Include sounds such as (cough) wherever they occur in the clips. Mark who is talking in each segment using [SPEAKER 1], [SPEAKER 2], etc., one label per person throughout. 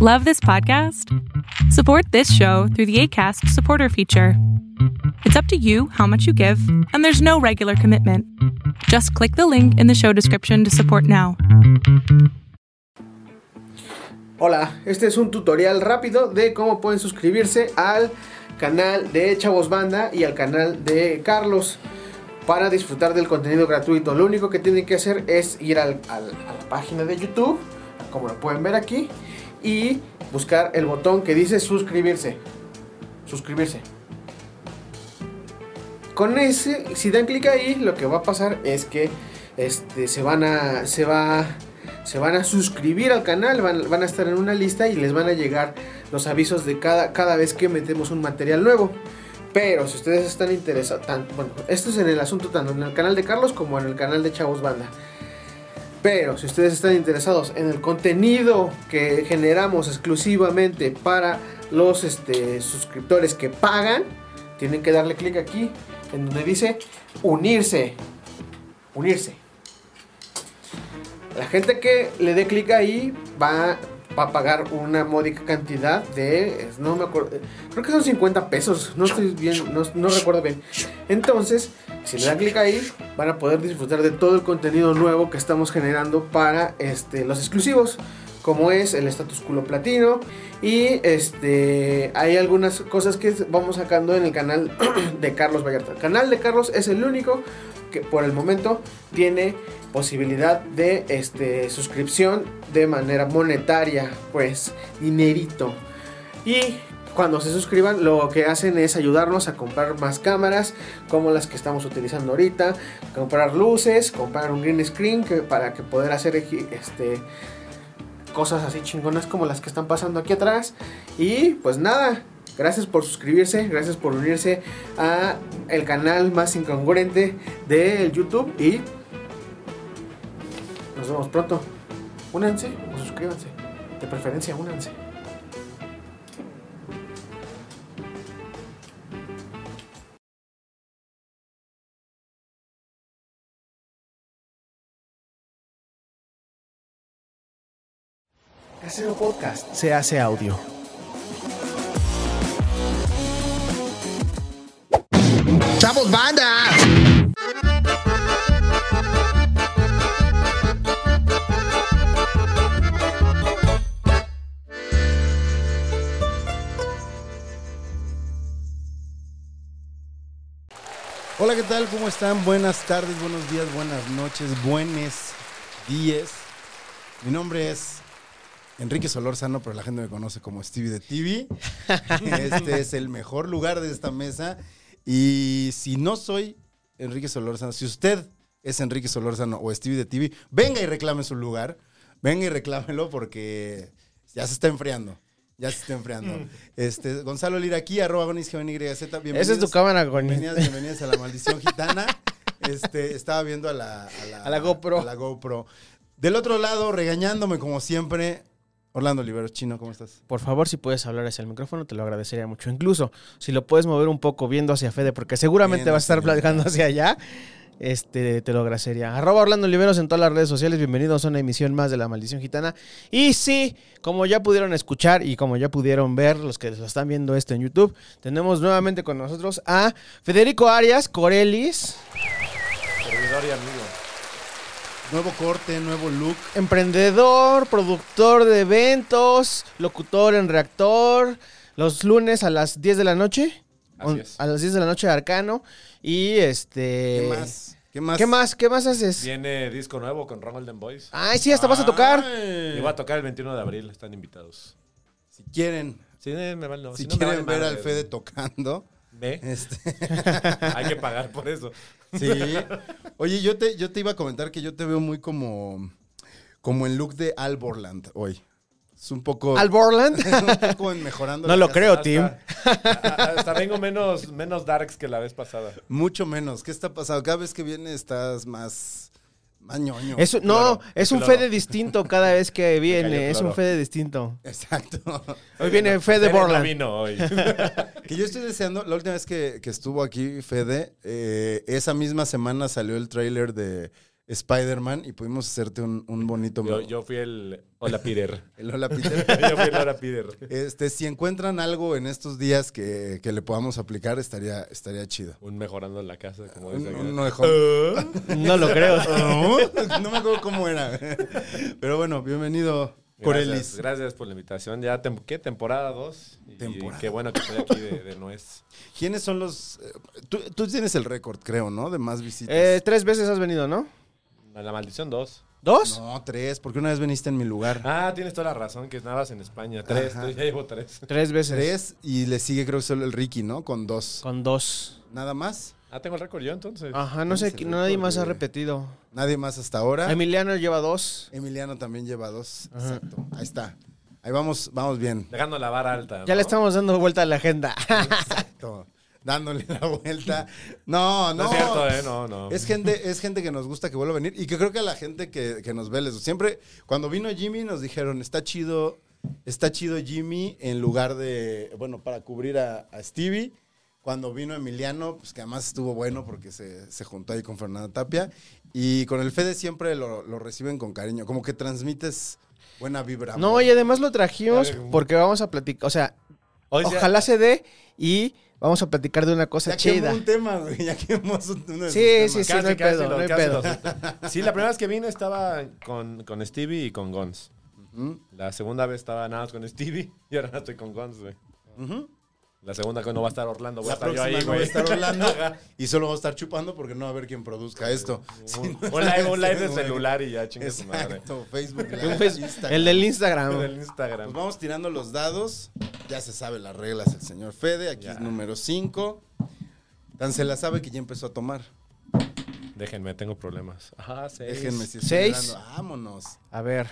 [SPEAKER 1] Love this podcast? Support this show through the ACAST supporter feature. It's up to you how much you give, and there's no regular commitment. Just click the link in the show description to support now.
[SPEAKER 2] Hola, este es un tutorial rápido de cómo pueden suscribirse al canal de Chavos Banda y al canal de Carlos para disfrutar del contenido gratuito. Lo único que tienen que hacer es ir al- al- a la página de YouTube, como lo pueden ver aquí, y buscar el botón que dice suscribirse. Suscribirse. Con ese, si dan clic ahí, lo que va a pasar es que este, se van a. Se va se van a suscribir al canal, van, van a estar en una lista y les van a llegar los avisos de cada, cada vez que metemos un material nuevo. Pero si ustedes están interesados, tan- bueno, esto es en el asunto tanto en el canal de Carlos como en el canal de Chavos Banda. Pero si ustedes están interesados en el contenido que generamos exclusivamente para los este, suscriptores que pagan, tienen que darle clic aquí en donde dice unirse. Unirse. La gente que le dé clic ahí va, va a pagar una módica cantidad de. es- No me acuerdo. Creo que son 50 pesos. No estoy bien. No, no recuerdo bien. Entonces, si le dan clic ahí, van a poder disfrutar de todo el contenido nuevo que estamos generando para este, los exclusivos. Como es el status culo platino. Y este. Hay algunas cosas que vamos sacando en el canal (clears throat) de Carlos Vallarta. El canal de Carlos es el único que por el momento tiene posibilidad de este, suscripción de manera monetaria, pues dinerito. Y cuando se suscriban, lo que hacen es ayudarnos a comprar más cámaras, como las que estamos utilizando ahorita, comprar luces, comprar un green screen que- para que poder hacer eji- este, cosas así chingonas como las que están pasando aquí atrás. Y pues nada, gracias por suscribirse, gracias por unirse a el canal más incongruente del YouTube y nos vemos pronto. Únanse o suscríbanse. De preferencia, únanse. Casero Podcast se hace audio. ¡Chavos, banda!
[SPEAKER 3] Hola, ¿qué tal? ¿Cómo están? Buenas tardes, buenos días, buenas noches, buenos días. Mi nombre es Enrique Solorzano, pero la gente me conoce como Stevie
[SPEAKER 4] (laughs)
[SPEAKER 3] de TV. Este es el mejor lugar de esta mesa. Y si no soy Enrique Solorzano, si usted es Enrique Solorzano o Stevie de TV, venga y reclame su lugar. Venga y reclámelo porque ya se está enfriando. Ya se está enfriando. Este, Gonzalo Lira aquí, arroba Gonis, G O N Y Z.
[SPEAKER 4] Esa Mm. es tu
[SPEAKER 3] Bienvenidos.
[SPEAKER 4] cámara, Goni.
[SPEAKER 3] Bienvenidas, bienvenidas a la maldición gitana. Este, estaba viendo a la, a la,
[SPEAKER 4] A la GoPro.
[SPEAKER 3] a la GoPro. Del otro lado, regañándome como siempre, Orlando Oliveros Chino, ¿cómo estás?
[SPEAKER 4] Por favor, si puedes hablar hacia el micrófono, te lo agradecería mucho. Incluso si lo puedes mover un poco viendo hacia Fede, porque seguramente
[SPEAKER 3] Viendo
[SPEAKER 4] va a estar
[SPEAKER 3] hacia allá.
[SPEAKER 4] platicando hacia allá, este, te lo agradecería. Arroba Orlando Oliveros en todas las redes sociales. Bienvenidos a una emisión más de La Maldición Gitana. Y sí, como ya pudieron escuchar y como ya pudieron ver los que lo están viendo esto en YouTube, tenemos nuevamente con nosotros a Federico Arias Corelis,
[SPEAKER 3] Nuevo corte, nuevo look.
[SPEAKER 4] emprendedor, productor de eventos, locutor en reactor. Los lunes a las 10 de la noche.
[SPEAKER 5] Así es.
[SPEAKER 4] A las 10 de la noche Arcano. Y este.
[SPEAKER 3] ¿Qué más? ¿Qué más?
[SPEAKER 4] ¿Qué más? ¿Qué más haces?
[SPEAKER 5] Viene disco nuevo con Ronald and Boys.
[SPEAKER 3] Ah.
[SPEAKER 4] Ay, sí, hasta vas a tocar.
[SPEAKER 5] Y
[SPEAKER 3] Ay.
[SPEAKER 5] va a tocar el 21 de abril, están invitados.
[SPEAKER 3] Si quieren,
[SPEAKER 5] Sí, eh, me vale, no,
[SPEAKER 3] si
[SPEAKER 5] no me
[SPEAKER 3] quieren
[SPEAKER 5] vale
[SPEAKER 3] ver al
[SPEAKER 5] madre.
[SPEAKER 3] Fede tocando, (laughs)
[SPEAKER 5] Ve,
[SPEAKER 3] este,
[SPEAKER 5] hay que pagar por eso.
[SPEAKER 3] sí. (laughs) Oye, yo te, yo te iba a comentar que yo te veo muy como, como en look de Al Borland hoy. Es un poco,
[SPEAKER 4] Al Borland.
[SPEAKER 3] (laughs) un poco en mejorando.
[SPEAKER 4] No
[SPEAKER 3] la
[SPEAKER 4] lo
[SPEAKER 3] casa.
[SPEAKER 4] creo, Tim.
[SPEAKER 5] hasta, hasta vengo menos, menos darks que la vez pasada.
[SPEAKER 3] Mucho menos. ¿Qué está pasando? Cada vez que viene estás más, más ñoño.
[SPEAKER 4] Es un- no,
[SPEAKER 5] Cloro,
[SPEAKER 4] es un
[SPEAKER 5] cloro.
[SPEAKER 4] Fede distinto cada vez que viene.
[SPEAKER 5] cayó
[SPEAKER 4] Es un
[SPEAKER 5] cloro.
[SPEAKER 4] Fede distinto.
[SPEAKER 3] Exacto. (laughs)
[SPEAKER 4] Hoy viene Fede
[SPEAKER 5] Pero no
[SPEAKER 4] Borland.
[SPEAKER 5] vino hoy.
[SPEAKER 3] Que yo estoy deseando, la última vez que, que estuvo aquí Fede, eh, esa misma semana salió el tráiler de Spider-Man y pudimos hacerte un, un bonito.
[SPEAKER 5] Yo, yo fui el Hola Peter.
[SPEAKER 3] (laughs) El Hola Peter.
[SPEAKER 5] (laughs) yo fui el Hola Peter.
[SPEAKER 3] Este, si encuentran algo en estos días que, que le podamos aplicar, estaría, estaría chido.
[SPEAKER 5] Un mejorando en la casa, como
[SPEAKER 3] Un-
[SPEAKER 5] dice
[SPEAKER 3] un-
[SPEAKER 5] acá.
[SPEAKER 3] uno de Hulk.
[SPEAKER 2] ¿Eh? No lo creo.
[SPEAKER 3] (laughs) No, no me acuerdo cómo era. Pero bueno, bienvenido,
[SPEAKER 5] Gracias,
[SPEAKER 3] Corelis.
[SPEAKER 5] gracias por la invitación. Ya, tem- ¿qué? Temporada 2. Y
[SPEAKER 3] Temporada
[SPEAKER 5] qué bueno que estoy aquí de, de nuez.
[SPEAKER 3] ¿Quiénes son los...? eh, Tú, tú tienes el récord, creo, ¿no? De más visitas.
[SPEAKER 2] Eh, tres veces has venido, ¿no?
[SPEAKER 5] A La maldición 2.
[SPEAKER 2] ¿Dos?
[SPEAKER 3] no, tres, porque una vez viniste en mi lugar.
[SPEAKER 5] Ah, tienes toda la razón, que estabas en España. Tres,
[SPEAKER 3] Ajá.
[SPEAKER 5] tú ya llevo tres.
[SPEAKER 2] Tres veces.
[SPEAKER 3] Tres, y le sigue creo que solo el Ricky, ¿no? Con dos.
[SPEAKER 2] Con dos.
[SPEAKER 3] Nada más.
[SPEAKER 5] Ah, tengo el récord yo entonces.
[SPEAKER 2] Ajá, no sé,
[SPEAKER 3] Tienes
[SPEAKER 2] qui-
[SPEAKER 3] el
[SPEAKER 2] nadie
[SPEAKER 3] récord
[SPEAKER 2] más
[SPEAKER 3] de-
[SPEAKER 2] ha repetido.
[SPEAKER 3] Nadie más hasta ahora.
[SPEAKER 2] Emiliano lleva dos.
[SPEAKER 3] Emiliano también lleva dos. Exacto. Ahí está. Ahí vamos, vamos
[SPEAKER 5] (laughs)
[SPEAKER 3] bien.
[SPEAKER 5] Dejando la vara alta.
[SPEAKER 2] Ya
[SPEAKER 5] ¿no?
[SPEAKER 2] le estamos dando vuelta a la agenda.
[SPEAKER 3] Exacto. Dándole la
[SPEAKER 5] (laughs)
[SPEAKER 3] vuelta. No,
[SPEAKER 5] No
[SPEAKER 3] no.
[SPEAKER 5] es cierto, ¿eh? No, no.
[SPEAKER 3] Es gente, es gente que nos gusta que vuelva a venir y que creo que a la gente que, que nos ve les siempre cuando vino Jimmy nos dijeron está chido, está chido Jimmy en lugar de bueno para cubrir a, a Stevie. Cuando vino Emiliano, pues que además estuvo bueno porque se, se juntó ahí con Fernanda Tapia. Y con el Fede siempre lo, lo reciben con cariño. Como que transmites buena vibra.
[SPEAKER 2] No, y además lo trajimos
[SPEAKER 5] A ver,
[SPEAKER 2] porque vamos a platicar. O sea,
[SPEAKER 5] Hoy sea-
[SPEAKER 2] ojalá se dé y vamos a platicar de una
[SPEAKER 3] ya
[SPEAKER 2] cosa
[SPEAKER 3] quemó
[SPEAKER 2] chida. (laughs)
[SPEAKER 3] un tema, güey. Ya quemó un- uno de
[SPEAKER 2] Sí,
[SPEAKER 3] sus
[SPEAKER 2] sí, sí.
[SPEAKER 3] temas.
[SPEAKER 5] Casi,
[SPEAKER 2] no hay
[SPEAKER 5] casi
[SPEAKER 2] pedo,
[SPEAKER 5] lo-
[SPEAKER 2] no hay
[SPEAKER 5] casi
[SPEAKER 2] pedo.
[SPEAKER 5] lo- Sí, la primera vez que vine estaba con, con Stevie y con Gons.
[SPEAKER 3] Ujú,
[SPEAKER 5] La segunda vez estaba nada más con Stevie (laughs) y ahora estoy con Gons, güey.
[SPEAKER 3] ujú.
[SPEAKER 5] La segunda que no va a estar Orlando, voy
[SPEAKER 3] La
[SPEAKER 5] a estar yo
[SPEAKER 3] próxima
[SPEAKER 5] ahí,
[SPEAKER 3] no voy
[SPEAKER 5] güey.
[SPEAKER 3] a estar (laughs)
[SPEAKER 5] (laughs)
[SPEAKER 3] hablando y solo voy a estar chupando porque no va a haber quien produzca esto. Si
[SPEAKER 5] Un,
[SPEAKER 3] no-
[SPEAKER 5] un live, un live de
[SPEAKER 3] Güey.
[SPEAKER 5] celular y ya, chingue su madre.
[SPEAKER 3] Exacto, Facebook Live,
[SPEAKER 2] Un face-
[SPEAKER 3] Instagram.
[SPEAKER 2] Pues, El del
[SPEAKER 5] (laughs) Del
[SPEAKER 2] Instagram.
[SPEAKER 5] Instagram.
[SPEAKER 3] Pues vamos tirando los dados. Ya se sabe las reglas el señor Fede. Aquí
[SPEAKER 5] Ya.
[SPEAKER 3] es número 5. Tan se la sabe que ya empezó a tomar.
[SPEAKER 5] Déjenme, tengo problemas. Ajá, seis.
[SPEAKER 3] Déjenme si estoy
[SPEAKER 2] Seis.
[SPEAKER 3] hablando. Vámonos.
[SPEAKER 2] A ver,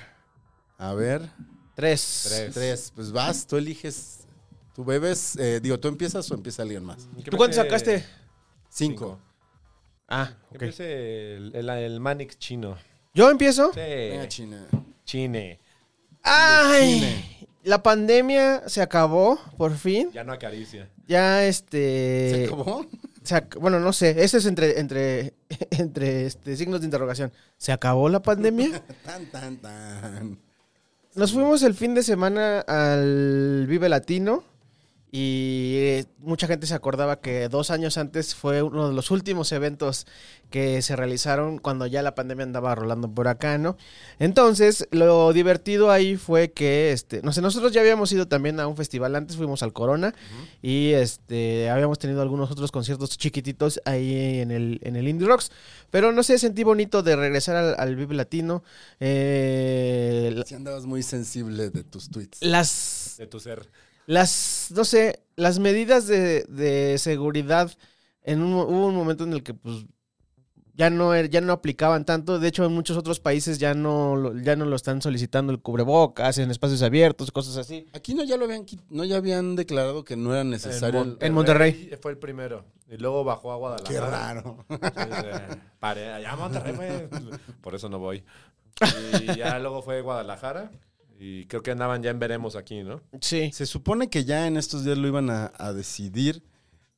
[SPEAKER 3] A ver.
[SPEAKER 2] tres.
[SPEAKER 5] Tres.
[SPEAKER 3] Tres. Pues vas, tú eliges. Tú bebes. eh, digo, ¿tú empiezas o empieza alguien más?
[SPEAKER 5] Que
[SPEAKER 2] ¿Tú cuánto
[SPEAKER 5] empiece-
[SPEAKER 2] sacaste?
[SPEAKER 3] Cinco.
[SPEAKER 2] Ah,
[SPEAKER 5] que
[SPEAKER 2] ok.
[SPEAKER 5] empiece el, el, el Manix chino.
[SPEAKER 2] ¿Yo empiezo?
[SPEAKER 5] Sí.
[SPEAKER 3] Venga, China.
[SPEAKER 5] Chine.
[SPEAKER 2] ¡Ay! La pandemia se acabó, por fin.
[SPEAKER 5] Ya no acaricia.
[SPEAKER 2] Ya este.
[SPEAKER 3] ¿Se acabó? (laughs)
[SPEAKER 2] se ac- bueno, no sé. Ese es entre, entre, (laughs) entre este, signos de interrogación. ¿Se acabó la pandemia?
[SPEAKER 3] Tan, tan, tan.
[SPEAKER 2] Nos fuimos el fin de semana al Vive Latino y eh, mucha gente se acordaba que dos años antes fue uno de los últimos eventos que se realizaron cuando ya la pandemia andaba rolando por acá, ¿no? Entonces, lo divertido ahí fue que, este, no sé, nosotros ya habíamos ido también a un festival antes, fuimos al Corona y este, habíamos tenido algunos otros conciertos chiquititos ahí en el, en el Indie Rocks, pero no sé, sentí bonito de regresar al, al Vive Latino. eh, la-
[SPEAKER 3] Si andabas muy sensible de tus tweets.
[SPEAKER 2] las,
[SPEAKER 5] De tu ser.
[SPEAKER 2] las, no sé, las medidas de, de seguridad, en un, mo- hubo un momento en el que pues ya no, er- ya no aplicaban tanto, de hecho en muchos otros países ya no, lo- ya no lo están solicitando el cubrebocas, en espacios abiertos, cosas así.
[SPEAKER 3] Aquí no ya lo habían quit- no ya habían declarado que no era necesario. el-
[SPEAKER 2] En Monterrey.
[SPEAKER 5] Fue el primero. Y luego bajó a Guadalajara.
[SPEAKER 3] Qué raro.
[SPEAKER 5] Entonces, eh, paré, allá a Monterrey, güey. Por eso no voy. Y ya luego fue Guadalajara. Y creo que andaban ya en veremos aquí, ¿no?
[SPEAKER 2] Sí.
[SPEAKER 3] (laughs) Se supone que ya en estos días lo iban a, a decidir.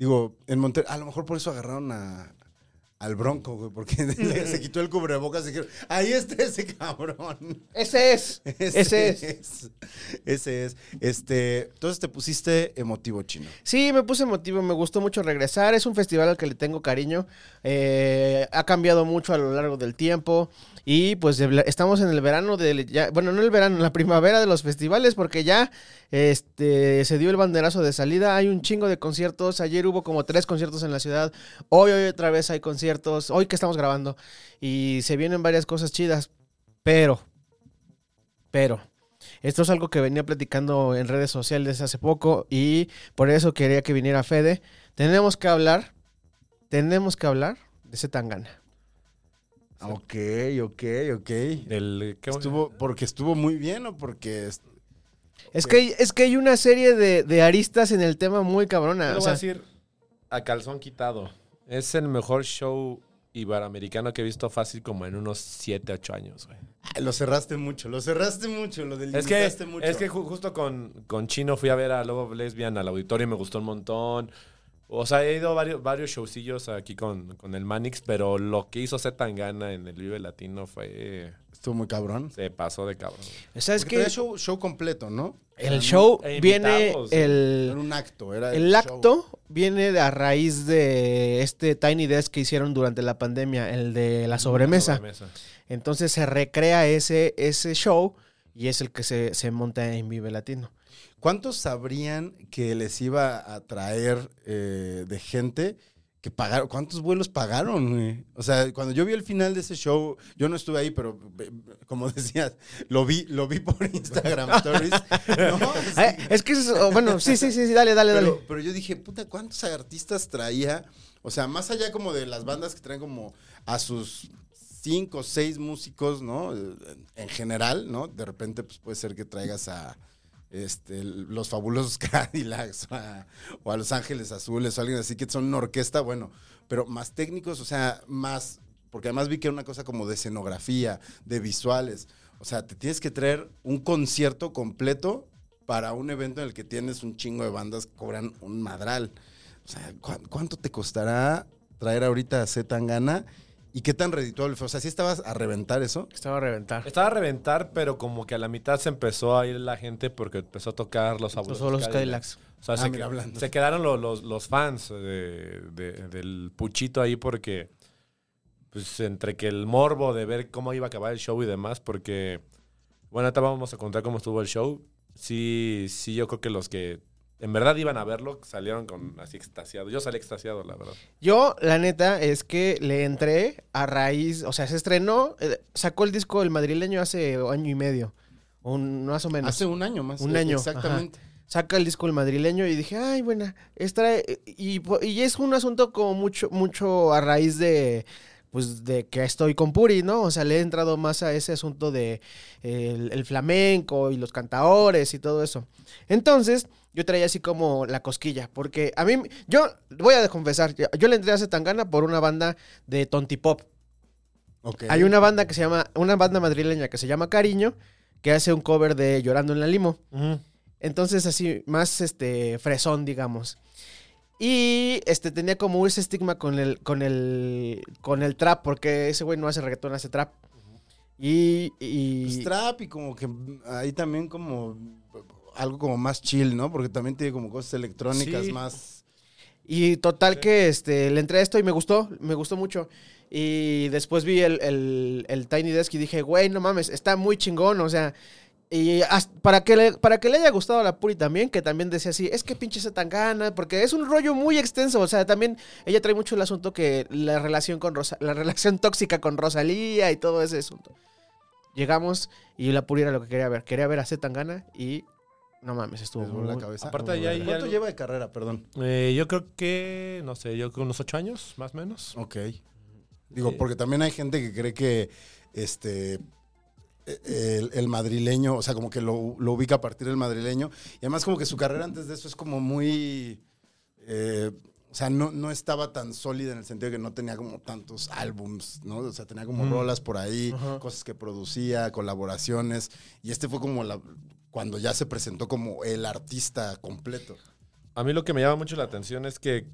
[SPEAKER 3] Digo, en Monterrey, a lo mejor por eso agarraron a, al Bronco, güey, porque (laughs) le- se quitó el cubrebocas y dijeron, ahí está ese cabrón. (laughs)
[SPEAKER 2] Ese es. Ese es.
[SPEAKER 3] Ese es. Este, entonces te pusiste emotivo chino.
[SPEAKER 2] Sí, me puse emotivo, me gustó mucho regresar. Es un festival al que le tengo cariño. eh, ha cambiado mucho a lo largo del tiempo. Y pues de vla- estamos en el verano de. ya- bueno, no el verano, la primavera de los festivales, porque ya este, se dio el banderazo de salida. Hay un chingo de conciertos. Ayer hubo como tres conciertos en la ciudad. Hoy, hoy otra vez hay conciertos. Hoy que estamos grabando. Y se vienen varias cosas chidas. Pero. Pero. Esto es algo que venía platicando en redes sociales hace poco y por eso quería que viniera Fede. Tenemos que hablar, tenemos que hablar de ese tangana.
[SPEAKER 3] Ok, ok, ok.
[SPEAKER 5] Del, ¿qué-
[SPEAKER 3] Estuvo, porque estuvo muy bien o porque est-
[SPEAKER 2] Es que, es que hay una serie de, de aristas en el tema muy
[SPEAKER 5] Yo
[SPEAKER 2] cabrona.
[SPEAKER 5] lo
[SPEAKER 2] o
[SPEAKER 5] voy
[SPEAKER 2] sea,
[SPEAKER 5] a decir a calzón quitado. Es el mejor show iberoamericano que he visto fácil como en unos 7, 8 años, güey.
[SPEAKER 3] Ay, lo cerraste mucho, lo cerraste mucho, lo
[SPEAKER 5] Es que,
[SPEAKER 3] delimitaste mucho.
[SPEAKER 5] es que ju- justo con, con Chino fui a ver a Lobo Lesbian al auditorio y me gustó un montón. O sea, he ido a varios, varios showcillos aquí con, con el Manix, pero lo que hizo Zetangana en el Vive Latino fue...
[SPEAKER 3] Estuvo muy cabrón.
[SPEAKER 5] Se pasó de cabrón.
[SPEAKER 2] ¿Sabes
[SPEAKER 3] Porque traía
[SPEAKER 2] qué?
[SPEAKER 3] show, show completo, ¿no?
[SPEAKER 2] El show
[SPEAKER 5] E
[SPEAKER 2] viene
[SPEAKER 5] invitados,
[SPEAKER 3] Era
[SPEAKER 2] el,
[SPEAKER 3] un acto, era
[SPEAKER 2] el
[SPEAKER 3] show.
[SPEAKER 2] acto viene de- a raíz de este Tiny Desk que hicieron durante la pandemia, el de la sobremesa.
[SPEAKER 5] Sobremesa.
[SPEAKER 2] Entonces se recrea ese, ese show y es el que se, se monta en Vive Latino.
[SPEAKER 3] ¿Cuántos sabrían que les iba a traer eh, de gente que pagaron? ¿Cuántos vuelos pagaron? güey? O sea, cuando yo vi el final de ese show, yo no estuve ahí, pero eh, como (laughs) decías, lo vi, lo vi por Instagram Stories.
[SPEAKER 2] (laughs)
[SPEAKER 3] ¿no?
[SPEAKER 2] Eh, es que es, oh, bueno, sí, sí, sí, sí, dale, dale, dale.
[SPEAKER 3] Pero, pero yo dije, puta, ¿cuántos artistas traía? O sea, más allá como de las bandas que traen como a sus cinco o seis músicos, ¿no? Eh, En general, ¿no? De repente, pues puede ser que traigas a este, el- los fabulosos (laughs) Cadillacs o a, o a Los Ángeles Azules o alguien así que son una orquesta, bueno, pero más técnicos, o sea, más, porque además vi que era una cosa como de escenografía, de visuales. O sea, te tienes que traer un concierto completo para un evento en el que tienes un chingo de bandas que cobran un madral. O sea, ¿cu- ¿cuánto te costará traer ahorita a Z Tangana? ¿Y qué tan redituable fue? O sea, si estabas a reventar eso.
[SPEAKER 2] Estaba a reventar.
[SPEAKER 5] Estaba a reventar, pero como que a la mitad se empezó a ir la gente porque empezó a tocar los
[SPEAKER 2] Los
[SPEAKER 5] fabulosos
[SPEAKER 2] solos Cadillacs.
[SPEAKER 5] O sea,
[SPEAKER 3] Ah,
[SPEAKER 5] se,
[SPEAKER 3] mira,
[SPEAKER 5] que-
[SPEAKER 3] hablando.
[SPEAKER 5] se quedaron lo- los, los fans de- de- del Puchito ahí porque, pues, entre que el morbo de ver cómo iba a acabar el show y demás, porque, bueno, ahorita vamos a contar cómo estuvo el show. Sí, sí, yo creo que los que en verdad iban a verlo salieron con así extasiados. Yo salí extasiado, la verdad.
[SPEAKER 2] Yo, la neta, es que le entré a raíz, o sea, se estrenó, eh, sacó el disco El Madrileño hace año y medio, un, más o menos.
[SPEAKER 3] Hace un año más.
[SPEAKER 2] Un año,
[SPEAKER 3] Exactamente.
[SPEAKER 2] Saca el disco El Madrileño y dije, ay, buena, esta, eh, y, po- y es un asunto como mucho, mucho a raíz de, pues, de que estoy con Puri, ¿no? O sea, le he entrado más a ese asunto de eh, el, el flamenco y los cantaores y todo eso. Entonces, yo traía así como la cosquilla, porque a mí, yo voy a confesar, yo, yo le entré a Zetangana por una banda de tontipop.
[SPEAKER 3] Ok.
[SPEAKER 2] Hay una banda que se llama, una banda madrileña que se llama Cariño, que hace un cover de Llorando en la Limo. Entonces, así, más este, fresón, digamos. Y este tenía como ese estigma con el, con el, con el trap, porque ese güey no hace reggaetón, hace trap. Y, y-
[SPEAKER 3] Pues, trap y como que ahí también como algo como más chill, ¿no? Porque también tiene como cosas electrónicas
[SPEAKER 5] Sí.
[SPEAKER 3] más.
[SPEAKER 2] Y total que este, le entré a esto y me gustó, me gustó mucho. Y después vi el, el- el Tiny Desk y dije, güey, no mames, está muy chingón, o sea... Y hasta- para, que le, para que le haya gustado a la Puri también, que también decía así, es que pinche se tan gana, porque es un rollo muy extenso, o sea, también ella trae mucho el asunto que la relación con Rosa, la relación tóxica con Rosalía y todo ese asunto. Llegamos y la Puri era lo que quería ver, quería ver a Zetangana y no mames, estuvo
[SPEAKER 3] Les voló la
[SPEAKER 2] muy-
[SPEAKER 3] cabeza.
[SPEAKER 5] Aparte, ahí hay
[SPEAKER 3] ¿Cuánto
[SPEAKER 5] algo-
[SPEAKER 3] lleva de carrera? Perdón.
[SPEAKER 5] Eh, yo creo que, no sé, yo creo unos ocho años, más o menos.
[SPEAKER 3] Ok. Digo, porque también hay gente que cree que este e-, el, el madrileño, o sea, como que lo, lo ubica a partir del madrileño. Y además, como que su carrera antes de eso es como muy. eh, o sea, no, no estaba tan sólida en el sentido de que no tenía como tantos álbums, ¿no? O sea, tenía como rolas por ahí, cosas que producía, colaboraciones. Y este fue como la cuando ya se presentó como el artista completo.
[SPEAKER 5] A mí lo que me llama mucho la atención es que,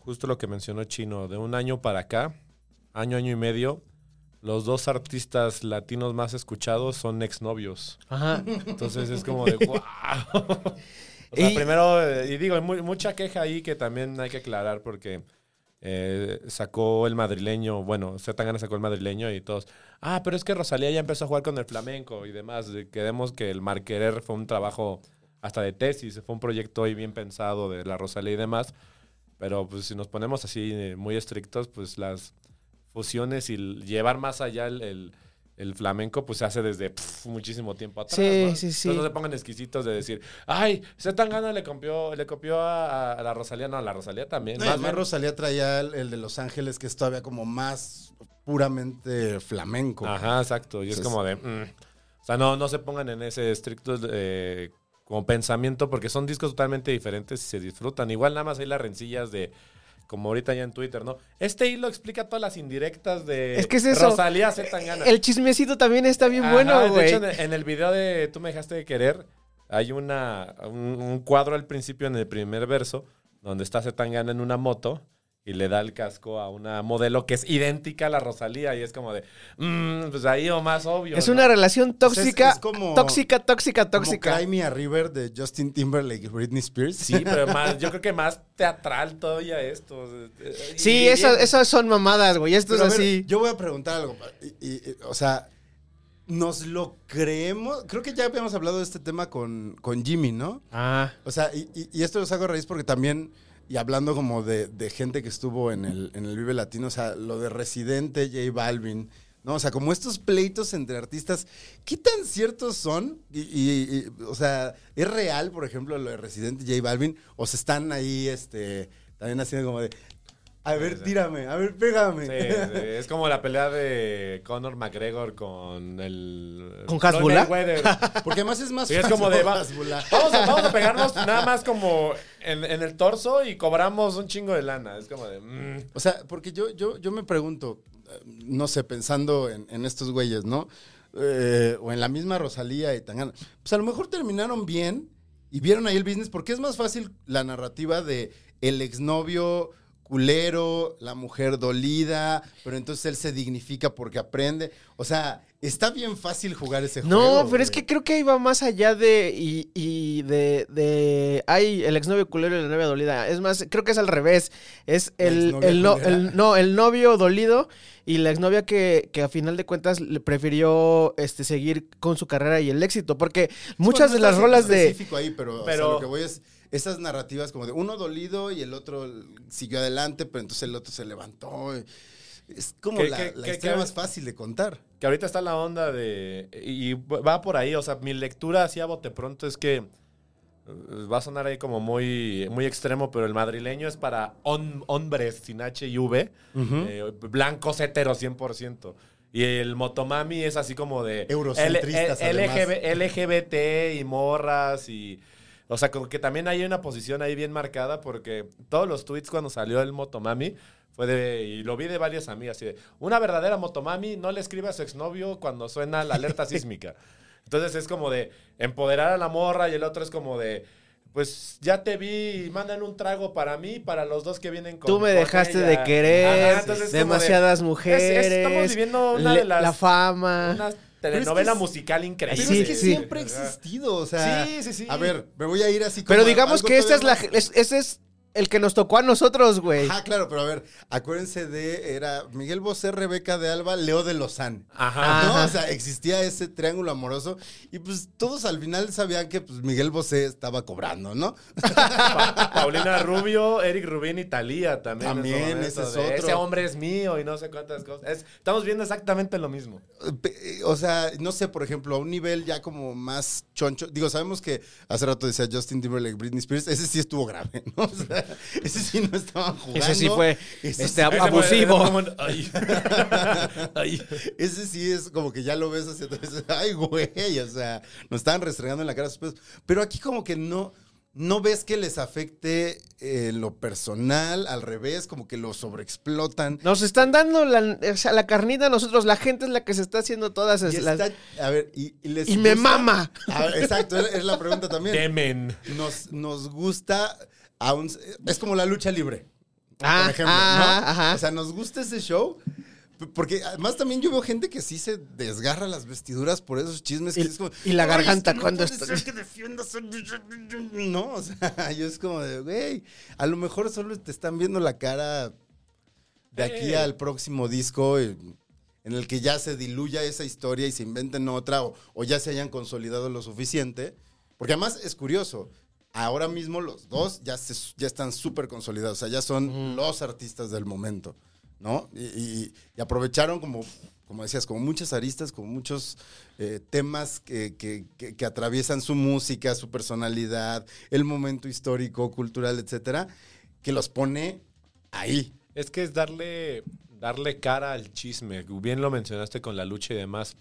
[SPEAKER 5] justo lo que mencionó Chino, de un año para acá, año, año y medio, los dos artistas latinos más escuchados son exnovios.
[SPEAKER 2] Ajá.
[SPEAKER 5] Entonces es como de wow. O sea,
[SPEAKER 2] Y-
[SPEAKER 5] primero, eh, y digo, hay mu- mucha queja ahí que también hay que aclarar porque eh, sacó el madrileño, bueno, Zetangana sacó el madrileño y todos, ah, pero es que Rosalía ya empezó a jugar con el flamenco y demás. De- Queremos que el Marquerer fue un trabajo hasta de tesis, fue un proyecto ahí bien pensado de la Rosalía y demás. Pero pues si nos ponemos así eh, muy estrictos, pues las fusiones y l- llevar más allá el, el- el flamenco, pues se hace desde pf, muchísimo tiempo atrás.
[SPEAKER 2] Sí,
[SPEAKER 5] ¿no?
[SPEAKER 2] sí, sí.
[SPEAKER 5] Entonces no se pongan exquisitos de decir, ay, Zetangana le copió, le copió a, a la Rosalía. No, a la Rosalía también.
[SPEAKER 3] No, y
[SPEAKER 5] Más
[SPEAKER 3] además
[SPEAKER 5] bien-
[SPEAKER 3] Rosalía traía el, el de Los Ángeles, que es todavía como más puramente flamenco.
[SPEAKER 5] Ajá, exacto. Y es
[SPEAKER 3] Entonces-
[SPEAKER 5] como de. mm. O sea, no, no se pongan en ese estricto eh, como pensamiento, porque son discos totalmente diferentes y se disfrutan. Igual nada más hay las rencillas de. Como ahorita ya en Twitter, ¿no? Este hilo explica todas las indirectas de
[SPEAKER 2] Es que es eso.
[SPEAKER 5] Rosalía Zetangana.
[SPEAKER 2] El chismecito también está bien
[SPEAKER 5] Ajá,
[SPEAKER 2] bueno,
[SPEAKER 5] De
[SPEAKER 2] güey.
[SPEAKER 5] hecho, en el- en el video de Tú me dejaste de querer, hay una, un, un cuadro al principio, en el primer verso, donde está Zetangana en una moto y le da el casco a una modelo que es idéntica a la Rosalía y es como de, mm, pues ahí o más obvio.
[SPEAKER 2] Es
[SPEAKER 5] ¿no?
[SPEAKER 2] una relación
[SPEAKER 3] Pues es-
[SPEAKER 2] tóxica,
[SPEAKER 3] es como-
[SPEAKER 2] tóxica, tóxica,
[SPEAKER 3] Como
[SPEAKER 2] tóxica.
[SPEAKER 3] Cry Me a River de Justin Timberlake y Britney Spears. (laughs)
[SPEAKER 5] Sí, pero más, yo creo que más teatral todavía esto. o sea, eh,
[SPEAKER 2] Sí,
[SPEAKER 5] y-
[SPEAKER 2] esas, esas son mamadas, güey. Esto
[SPEAKER 3] Pero a
[SPEAKER 2] es
[SPEAKER 3] ver,
[SPEAKER 2] así.
[SPEAKER 3] Yo voy a preguntar algo. y- y- y, o sea, ¿nos lo creemos? Creo que ya habíamos hablado de este tema con, con Jimmy, ¿no?
[SPEAKER 2] Ah,
[SPEAKER 3] O sea, y, y- y esto los hago a raíz porque también, y hablando como de, de gente que estuvo en el, en el Vive Latino, o sea, lo de Residente, J Balvin, ¿no? O sea, como estos pleitos entre artistas, ¿qué tan ciertos son? Y, y- y, o sea, ¿es real, por ejemplo, lo de Residente, J Balvin? ¿O se están ahí, este, también haciendo como de, a ver, tírame, a ver, pégame?
[SPEAKER 5] Sí, sí, es como la pelea de Conor McGregor con el.
[SPEAKER 2] ¿Con Hasbula?
[SPEAKER 5] Floyd Mayweather.
[SPEAKER 3] (laughs) Porque además es (laughs) más
[SPEAKER 5] Sí, es como de. va-
[SPEAKER 3] más volar.
[SPEAKER 5] Vamos a, vamos a pegarnos nada más como en, en el torso y cobramos un chingo de lana. Es como de. mm.
[SPEAKER 3] O sea, porque yo, yo, yo me pregunto, eh, no sé, pensando en, en estos güeyes, ¿no? Eh, o en la misma Rosalía y Tangana. Pues a lo mejor terminaron bien y vieron ahí el business, porque es más fácil la narrativa de el exnovio culero, la mujer dolida, pero entonces él se dignifica porque aprende. O sea, está bien fácil jugar ese juego.
[SPEAKER 2] no, pero es
[SPEAKER 3] güey.
[SPEAKER 2] que creo que ahí va más allá de. Y, y de, de. Ay, el exnovio culero y la novia dolida. Es más, creo que es al revés. Es
[SPEAKER 3] La
[SPEAKER 2] el.
[SPEAKER 3] exnovia
[SPEAKER 2] el, no,
[SPEAKER 3] culera.
[SPEAKER 2] el- no, el novio dolido y la exnovia que, que a final de cuentas le prefirió este, seguir con su carrera y el éxito. Porque muchas
[SPEAKER 3] Bueno,
[SPEAKER 2] de
[SPEAKER 3] Pues, no
[SPEAKER 2] las
[SPEAKER 3] está
[SPEAKER 2] rolas de.
[SPEAKER 3] específico ahí, pero, o sea,
[SPEAKER 5] Pero-
[SPEAKER 3] lo que voy es esas narrativas como de uno dolido y el otro siguió adelante, pero entonces el otro se levantó. Es como
[SPEAKER 5] ¿Qué-
[SPEAKER 3] la,
[SPEAKER 5] qué-
[SPEAKER 3] la
[SPEAKER 5] qué-
[SPEAKER 3] historia
[SPEAKER 5] qué-
[SPEAKER 3] más fácil de contar.
[SPEAKER 5] Que ahorita está la onda de. Y, y va por ahí. O sea, mi lectura así a bote pronto es que. eh, Va a sonar ahí como muy, muy extremo, pero el madrileño es para hon- hombres sin H y V, eh, blancos heteros 100%. Y el motomami es así como de...
[SPEAKER 3] Eurocentristas,
[SPEAKER 5] L- L-
[SPEAKER 3] además.
[SPEAKER 5] LGBT y morras y... O sea, como que también hay una posición ahí bien marcada porque todos los tweets cuando salió el Motomami fue de... Y lo vi de varias amigas y de... Una verdadera Motomami no le escribe a su exnovio cuando suena la
[SPEAKER 3] (laughs)
[SPEAKER 5] alerta sísmica. Entonces es como de empoderar a la morra y el otro es como de... Pues ya te vi, y mandan un trago para mí, para los dos que vienen con
[SPEAKER 2] Tú me
[SPEAKER 5] con
[SPEAKER 2] dejaste
[SPEAKER 5] ella.
[SPEAKER 2] de querer,
[SPEAKER 5] Ajá, entonces es como de-
[SPEAKER 2] demasiadas
[SPEAKER 5] es-
[SPEAKER 2] mujeres,
[SPEAKER 5] es- estamos viviendo una
[SPEAKER 2] le-
[SPEAKER 5] de las
[SPEAKER 2] la fama.
[SPEAKER 5] una
[SPEAKER 3] Pero es
[SPEAKER 5] telenovela
[SPEAKER 3] que es-
[SPEAKER 5] musical
[SPEAKER 3] Pero
[SPEAKER 5] increíble.
[SPEAKER 2] Sí,
[SPEAKER 3] es que
[SPEAKER 2] sí.
[SPEAKER 3] siempre ha existido, o sea...
[SPEAKER 5] Sí, sí, sí.
[SPEAKER 3] A ver, me voy a ir así como...
[SPEAKER 2] Pero
[SPEAKER 3] a-
[SPEAKER 2] digamos
[SPEAKER 3] algo
[SPEAKER 2] que esta es la,
[SPEAKER 3] todavía
[SPEAKER 2] es- ese es el que nos tocó a nosotros, güey.
[SPEAKER 3] más- Ah, claro, pero a ver, acuérdense de... Era Miguel Bosé, Rebeca de Alba, Leo de Lozán.
[SPEAKER 5] Ajá.
[SPEAKER 3] ¿no? O sea, existía ese triángulo amoroso y pues todos al final sabían que pues, Miguel Bosé estaba cobrando, ¿no?
[SPEAKER 5] Pa- Paulina Rubio, Eric Rubín y Talía también. en su
[SPEAKER 3] También,
[SPEAKER 5] momento
[SPEAKER 3] ese es
[SPEAKER 5] de,
[SPEAKER 3] otro.
[SPEAKER 5] Ese hombre es mío y no sé cuántas cosas. Es- estamos viendo exactamente lo mismo.
[SPEAKER 3] Pe- eh, O sea, no sé, por ejemplo, a un nivel ya como más choncho. Digo, sabemos que hace rato decía Justin Timberlake, Britney Spears. Ese sí estuvo grave, ¿no? (laughs) O sea, ese sí no estaban jugando.
[SPEAKER 2] Ese sí fue este,
[SPEAKER 3] Ese
[SPEAKER 5] Ese fue- ese fue
[SPEAKER 2] abusivo.
[SPEAKER 5] como- ay. Ay.
[SPEAKER 3] (laughs) Ese sí es como que ya lo ves hacia atrás. Ay, güey, o sea, nos estaban restregando en la cara sus pedos. Pero aquí como que no, no ves que les afecte eh, lo personal, al revés, como que lo sobreexplotan.
[SPEAKER 2] Nos están dando la, o sea, la carnita a nosotros. La gente es la que se está haciendo todas
[SPEAKER 3] Y
[SPEAKER 2] es- las...
[SPEAKER 3] está- a ver, y, y les
[SPEAKER 2] Y me
[SPEAKER 3] gusta-
[SPEAKER 2] mama.
[SPEAKER 3] A ver, exacto, es es la
[SPEAKER 2] (laughs)
[SPEAKER 3] pregunta también.
[SPEAKER 5] Temen.
[SPEAKER 3] Nos, nos gusta, aún, es como la lucha libre.
[SPEAKER 2] Ah,
[SPEAKER 3] por ejemplo,
[SPEAKER 2] ah,
[SPEAKER 3] ¿no?
[SPEAKER 2] ajá.
[SPEAKER 3] O sea, nos gusta ese show. p- Porque además también yo veo gente que sí se desgarra las vestiduras por esos chismes. que
[SPEAKER 2] Y-
[SPEAKER 3] es como,
[SPEAKER 2] y la
[SPEAKER 3] "Ay,
[SPEAKER 2] garganta
[SPEAKER 3] es que no
[SPEAKER 2] cuando
[SPEAKER 3] puede
[SPEAKER 2] está-
[SPEAKER 3] ser que defiendas el-". (laughs) No, o sea, (laughs) yo es como de, güey, a lo mejor solo te están viendo la cara de aquí
[SPEAKER 2] Eh.
[SPEAKER 5] Ey.
[SPEAKER 3] al próximo disco eh, en el que ya se diluya esa historia y se inventen otra o, o ya se hayan consolidado lo suficiente. Porque además es curioso, ahora mismo los dos ya, se- ya están súper consolidados, o sea, ya son los artistas del momento, ¿no? Y, y- y aprovecharon como... Como decías, como muchas aristas, como muchos eh, temas que, que- que- que atraviesan su música, su personalidad, el momento histórico, cultural, etcétera, que los pone ahí,
[SPEAKER 5] Es que es darle, darle cara al chisme. Bien lo mencionaste con la lucha y demás.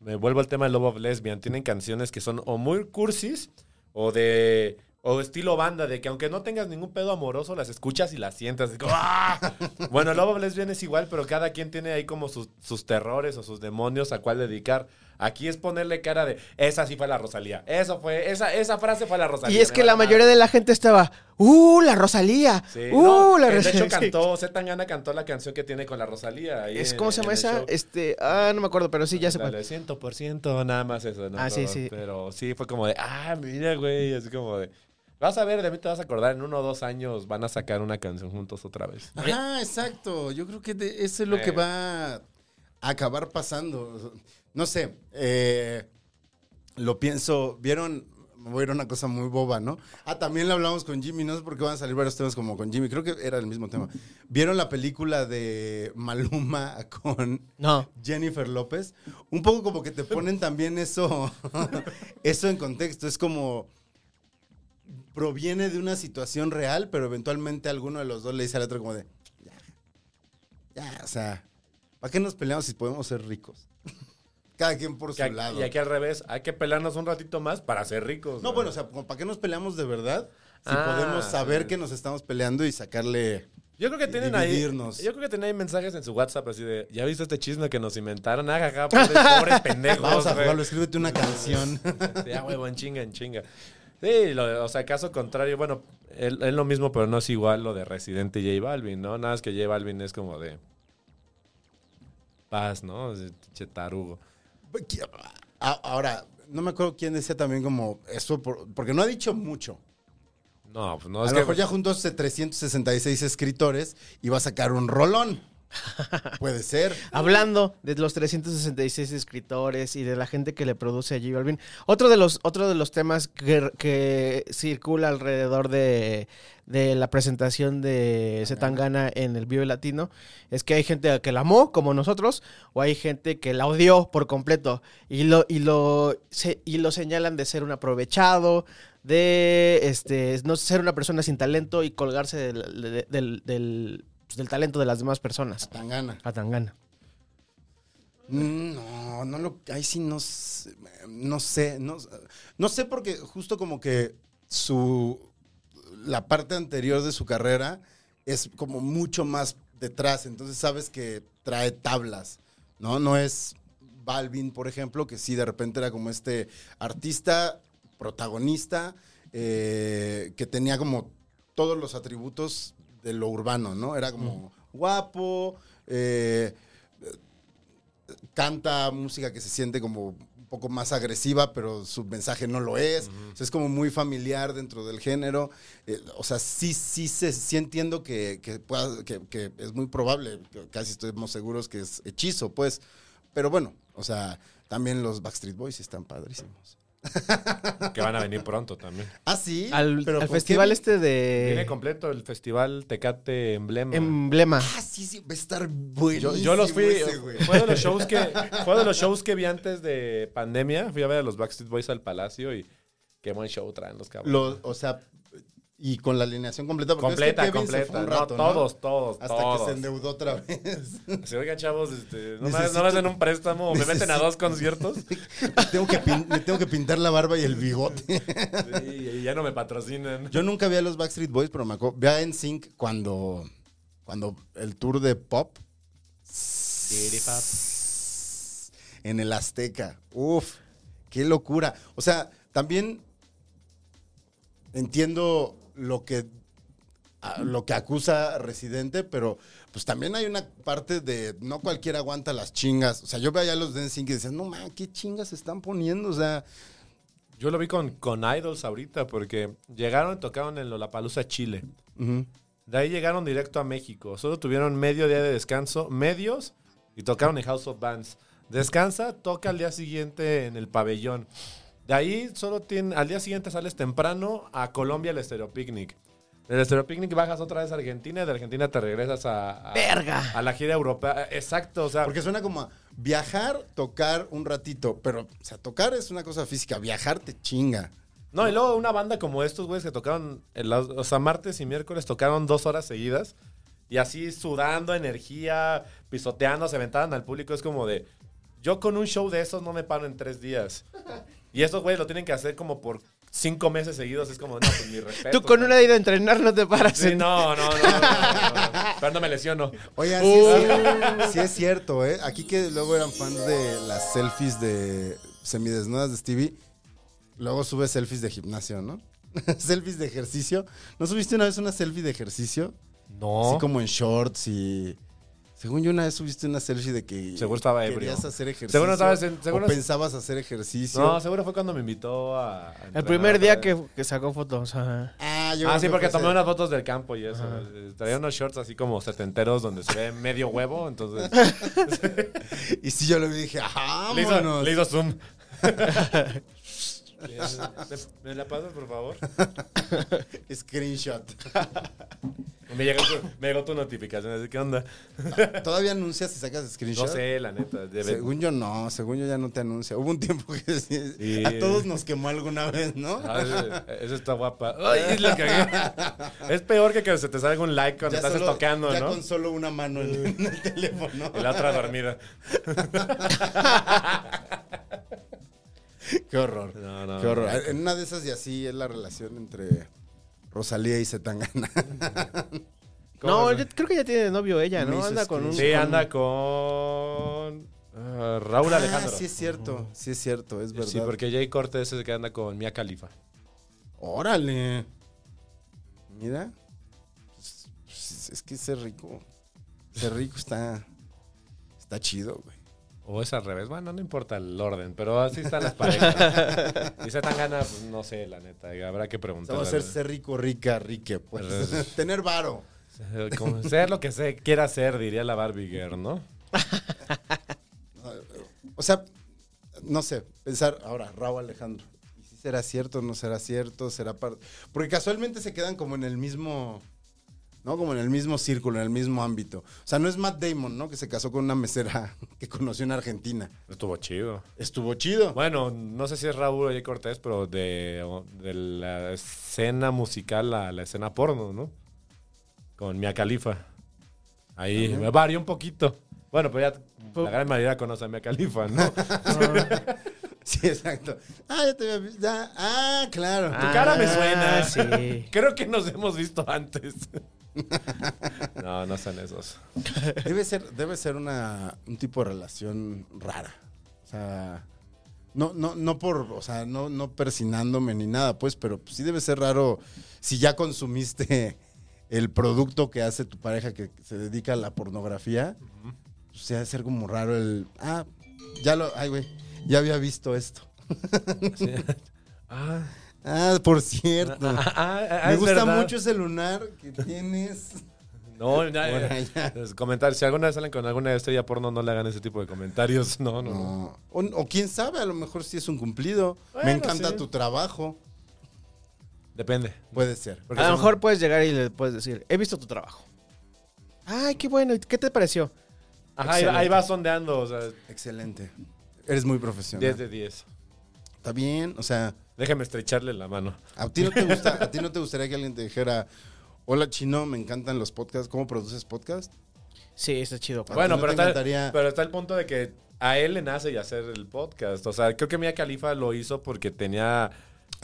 [SPEAKER 5] Me vuelvo al tema de Love of Lesbian. Tienen canciones que son o muy cursis o de. O estilo banda, de que aunque no tengas ningún pedo amoroso, las escuchas y las sientas. (laughs) así como, ¡ah! bueno, Love of Lesbian es igual, pero cada quien tiene ahí como sus, sus terrores o sus demonios a cuál dedicar. Aquí es ponerle cara de, esa sí fue la Rosalía. Eso fue, esa, esa frase fue la Rosalía.
[SPEAKER 2] Y es
[SPEAKER 5] me
[SPEAKER 2] que
[SPEAKER 5] vale
[SPEAKER 2] la
[SPEAKER 5] madre.
[SPEAKER 2] mayoría de la gente estaba, ¡uh, la Rosalía!
[SPEAKER 5] Sí,
[SPEAKER 2] ¡Uh,
[SPEAKER 5] no,
[SPEAKER 2] la
[SPEAKER 5] que
[SPEAKER 2] (laughs)
[SPEAKER 5] De
[SPEAKER 2] Rosalía!
[SPEAKER 5] hecho, cantó, Z Tangana cantó la canción que tiene con la Rosalía. ahí
[SPEAKER 2] Es,
[SPEAKER 5] en-
[SPEAKER 2] ¿Cómo se llama
[SPEAKER 5] en el
[SPEAKER 2] esa?
[SPEAKER 5] show.
[SPEAKER 2] Este, ah, no me acuerdo, pero sí, ya se
[SPEAKER 5] La
[SPEAKER 2] fue.
[SPEAKER 5] de 100%, nada más eso. ¿no?
[SPEAKER 2] Ah, sí,
[SPEAKER 5] Pero-
[SPEAKER 2] sí.
[SPEAKER 5] Pero sí, fue como de, ah, mira, güey, así como de... Vas a ver, de mí te vas a acordar, en uno o dos años van a sacar una canción juntos otra vez.
[SPEAKER 3] Ajá, exacto. Yo creo que de- eso es lo que
[SPEAKER 5] Eh.
[SPEAKER 3] va a acabar pasando. No sé, eh, lo pienso, vieron, voy a ir a una cosa muy boba, ¿no? Ah, también lo hablamos con Jimmy, no sé por qué van a salir varios temas como con Jimmy, creo que era el mismo tema. ¿Vieron la película de Maluma (laughs) con
[SPEAKER 2] No.
[SPEAKER 3] Jennifer López? Un poco como que te ponen también eso, (laughs) eso en contexto, es como proviene de una situación real, pero eventualmente alguno de los dos le dice al otro como de, ya, ya, o sea, ¿para qué nos peleamos si podemos ser ricos? (laughs) Cada quien por su
[SPEAKER 5] Que-
[SPEAKER 3] lado.
[SPEAKER 5] y aquí al revés, hay que pelarnos un ratito más para ser ricos.
[SPEAKER 3] No,
[SPEAKER 5] güey.
[SPEAKER 3] bueno, o sea, como ¿para qué nos peleamos de verdad? Si
[SPEAKER 5] Ah,
[SPEAKER 3] podemos saber
[SPEAKER 5] sí.
[SPEAKER 3] que nos estamos peleando y sacarle...
[SPEAKER 5] Yo creo que
[SPEAKER 3] y
[SPEAKER 5] tienen
[SPEAKER 3] dividirnos.
[SPEAKER 5] ahí. Yo creo que tienen ahí mensajes en su WhatsApp así de, ¿ya viste este chisme que nos inventaron?
[SPEAKER 2] (laughs)
[SPEAKER 5] Ajaja, pobres, pobres pendejos.
[SPEAKER 3] Vamos a
[SPEAKER 5] güey".
[SPEAKER 3] jugarlo, escríbete una
[SPEAKER 5] (laughs)
[SPEAKER 3] canción.
[SPEAKER 5] Sí, ah, huevo, en chinga, en chinga. Sí, lo- o sea, caso contrario, bueno, es es lo mismo, pero no es igual lo de Residente y J Balvin, ¿no? Nada más que J Balvin es como de paz, ¿no? Es de Che tarugo.
[SPEAKER 3] A- ah, Ahora, no me acuerdo quién decía también como eso, por- porque no ha dicho mucho.
[SPEAKER 5] No, pues no,
[SPEAKER 3] A
[SPEAKER 5] es
[SPEAKER 3] lo
[SPEAKER 5] que
[SPEAKER 3] mejor ya juntó 366 escritores y va a sacar un
[SPEAKER 5] (laughs)
[SPEAKER 3] rolón. Puede ser. Ah,
[SPEAKER 2] Hablando de los 366 escritores y de la gente que le produce a J Balvin, otro de los, otro de los temas que, que circula alrededor de, de la presentación de Zetangana en el Vive Latino es que hay gente que la amó, como nosotros, o hay gente que la odió por completo y lo, y lo, se- y lo señalan de ser un aprovechado, de este, no ser una persona sin talento y colgarse del, de- del- del- pues, del talento de las demás personas.
[SPEAKER 3] Tangana.
[SPEAKER 2] A Tangana.
[SPEAKER 3] Mm, No, no lo. Ahí sí no, sé, no sé. No, no sé porque justo como que su. La parte anterior de su carrera es como mucho más detrás. Entonces sabes que trae tablas, ¿no? No es Balvin, por ejemplo, que sí de repente era como este artista, protagonista, eh, que tenía como todos los atributos de lo urbano, ¿no? Era como guapo, eh, canta música que se siente como un poco más agresiva, pero su mensaje no lo es. O sea, es como muy familiar dentro del género. Eh, o sea, sí, sí, se, sí entiendo que, que, pueda- que- que es muy probable, que casi estamos seguros que es hechizo, pues. Pero bueno, o sea, también los Backstreet Boys están padrísimos.
[SPEAKER 5] que van a venir
[SPEAKER 3] (laughs)
[SPEAKER 5] pronto también.
[SPEAKER 3] Ah, sí.
[SPEAKER 2] Al,
[SPEAKER 3] ¿Pero
[SPEAKER 2] al
[SPEAKER 3] con
[SPEAKER 2] festival
[SPEAKER 3] qué-
[SPEAKER 2] este
[SPEAKER 3] Eh.
[SPEAKER 5] Viene
[SPEAKER 2] de
[SPEAKER 5] completo el festival Tecate Emblema.
[SPEAKER 2] emblema.
[SPEAKER 3] Ah, sí, sí, va a estar buenísimo
[SPEAKER 5] Yo, yo los fui.
[SPEAKER 3] ese, güey.
[SPEAKER 5] fue, de los shows
[SPEAKER 3] (laughs)
[SPEAKER 5] que, fue de los shows que vi antes de pandemia. Fui a ver a los Backstreet Boys al Palacio y qué buen show traen los cabrones.
[SPEAKER 3] Lo- o sea, y con la alineación completa. porque es que
[SPEAKER 5] completa,
[SPEAKER 3] Kevin se fue
[SPEAKER 5] completa.
[SPEAKER 3] un
[SPEAKER 5] No,
[SPEAKER 3] rato, ¿no?
[SPEAKER 5] todos, todos,
[SPEAKER 3] Hasta
[SPEAKER 5] todos.
[SPEAKER 3] que se endeudó otra vez.
[SPEAKER 5] Así, oigan, chavos, este, ¿no, me-
[SPEAKER 3] Necesito-
[SPEAKER 5] no me hacen un préstamo? ¿Me meten a
[SPEAKER 3] necesito- (laughs)
[SPEAKER 5] dos conciertos?
[SPEAKER 3] Me (laughs) tengo que pin- me tengo que pintar la barba y el bigote.
[SPEAKER 5] Sí, y ya no me patrocinan.
[SPEAKER 3] Yo nunca vi a los Backstreet Boys, pero me acuerdo. Vi a NSYNC cuando, cuando el tour de pop. En el Azteca. Uf, qué locura. O sea, también entiendo lo que a- lo que acusa Residente, pero pues también hay una parte de no cualquiera aguanta las chingas. O sea, yo veía a los de NSYNC y decía, no man, qué chingas se están poniendo. O sea,
[SPEAKER 5] Yo lo vi con, con Idols ahorita porque llegaron y tocaron en Lollapalooza, Chile.
[SPEAKER 3] ujú.
[SPEAKER 5] De ahí llegaron directo a México. Solo tuvieron medio día de descanso, medios, y tocaron en House of Bands. Descansa, toca al día siguiente en el pabellón. De ahí solo tiene, al día siguiente sales temprano a Colombia al Stereo Picnic. Del Stereo Picnic bajas otra vez a Argentina y de Argentina te regresas a, a,
[SPEAKER 2] Verga.
[SPEAKER 5] a la gira europea. Eh, Exacto, o sea,
[SPEAKER 3] Porque suena como a viajar, tocar un ratito, pero, o sea, tocar es una cosa física, viajar te chinga.
[SPEAKER 5] No, y luego una banda como estos, güeyes, que tocaron, el- o sea, martes y miércoles tocaron dos horas seguidas. Y así sudando, energía, pisoteando, se aventaban al público. Es como de, yo con un show de esos no me paro en tres días. Y estos güeyes lo tienen que hacer como por cinco meses seguidos es como, no, pues mi respeto.
[SPEAKER 2] Tú con una de ir a entrenar no te paras.
[SPEAKER 5] Sí,
[SPEAKER 2] en-
[SPEAKER 5] no, no, no, no, no, no. Pero no me lesiono.
[SPEAKER 3] Oigan, sí,
[SPEAKER 5] Oh.
[SPEAKER 3] es cier- sí es cierto, ¿eh? Aquí que luego eran fans de las selfies de semidesnudas de Stevie, luego sube selfies de gimnasio, ¿no? (laughs) selfies de ejercicio. ¿No subiste una vez una selfie de ejercicio?
[SPEAKER 5] No.
[SPEAKER 3] Así como en shorts y... Según yo una vez subiste una selfie de que
[SPEAKER 5] Seguro estaba ebrio.
[SPEAKER 3] querías hacer ejercicio.
[SPEAKER 5] Seguro estabas en- seguro-
[SPEAKER 3] o pensabas hacer ejercicio.
[SPEAKER 5] No, seguro fue cuando me invitó a. a
[SPEAKER 2] El
[SPEAKER 5] entrenar
[SPEAKER 2] primer
[SPEAKER 5] otra
[SPEAKER 2] día
[SPEAKER 5] vez.
[SPEAKER 2] que, que sacó fotos. ajá.
[SPEAKER 3] Ah, yo
[SPEAKER 5] Ah,
[SPEAKER 3] creo
[SPEAKER 5] sí,
[SPEAKER 3] que
[SPEAKER 5] porque
[SPEAKER 3] fue
[SPEAKER 5] tomé
[SPEAKER 3] ese.
[SPEAKER 5] unas fotos del campo y eso. Eh, Traía unos shorts así como setenteros donde se ve medio
[SPEAKER 3] (laughs)
[SPEAKER 5] huevo, entonces.
[SPEAKER 3] Y sí, yo lo vi y dije, ¡ah,
[SPEAKER 5] le, hizo, le hizo zoom.
[SPEAKER 3] (laughs)
[SPEAKER 5] ¿Me, me la pasas, por favor?
[SPEAKER 3] Screenshot.
[SPEAKER 5] Me llegó, tu, me llegó tu notificación, así, ¿qué onda?
[SPEAKER 3] ¿Todavía anuncias y sacas screenshot?
[SPEAKER 5] No sé, la neta. debe-
[SPEAKER 3] Según yo no, según yo ya no te anuncia. Hubo un tiempo que (laughs) sí,
[SPEAKER 5] Sí.
[SPEAKER 3] a todos nos quemó alguna vez, ¿no?
[SPEAKER 5] Ah, ese- esa está guapa. Ay, la cagué. Es peor que que se te salga un like cuando
[SPEAKER 3] (laughs) Ya
[SPEAKER 5] estás
[SPEAKER 3] solo-
[SPEAKER 5] tocando,
[SPEAKER 3] ya
[SPEAKER 5] ¿no?
[SPEAKER 3] con solo una mano en, en el teléfono.
[SPEAKER 5] Y la otra dormida.
[SPEAKER 3] Qué horror.
[SPEAKER 5] No, no,
[SPEAKER 3] Qué horror.
[SPEAKER 5] no.
[SPEAKER 3] En una de esas y así es la relación entre Rosalía y Zetangana.
[SPEAKER 2] No,
[SPEAKER 5] es?
[SPEAKER 2] yo creo que ya tiene novio ella,
[SPEAKER 3] Me
[SPEAKER 2] ¿no?
[SPEAKER 3] hizo
[SPEAKER 2] Anda con un. (laughs)
[SPEAKER 5] Sí, anda con ah, Raúl
[SPEAKER 3] Ah,
[SPEAKER 5] Alejandro.
[SPEAKER 3] sí es cierto, sí es cierto, es verdad.
[SPEAKER 5] Sí, porque Jay Cortés es el que anda con Mia Khalifa.
[SPEAKER 3] Órale. Mira. Pues, pues, es que ese rico. Ese rico está. Está chido, güey.
[SPEAKER 5] O es al revés. Bueno, no importa el orden, pero así están
[SPEAKER 3] (laughs)
[SPEAKER 5] las parejas. Y se tan ganas, pues, no sé, la neta. Habrá que
[SPEAKER 3] O sea,
[SPEAKER 5] preguntar.
[SPEAKER 3] va a ser ser rico, rica, rique, pues. (laughs) Tener varo.
[SPEAKER 5] Eh, Ser lo que se quiera ser, diría la Barbie Girl, ¿no?
[SPEAKER 3] O sea, no sé, pensar ahora, Raúl Alejandro. ¿Y si será cierto, no será cierto? ¿Será parte? Porque casualmente se quedan como en el mismo. ¿No? Como en el mismo círculo, en el mismo ámbito. O sea, no es Matt Damon, ¿no? Que se casó con una mesera (laughs) que conoció en Argentina.
[SPEAKER 5] Estuvo chido.
[SPEAKER 3] Estuvo chido.
[SPEAKER 5] Bueno, no sé si es Raúl o Jay Cortés, pero de, de la escena musical a la escena porno, ¿no? Con Mia Khalifa. Ahí me varió un poquito. Bueno, pues ya la gran mayoría conoce a Mia
[SPEAKER 3] (laughs)
[SPEAKER 5] Khalifa, ¿no?
[SPEAKER 3] Sí, exacto. Ah, ya te había visto. Ya. Ah, claro.
[SPEAKER 5] Tu cara me
[SPEAKER 2] Ah,
[SPEAKER 5] suena.
[SPEAKER 2] sí.
[SPEAKER 5] (laughs) Creo que nos hemos visto antes. (laughs) No, no son esos.
[SPEAKER 3] Debe ser, debe ser una, un tipo de relación rara. O sea, no, no, no por, o sea, no, no persinándome ni nada, pues, pero pues, sí debe ser raro si ya consumiste (laughs) el producto que hace tu pareja que se dedica a la pornografía. Pues, O sea, debe ser como raro el, ah, ya lo, ay, güey, ya había visto esto.
[SPEAKER 5] Ah,
[SPEAKER 3] Ah, por cierto.
[SPEAKER 5] (laughs) ah, ah, ah,
[SPEAKER 3] Me
[SPEAKER 5] es
[SPEAKER 3] gusta
[SPEAKER 5] verdad.
[SPEAKER 3] mucho ese lunar que tienes.
[SPEAKER 5] No, ya,
[SPEAKER 3] Por
[SPEAKER 5] eh, es comentar. Si alguna vez salen con alguna estrella porno, no le hagan ese tipo de comentarios. (laughs) No, no, no.
[SPEAKER 3] No. O, o quién sabe, a lo mejor sí es un cumplido. Me
[SPEAKER 5] Bueno,
[SPEAKER 3] encanta
[SPEAKER 5] sí.
[SPEAKER 3] tu trabajo.
[SPEAKER 5] Depende.
[SPEAKER 3] Puede ser.
[SPEAKER 2] (laughs)
[SPEAKER 5] Porque
[SPEAKER 2] A lo
[SPEAKER 5] son-
[SPEAKER 2] mejor puedes llegar y le puedes decir, he visto tu trabajo. Ay, qué bueno. ¿y ¿Qué te pareció?
[SPEAKER 5] Ajá, ahí, ahí va sondeando, o sea,
[SPEAKER 3] Excelente. Eres muy profesional.
[SPEAKER 5] 10 de 10.
[SPEAKER 3] Está bien. O sea,
[SPEAKER 5] Déjame estrecharle la mano.
[SPEAKER 3] a ti no te gusta, a ti no te gustaría que alguien te dijera, hola chino, me encantan los podcasts. ¿Cómo produces podcast?
[SPEAKER 2] Sí, está chido.
[SPEAKER 3] A ti
[SPEAKER 5] bueno,
[SPEAKER 3] no
[SPEAKER 5] pero,
[SPEAKER 3] te
[SPEAKER 5] está,
[SPEAKER 3] encantaría-
[SPEAKER 5] pero está el punto de que a él le nace y hacer el podcast. O sea, creo que Mia Khalifa lo hizo porque tenía.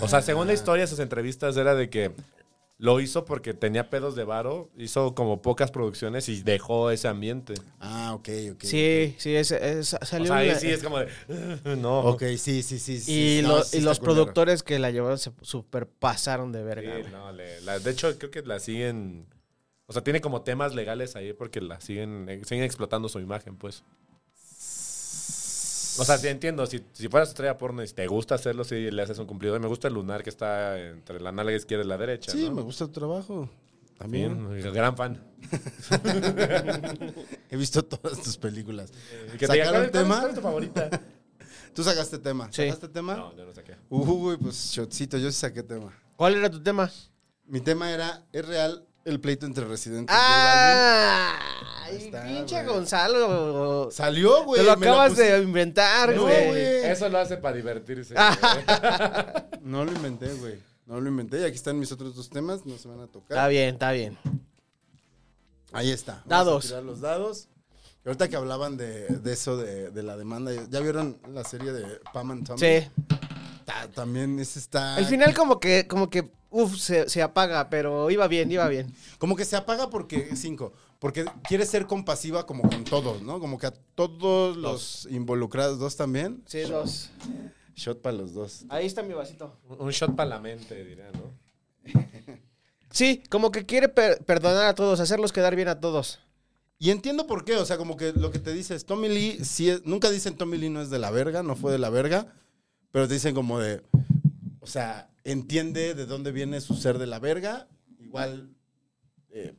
[SPEAKER 5] O sea,
[SPEAKER 3] Ah.
[SPEAKER 5] según la historia de sus entrevistas, era de que lo hizo porque tenía pedos de varo, hizo como pocas producciones y dejó ese ambiente.
[SPEAKER 3] Ah, ok, ok.
[SPEAKER 2] Sí, sí, es, es-
[SPEAKER 5] O
[SPEAKER 2] salió.
[SPEAKER 5] sea, ahí
[SPEAKER 2] una-
[SPEAKER 5] sí es como de. No.
[SPEAKER 3] Ok, sí, sí, sí.
[SPEAKER 2] y
[SPEAKER 3] sí. No,
[SPEAKER 2] lo-
[SPEAKER 3] sí
[SPEAKER 2] y
[SPEAKER 3] está
[SPEAKER 2] los
[SPEAKER 3] culero.
[SPEAKER 2] productores que la llevaron se super pasaron de
[SPEAKER 5] Sí,
[SPEAKER 2] verga. güey.
[SPEAKER 5] no, le- la- de hecho, creo que la siguen. O sea, tiene como temas legales ahí porque la siguen, eh, siguen explotando su imagen, pues. O sea, sí entiendo, si, si fueras estrella porno y te gusta hacerlo, sí le haces un cumplido. Y me gusta el lunar que está entre la nalga izquierda y la derecha.
[SPEAKER 3] Sí,
[SPEAKER 5] ¿no?
[SPEAKER 3] me gusta tu trabajo. También.
[SPEAKER 5] Bien, gran fan.
[SPEAKER 3] (laughs) He visto todas tus películas.
[SPEAKER 5] Y que te diga,
[SPEAKER 3] ¿Sacaron
[SPEAKER 5] ¿cuál, tema? ¿Cuál
[SPEAKER 3] tema?
[SPEAKER 5] es
[SPEAKER 3] (laughs)
[SPEAKER 5] tu favorita?
[SPEAKER 3] Tú sacaste tema.
[SPEAKER 2] Sí.
[SPEAKER 3] ¿Sacaste tema?
[SPEAKER 5] No, yo no saqué.
[SPEAKER 3] Uy, pues shotcito, yo sí saqué tema.
[SPEAKER 2] ¿Cuál era tu tema?
[SPEAKER 3] Mi tema era, ¿es real el pleito entre residentes?
[SPEAKER 2] ¡Ah!
[SPEAKER 3] Ahí está,
[SPEAKER 2] pinche
[SPEAKER 3] güey.
[SPEAKER 2] Gonzalo.
[SPEAKER 3] Salió, güey.
[SPEAKER 2] Te lo
[SPEAKER 3] me la
[SPEAKER 2] acabas
[SPEAKER 3] puse-
[SPEAKER 2] de inventar,
[SPEAKER 3] No,
[SPEAKER 2] güey.
[SPEAKER 3] güey.
[SPEAKER 5] Eso lo hace para divertirse.
[SPEAKER 3] (laughs) No lo inventé, güey. No lo inventé. Y aquí están mis otros dos temas, no se van a tocar.
[SPEAKER 2] Está bien, está bien.
[SPEAKER 3] Ahí está. Vamos
[SPEAKER 2] Dados.
[SPEAKER 3] a tirar los dados. Y ahorita que hablaban de, de eso, de, de la demanda, ¿ya vieron la serie de Pam and Tommy?
[SPEAKER 2] Sí.
[SPEAKER 3] Ta- También ese está.
[SPEAKER 2] Al final como que, como que, uff, se, se apaga, pero iba bien, iba bien.
[SPEAKER 3] Como que se apaga porque, cinco, porque quiere ser compasiva como con todos, ¿no? Como que a todos los involucrados, dos también.
[SPEAKER 2] Sí, dos.
[SPEAKER 3] Shot para los dos.
[SPEAKER 2] Ahí está mi vasito.
[SPEAKER 5] Un un shot para la mente, dirá, ¿no?
[SPEAKER 2] Sí, como que quiere per- perdonar a todos, hacerlos quedar bien a todos.
[SPEAKER 3] Y entiendo por qué, o sea, como que lo que te dices, Tommy Lee, sí es- nunca dicen Tommy Lee no es de la verga, no fue de la verga, pero te dicen como de, o sea, entiende de dónde viene su ser de la verga, igual, eh,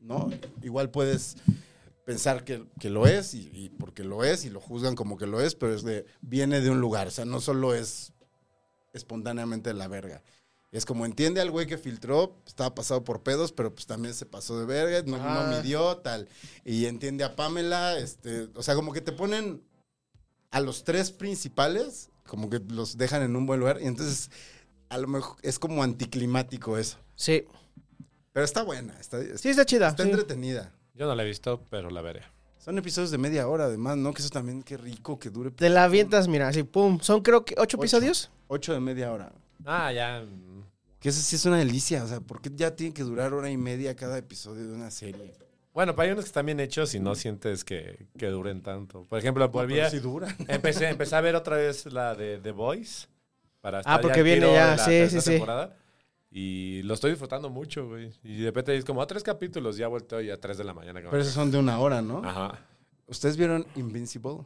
[SPEAKER 3] ¿no? Igual puedes pensar que, que lo es y, y porque lo es y lo juzgan como que lo es, pero es de, viene de un lugar, o sea, no solo es espontáneamente de la verga. Es como entiende al güey que filtró, estaba pasado por pedos, pero pues también se pasó de verga, no,
[SPEAKER 2] Ah.
[SPEAKER 3] no midió, tal. Y entiende a Pamela, este, o sea, como que te ponen a los tres principales, como que los dejan en un buen lugar, y entonces a lo mejor es como anticlimático eso.
[SPEAKER 2] Sí.
[SPEAKER 3] Pero está buena, está, está-
[SPEAKER 2] Sí, está chida.
[SPEAKER 3] está
[SPEAKER 2] sí.
[SPEAKER 3] entretenida.
[SPEAKER 5] Yo no la he visto, pero la veré.
[SPEAKER 3] Son episodios de media hora, además, ¿no? Que eso también, qué rico que dure.
[SPEAKER 2] Te la avientas, mira, así, pum. Son creo que ocho,
[SPEAKER 3] Ocho.
[SPEAKER 2] episodios.
[SPEAKER 3] Ocho de media hora.
[SPEAKER 5] Ah, ya. mm.
[SPEAKER 3] Que eso sí es una delicia, o sea, porque ya tiene que durar hora y media cada episodio de una serie.
[SPEAKER 5] Bueno, pero hay unos que están bien hechos y no sientes que, que duren tanto. Por ejemplo, volví a,
[SPEAKER 3] Pero sí dura.
[SPEAKER 5] empecé, empecé a ver otra vez la de The Voice. Para
[SPEAKER 2] Ah,
[SPEAKER 5] estar
[SPEAKER 2] porque
[SPEAKER 5] al
[SPEAKER 2] viene
[SPEAKER 5] tiro
[SPEAKER 2] ya,
[SPEAKER 5] de la
[SPEAKER 2] sí,
[SPEAKER 5] tercera
[SPEAKER 2] sí, sí.
[SPEAKER 5] temporada. Y lo estoy disfrutando mucho, güey. Y de repente es como a tres capítulos, ya volteo y a tres de la mañana. como-
[SPEAKER 3] Pero esos son de una hora, ¿no?
[SPEAKER 5] Ajá.
[SPEAKER 3] ¿Ustedes vieron Invincible?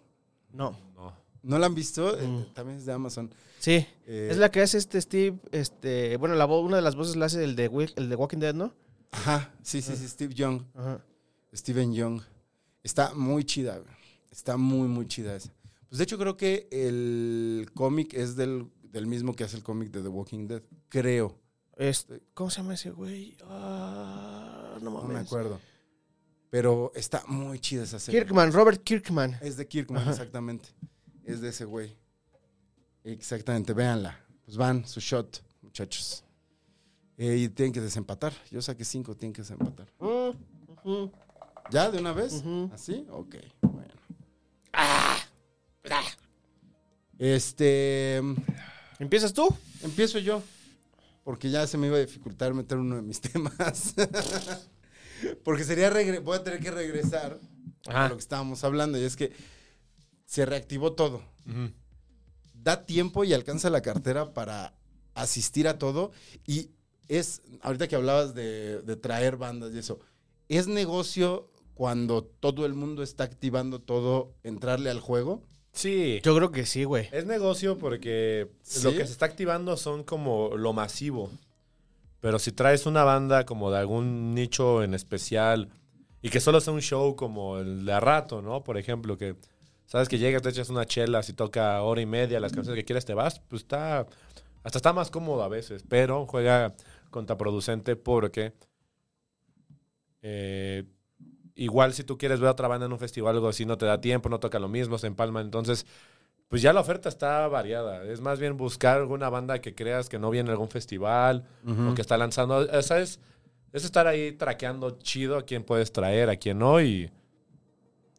[SPEAKER 2] No.
[SPEAKER 5] No.
[SPEAKER 3] ¿No la han visto? Eh, también es de Amazon.
[SPEAKER 2] Sí.
[SPEAKER 3] Eh,
[SPEAKER 2] Mm. Es la que hace este Steve, este, bueno, la vo- una de las voces la hace el de, Wi- el de Walking Dead, ¿no?
[SPEAKER 3] Ajá, sí, sí, sí, Steve Young.
[SPEAKER 2] Ajá.
[SPEAKER 3] Steven Young. Está muy chida, güey. Está muy, muy chida esa. Pues de hecho creo que el cómic es del, del mismo que hace el cómic de The Walking Dead. Creo.
[SPEAKER 2] Este, ¿Cómo se llama ese güey? Ah, no
[SPEAKER 3] No
[SPEAKER 2] mames.
[SPEAKER 3] me acuerdo. Pero está muy chida esa serie.
[SPEAKER 2] Kirkman, Robert Kirkman.
[SPEAKER 3] Es de Kirkman, exactamente. Es de ese güey. Exactamente, véanla. Pues van, su shot, muchachos. Eh, y tienen que desempatar. Yo saqué cinco, tienen que desempatar.
[SPEAKER 2] Mm, ujú.
[SPEAKER 3] ¿Ya? ¿De una vez?
[SPEAKER 2] Ujú.
[SPEAKER 3] ¿Así? Ok, bueno. ¡Ah! Este.
[SPEAKER 2] ¿Empiezas tú?
[SPEAKER 3] Empiezo yo. Porque ya se me iba a dificultar meter uno de mis (laughs) temas. porque sería. regre- Voy a tener que regresar
[SPEAKER 5] Ah.
[SPEAKER 3] a lo que estábamos hablando. Y es que se reactivó todo.
[SPEAKER 5] Ujú.
[SPEAKER 3] da tiempo y alcanza la cartera para asistir a todo. Y es, ahorita que hablabas de, de traer bandas y eso, es negocio cuando todo el mundo está activando todo, entrarle al juego.
[SPEAKER 5] Sí.
[SPEAKER 2] Yo creo que sí, güey.
[SPEAKER 5] Es negocio porque
[SPEAKER 3] Sí.
[SPEAKER 5] lo que se está activando son como lo masivo. Pero si traes una banda como de algún nicho en especial y que solo sea un show como el de a rato, ¿no? Por ejemplo, que sabes que llegas, te echas una chela, si toca hora y media, las canciones que quieras te vas, pues está. Hasta está más cómodo a veces, pero juega contraproducente porque. eh, igual si tú quieres ver a otra banda en un festival o algo así, no te da tiempo, no toca lo mismo, se empalma. Entonces, pues ya la oferta está variada. Es más bien buscar alguna banda que creas que no viene a algún festival o que está lanzando. O sea, es, es estar ahí traqueando chido a quién puedes traer, a quién no y,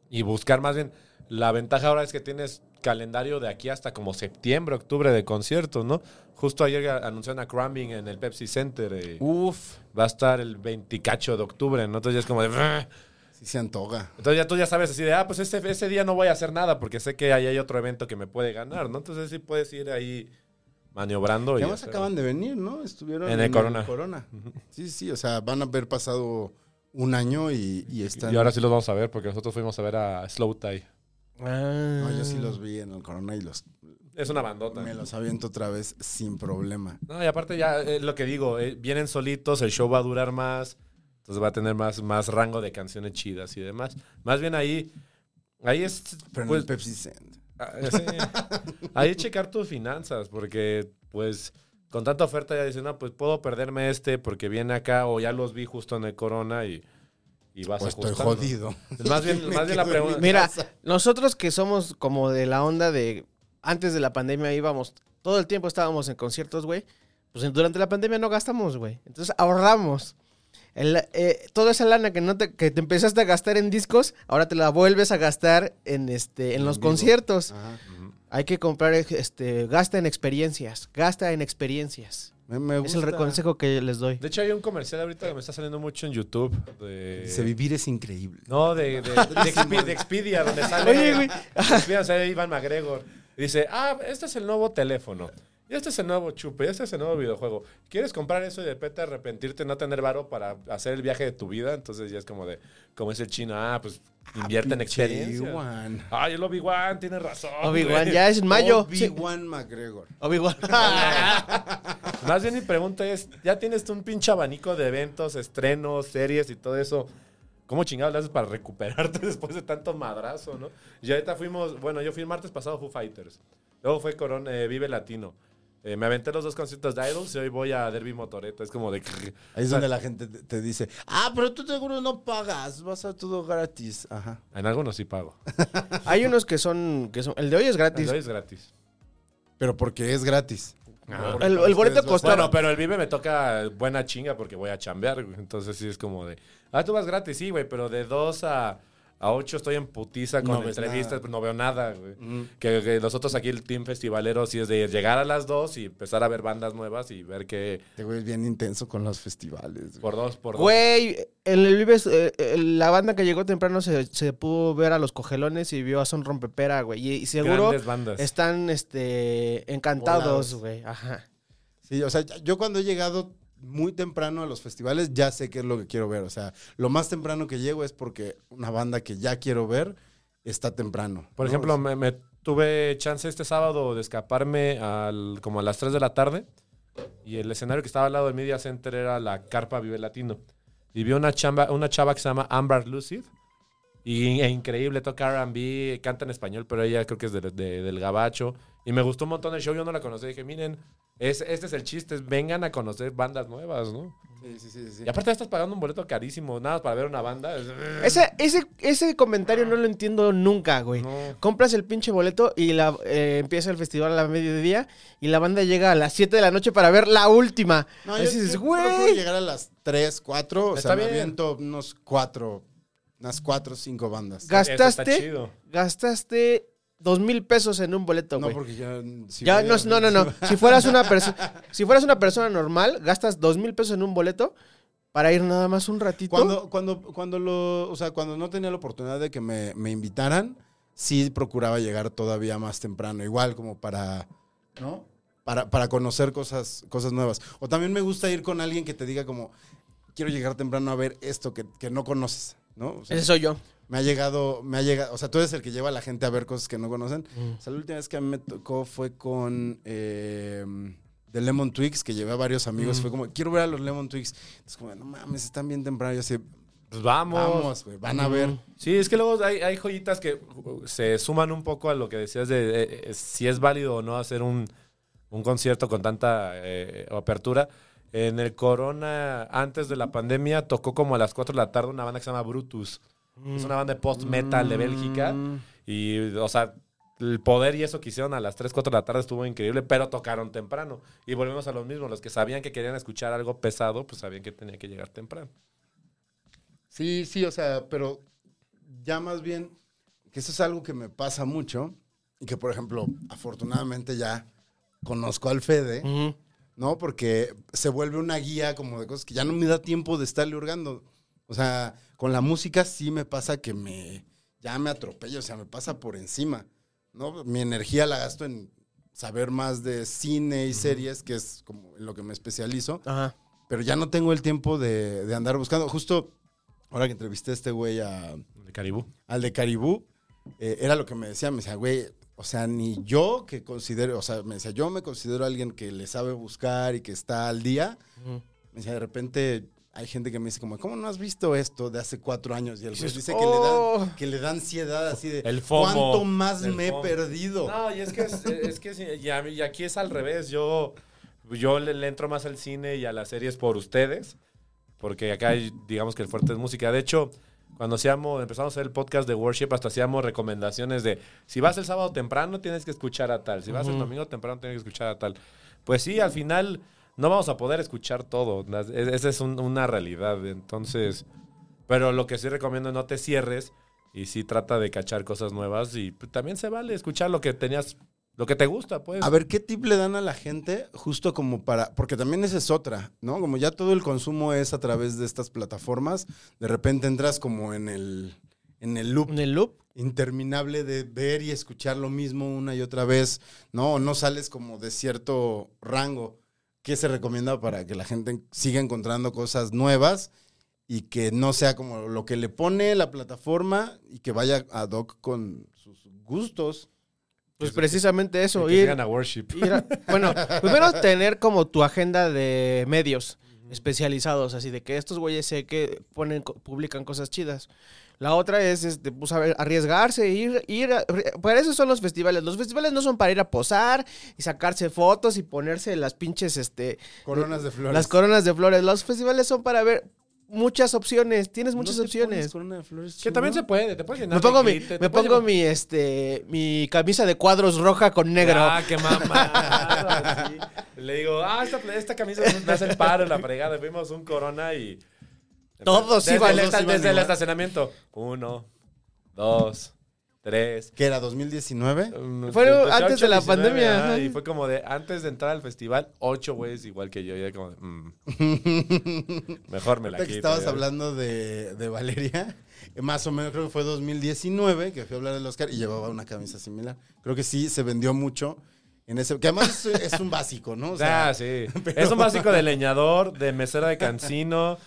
[SPEAKER 5] y buscar más bien. La ventaja ahora es que tienes calendario de aquí hasta como septiembre, octubre de conciertos, ¿no? Justo ayer a- anunciaron a Cramming en el Pepsi Center. eh,
[SPEAKER 3] Uf,
[SPEAKER 5] Va a estar el 20 cacho de octubre, ¿no? Entonces ya es como de... "Bah".
[SPEAKER 3] sí se antoja.
[SPEAKER 5] Entonces ya tú ya sabes así de, ah, pues ese, ese día no voy a hacer nada porque sé que ahí hay otro evento que me puede ganar, ¿no? Entonces sí puedes ir ahí maniobrando.
[SPEAKER 3] Y
[SPEAKER 5] y
[SPEAKER 3] además
[SPEAKER 5] hacer-
[SPEAKER 3] acaban de venir, ¿no? Estuvieron
[SPEAKER 5] En el Corona.
[SPEAKER 3] Sí, sí, o sea, van a haber pasado un año y, y están...
[SPEAKER 5] Y ahora sí los vamos a ver porque nosotros fuimos a ver a Slow Tie.
[SPEAKER 2] Ah.
[SPEAKER 3] No, yo sí los vi en el Corona y los,
[SPEAKER 5] Es una bandota.
[SPEAKER 3] me los aviento otra vez sin problema.
[SPEAKER 5] No, y aparte ya eh, lo que digo, eh, vienen solitos, el show va a durar más, entonces va a tener más, más rango de canciones chidas y demás. Más bien ahí, ahí es...
[SPEAKER 3] Pero en
[SPEAKER 5] pues,
[SPEAKER 3] el Pepsi Center.
[SPEAKER 5] Ah, (laughs) sí. Ahí checar tus finanzas, porque pues con tanta oferta ya dicen, no, pues puedo perderme este porque viene acá o ya los vi justo en el corona y, y vas
[SPEAKER 3] O Pues, estoy
[SPEAKER 5] ajustando.
[SPEAKER 3] jodido. (laughs)
[SPEAKER 5] Más bien, más bien
[SPEAKER 3] quedo en
[SPEAKER 5] la
[SPEAKER 3] mi
[SPEAKER 5] pregunta.
[SPEAKER 2] Ah. Mira, nosotros que somos como de la onda de antes de la pandemia íbamos, todo el tiempo estábamos en conciertos, güey. Pues en- durante la pandemia no gastamos, güey. Entonces ahorramos. El- eh, toda esa lana que no te, que te empezaste a gastar en discos, ahora te la vuelves a gastar en este en los
[SPEAKER 3] vivo. Ah.
[SPEAKER 2] conciertos.
[SPEAKER 3] Ajá.
[SPEAKER 2] Hay que comprar, este, gasta en experiencias, gasta en experiencias.
[SPEAKER 3] (laughs) Me, me
[SPEAKER 2] Es el
[SPEAKER 3] gusta.
[SPEAKER 2] consejo que les doy.
[SPEAKER 5] De hecho, hay un comercial ahorita que me está saliendo mucho en YouTube. De...
[SPEAKER 3] Dice, vivir es increíble.
[SPEAKER 5] Eh, No,
[SPEAKER 2] (laughs)
[SPEAKER 5] de, de, de, Expedia, de Expedia, donde sale.
[SPEAKER 2] Oye, güey.
[SPEAKER 5] de Expedia, sale Iván McGregor. Dice, ah, este es el nuevo teléfono. Y este es el nuevo chupe, y este es el nuevo videojuego. ¿Quieres comprar eso y de repente arrepentirte, no tener varo para hacer el viaje de tu vida? Entonces ya es como de, como es el chino, ah, pues invierte en
[SPEAKER 3] Pinche
[SPEAKER 5] experiencia.
[SPEAKER 3] Obi-Wan.
[SPEAKER 5] Ay, el Obi-Wan, tienes razón.
[SPEAKER 2] Obi-Wan,
[SPEAKER 5] güey.
[SPEAKER 2] ya es en mayo. Sí.
[SPEAKER 3] Obi-Wan McGregor.
[SPEAKER 5] (laughs)
[SPEAKER 2] Obi-Wan.
[SPEAKER 5] Más bien mi pregunta es, ya tienes tú un pinche abanico de eventos, estrenos, series y todo eso. ¿Cómo chingados le haces para recuperarte (laughs) después de tanto madrazo, no? Y ahorita fuimos, bueno, yo fui el martes pasado a Foo Fighters. Luego fue Corona, eh, Vive Latino. Eh, me aventé los dos conciertos de Idols y hoy voy a Derby Motoreto. Es como de...
[SPEAKER 3] Ahí es donde la gente te- te dice, ah, pero tú seguro no pagas, vas a todo gratis. Ajá.
[SPEAKER 5] En algunos sí pago.
[SPEAKER 2] Hay unos que son, que son. El de hoy es gratis.
[SPEAKER 5] Pero es gratis.
[SPEAKER 3] Pero porque es gratis.
[SPEAKER 5] Ah.
[SPEAKER 3] Porque
[SPEAKER 2] El- el
[SPEAKER 3] ustedes
[SPEAKER 2] boleto
[SPEAKER 3] los-
[SPEAKER 2] costó-
[SPEAKER 5] Bueno, pero el Vive me toca buena chinga porque voy a chambear, güey. Entonces sí es como de. Ah, tú vas gratis, sí, güey, pero de 2 a, a 8 estoy en putiza con
[SPEAKER 3] No ves
[SPEAKER 5] entrevistas,
[SPEAKER 3] nada.
[SPEAKER 5] pues no veo nada, güey.
[SPEAKER 2] Mm.
[SPEAKER 5] Que, que nosotros aquí, el team festivalero, sí es de llegar a las 2 y empezar a ver bandas nuevas y ver que
[SPEAKER 3] Este güey es bien intenso con los festivales. güey.
[SPEAKER 5] por dos, por dos.
[SPEAKER 2] Güey, en el Vives, eh, eh, la banda que llegó temprano se, se pudo ver a los cogelones y vio a Son Rompepera, güey. Y, y seguro
[SPEAKER 5] Grandes bandas.
[SPEAKER 2] están este, encantados, güey. Ajá.
[SPEAKER 3] Sí, o sea, yo cuando he llegado muy temprano a los festivales ya sé qué es lo que quiero ver. O sea, lo más temprano que llego es porque una banda que ya quiero ver está temprano.
[SPEAKER 5] Por
[SPEAKER 3] ¿no?
[SPEAKER 5] ejemplo, me, me tuve chance este sábado de escaparme al, como a las 3 de la tarde y el escenario que estaba al lado del Media Center era la Carpa Vive Latino. Y vi una, chamba, una chava que se llama Amber Lucid y e increíble, toca R&B, canta en español, pero ella creo que es del- de- del gabacho. Y me gustó un montón el show, yo no la conocí, dije, miren, es, este es el chiste, es vengan a conocer bandas nuevas, ¿no?
[SPEAKER 3] Sí, sí, sí, sí.
[SPEAKER 5] Y aparte estás pagando un boleto carísimo, nada, para ver una banda. es-
[SPEAKER 2] Ese, ese, ese comentario no lo entiendo nunca, güey.
[SPEAKER 5] No.
[SPEAKER 2] Compras el pinche boleto y la, eh, empieza el festival a la mediodía y la banda llega a las 7 de la noche para ver la última.
[SPEAKER 3] No,
[SPEAKER 2] Así
[SPEAKER 3] yo,
[SPEAKER 2] dices,
[SPEAKER 3] yo
[SPEAKER 2] güey.
[SPEAKER 3] prefiero llegar a las 3, 4, o
[SPEAKER 5] Está
[SPEAKER 3] sea, me
[SPEAKER 5] bien.
[SPEAKER 3] aviento unos 4, unas 4, 5 bandas.
[SPEAKER 2] Ga-
[SPEAKER 5] eso está
[SPEAKER 2] ¿Gastaste?
[SPEAKER 5] chido.
[SPEAKER 2] Gastaste dos mil pesos en un boleto,
[SPEAKER 3] no,
[SPEAKER 2] güey.
[SPEAKER 3] porque ya... mm, si
[SPEAKER 2] ya,
[SPEAKER 3] voy
[SPEAKER 2] no,
[SPEAKER 3] a-
[SPEAKER 2] no, no, no.
[SPEAKER 3] (laughs)
[SPEAKER 2] Si fueras una persona, si fueras una persona normal, gastas dos mil pesos en un boleto para ir nada más un ratito.
[SPEAKER 3] Cuando, cuando, cuando lo, o sea, cuando no tenía la oportunidad de que me, me invitaran, sí procuraba llegar todavía más temprano, igual como para, ¿no? Para, para conocer cosas, cosas nuevas. O también me gusta ir con alguien que te diga como, quiero llegar temprano a ver esto que, que no conoces, ¿no? O sea,
[SPEAKER 2] Ese soy yo.
[SPEAKER 3] me ha llegado, me ha llegado, o sea, tú eres el que lleva a la gente a ver cosas que no conocen. O sea, la última vez que a mí me tocó fue con eh, The Lemon Twigs, que llevé a varios amigos. Fue como, quiero ver a los Lemon Twigs. Es como, no mames, están bien temprano. Yo así,
[SPEAKER 5] Pues vamos.
[SPEAKER 3] vamos, güey, van a ver.
[SPEAKER 5] Sí, es que luego hay, hay joyitas que uh, se suman un poco a lo que decías de eh, eh, si es válido o no hacer un, un concierto con tanta eh, apertura. En el Corona, antes de la pandemia, tocó como a las 4 de la tarde una banda que se llama Brutus. Es una banda de post-metal de Bélgica.
[SPEAKER 3] Mm.
[SPEAKER 5] Y, o sea, el poder y eso que hicieron a las 3, 4 de la tarde estuvo increíble, pero tocaron temprano. Y volvemos a lo mismo. Los que sabían que querían escuchar algo pesado, pues sabían que tenía que llegar temprano.
[SPEAKER 3] Sí, sí, o sea, pero ya más bien, que eso es algo que me pasa mucho y que, por ejemplo, afortunadamente ya conozco al Fede, ¿no? Porque se vuelve una guía como de cosas que ya no me da tiempo de estarle hurgando. O sea, con la música sí me pasa que me, ya me atropello, o sea, me pasa por encima, ¿no? Mi energía la gasto en saber más de cine y series, que es como en lo que me especializo
[SPEAKER 2] Ajá.
[SPEAKER 3] pero ya no tengo el tiempo de, de andar buscando. Justo ahora que entrevisté a este güey a-
[SPEAKER 5] De Caribú.
[SPEAKER 3] al de Caribú, eh, era lo que me decía, me decía, güey, o sea, ni yo que considero, o sea, me decía, yo me considero alguien que le sabe buscar y que está al día. Me decía, de repente hay gente que me dice como, ¿cómo no has visto esto de hace cuatro años? Y el güey
[SPEAKER 2] Dices,
[SPEAKER 3] dice que, le
[SPEAKER 2] "Oh".
[SPEAKER 3] da, que le da ansiedad así de,
[SPEAKER 5] El FOMO.
[SPEAKER 3] ¿cuánto más
[SPEAKER 5] El
[SPEAKER 3] me
[SPEAKER 5] FOMO.
[SPEAKER 3] he perdido?
[SPEAKER 5] No, y es que, es, eh, es que sí, y, a mí- y aquí es al revés. Yo, yo le, le entro más al cine y a las series por ustedes, porque acá hay, digamos que el fuerte es música. De hecho, cuando hacíamos, empezamos a hacer el podcast de Worship, hasta hacíamos recomendaciones de si vas el sábado temprano tienes que escuchar a tal, si vas el domingo temprano tienes que escuchar a tal. Pues sí, al final no vamos a poder escuchar todo. Las- es- Esa es un- una realidad. Entonces, pero lo que sí recomiendo es no te cierres y sí trata de cachar cosas nuevas y pues, también se vale escuchar lo que tenías Lo que te gusta, pues.
[SPEAKER 3] A ver, ¿qué tip le dan a la gente justo como para, porque también esa es otra, ¿no? Como ya todo el consumo es a través de estas plataformas, de repente entras como en el, en el loop
[SPEAKER 2] En el loop. pues
[SPEAKER 3] interminable de ver y escuchar lo mismo una y otra vez, ¿no? O no sales como de cierto rango. ¿Qué se recomienda para que la gente siga encontrando cosas nuevas y que no sea como lo que le pone la plataforma y que vaya ad hoc con sus gustos?
[SPEAKER 2] Pues precisamente
[SPEAKER 5] Y
[SPEAKER 2] eso.
[SPEAKER 5] que
[SPEAKER 2] Ir,
[SPEAKER 5] sigan a worship.
[SPEAKER 2] ir a- bueno, primero tener como tu agenda de medios especializados, así de que estos güeyes sé que ponen, co- publican cosas chidas. La otra es, este, pues, a ver, arriesgarse, ir, ir, a- re- para eso son los festivales. Los festivales no son para ir a posar y sacarse fotos y ponerse las pinches, este,
[SPEAKER 3] Coronas de flores.
[SPEAKER 2] las coronas de flores. Los festivales son para ver muchas opciones. Tienes muchas
[SPEAKER 3] ¿No te pones
[SPEAKER 2] opciones.
[SPEAKER 3] corona de flores,
[SPEAKER 5] Que
[SPEAKER 3] chino?
[SPEAKER 5] también se puede, te puedes llenar.
[SPEAKER 2] Me
[SPEAKER 5] de
[SPEAKER 2] pongo, mi,
[SPEAKER 5] glitter, te
[SPEAKER 2] me
[SPEAKER 5] puedes
[SPEAKER 2] pongo
[SPEAKER 5] llevar-
[SPEAKER 2] mi, este, mi camisa de cuadros roja con negro.
[SPEAKER 5] Ah, qué mamada. sí. Le digo, ah, esta, esta camisa no me hace el paro, la fregada. Fuimos un corona y.
[SPEAKER 2] Todos
[SPEAKER 5] desde
[SPEAKER 2] iban-
[SPEAKER 5] el,
[SPEAKER 3] todos
[SPEAKER 5] esta-
[SPEAKER 3] iban
[SPEAKER 5] desde el
[SPEAKER 3] igual.
[SPEAKER 5] estacionamiento. Uno, dos, tres.
[SPEAKER 3] ¿Qué era 2019?
[SPEAKER 5] Mm,
[SPEAKER 2] Fue antes de la
[SPEAKER 5] 19,
[SPEAKER 2] pandemia,
[SPEAKER 5] ajá,
[SPEAKER 2] ajá.
[SPEAKER 5] Y fue como de antes de entrar al festival, ocho güeyes igual que yo. Y era como de, mm,
[SPEAKER 2] (laughs)
[SPEAKER 5] mejor me la
[SPEAKER 3] Ahorita
[SPEAKER 5] quito.
[SPEAKER 3] que estabas
[SPEAKER 5] ya.
[SPEAKER 3] hablando de, de Valeria, (laughs) eh, más o menos creo que fue 2019 que fui a hablar del Oscar y llevaba una camisa similar. Creo que sí se vendió mucho en ese. Que además es, es un básico, ¿no? O sea, (laughs)
[SPEAKER 5] ah, sí. Es un básico de leñador, de mesera de cancino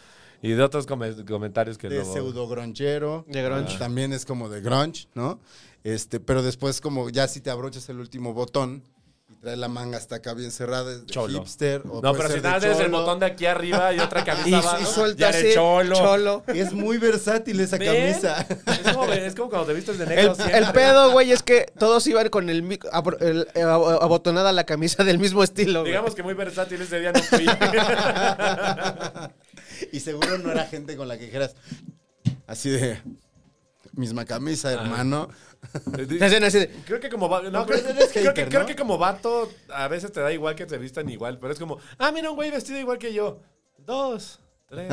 [SPEAKER 5] y de otros come- comentarios que
[SPEAKER 3] de
[SPEAKER 5] luego-
[SPEAKER 3] pseudo gronchero.
[SPEAKER 2] De grunge.
[SPEAKER 3] Ah. También es como de grunge, ¿no? Este, pero después, como ya si te abrochas el último botón y traes la manga hasta acá bien cerrada, es de
[SPEAKER 5] Cholo.
[SPEAKER 3] hipster. O
[SPEAKER 5] No,
[SPEAKER 3] puede
[SPEAKER 5] pero si
[SPEAKER 3] ser de
[SPEAKER 5] nada es el
[SPEAKER 3] cholo.
[SPEAKER 5] botón de aquí arriba y otra camisa
[SPEAKER 2] Y,
[SPEAKER 5] abajo.
[SPEAKER 2] y
[SPEAKER 5] ya
[SPEAKER 2] suelta
[SPEAKER 5] eres
[SPEAKER 2] así,
[SPEAKER 5] cholo.
[SPEAKER 2] cholo.
[SPEAKER 3] Es muy versátil esa
[SPEAKER 5] ¿Ven?
[SPEAKER 3] camisa.
[SPEAKER 5] Es como, es como cuando te vistes de
[SPEAKER 2] El,
[SPEAKER 5] negro. siempre.
[SPEAKER 2] el pedo, güey, es que todos iban con el, mi- abro- el- eh, ab- abotonada la camisa del mismo estilo. güey.
[SPEAKER 5] Digamos que muy versátil ese día no fui.
[SPEAKER 3] Y seguro no era gente con la que dijeras así de misma
[SPEAKER 5] Ah.
[SPEAKER 3] camisa, hermano.
[SPEAKER 2] Se hacen así de-
[SPEAKER 5] Creo que como va- no,
[SPEAKER 3] No,
[SPEAKER 5] creo,
[SPEAKER 3] pero eres
[SPEAKER 5] creo
[SPEAKER 3] hater,
[SPEAKER 5] que,
[SPEAKER 3] ¿no?
[SPEAKER 5] creo que como vato a veces te da igual que te vistan igual, pero es como, ah, mira un güey vestido igual que yo. Dos, tres,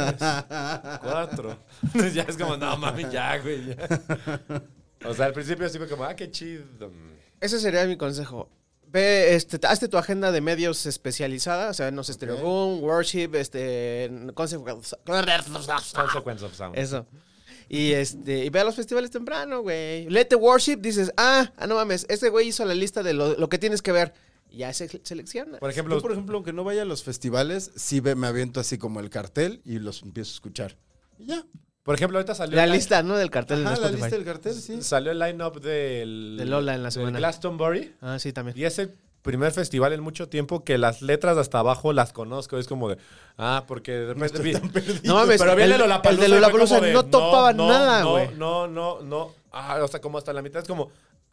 [SPEAKER 5] cuatro. Entonces ya es como, no mami, ya, güey. ya. O sea, al principio sí fue como, ah, qué chido.
[SPEAKER 2] Ese sería mi consejo. Ve, este, hazte tu agenda de medios especializada, o sea, no sé, Stereo Boom, Worship, este, Consequence.
[SPEAKER 5] Consequence of sound.
[SPEAKER 2] Eso. Y este, y ve a los festivales temprano, güey. Lete Worship, dices, ah, ah, no mames, este güey hizo la lista de lo, lo que tienes que ver. Y Ya se selecciona.
[SPEAKER 5] Por ejemplo,
[SPEAKER 3] Yo, por ejemplo, aunque no vaya a los festivales, sí ve- me aviento así como el cartel y los empiezo a escuchar. Y ya.
[SPEAKER 5] por ejemplo, ahorita salió
[SPEAKER 2] La
[SPEAKER 5] el-
[SPEAKER 2] lista, ¿no? Del cartel
[SPEAKER 3] Ajá,
[SPEAKER 2] de
[SPEAKER 3] la
[SPEAKER 2] Spotify.
[SPEAKER 3] lista del cartel, sí.
[SPEAKER 5] Salió el line-up del...
[SPEAKER 2] De Lola en la semana.
[SPEAKER 5] del Glastonbury.
[SPEAKER 2] Ah, sí, también.
[SPEAKER 5] Y es el primer festival en mucho tiempo que las letras de hasta abajo las conozco. Es como de, ah, porque de repente... vi-
[SPEAKER 2] No mames,
[SPEAKER 5] pero viene
[SPEAKER 2] el,
[SPEAKER 5] Lollapalooza
[SPEAKER 2] el de
[SPEAKER 5] y fue
[SPEAKER 2] Lollapalooza
[SPEAKER 5] como de,
[SPEAKER 2] no topaba nada,
[SPEAKER 5] no,
[SPEAKER 2] güey.
[SPEAKER 5] No, no, no, Ah, o sea, como hasta la mitad es como...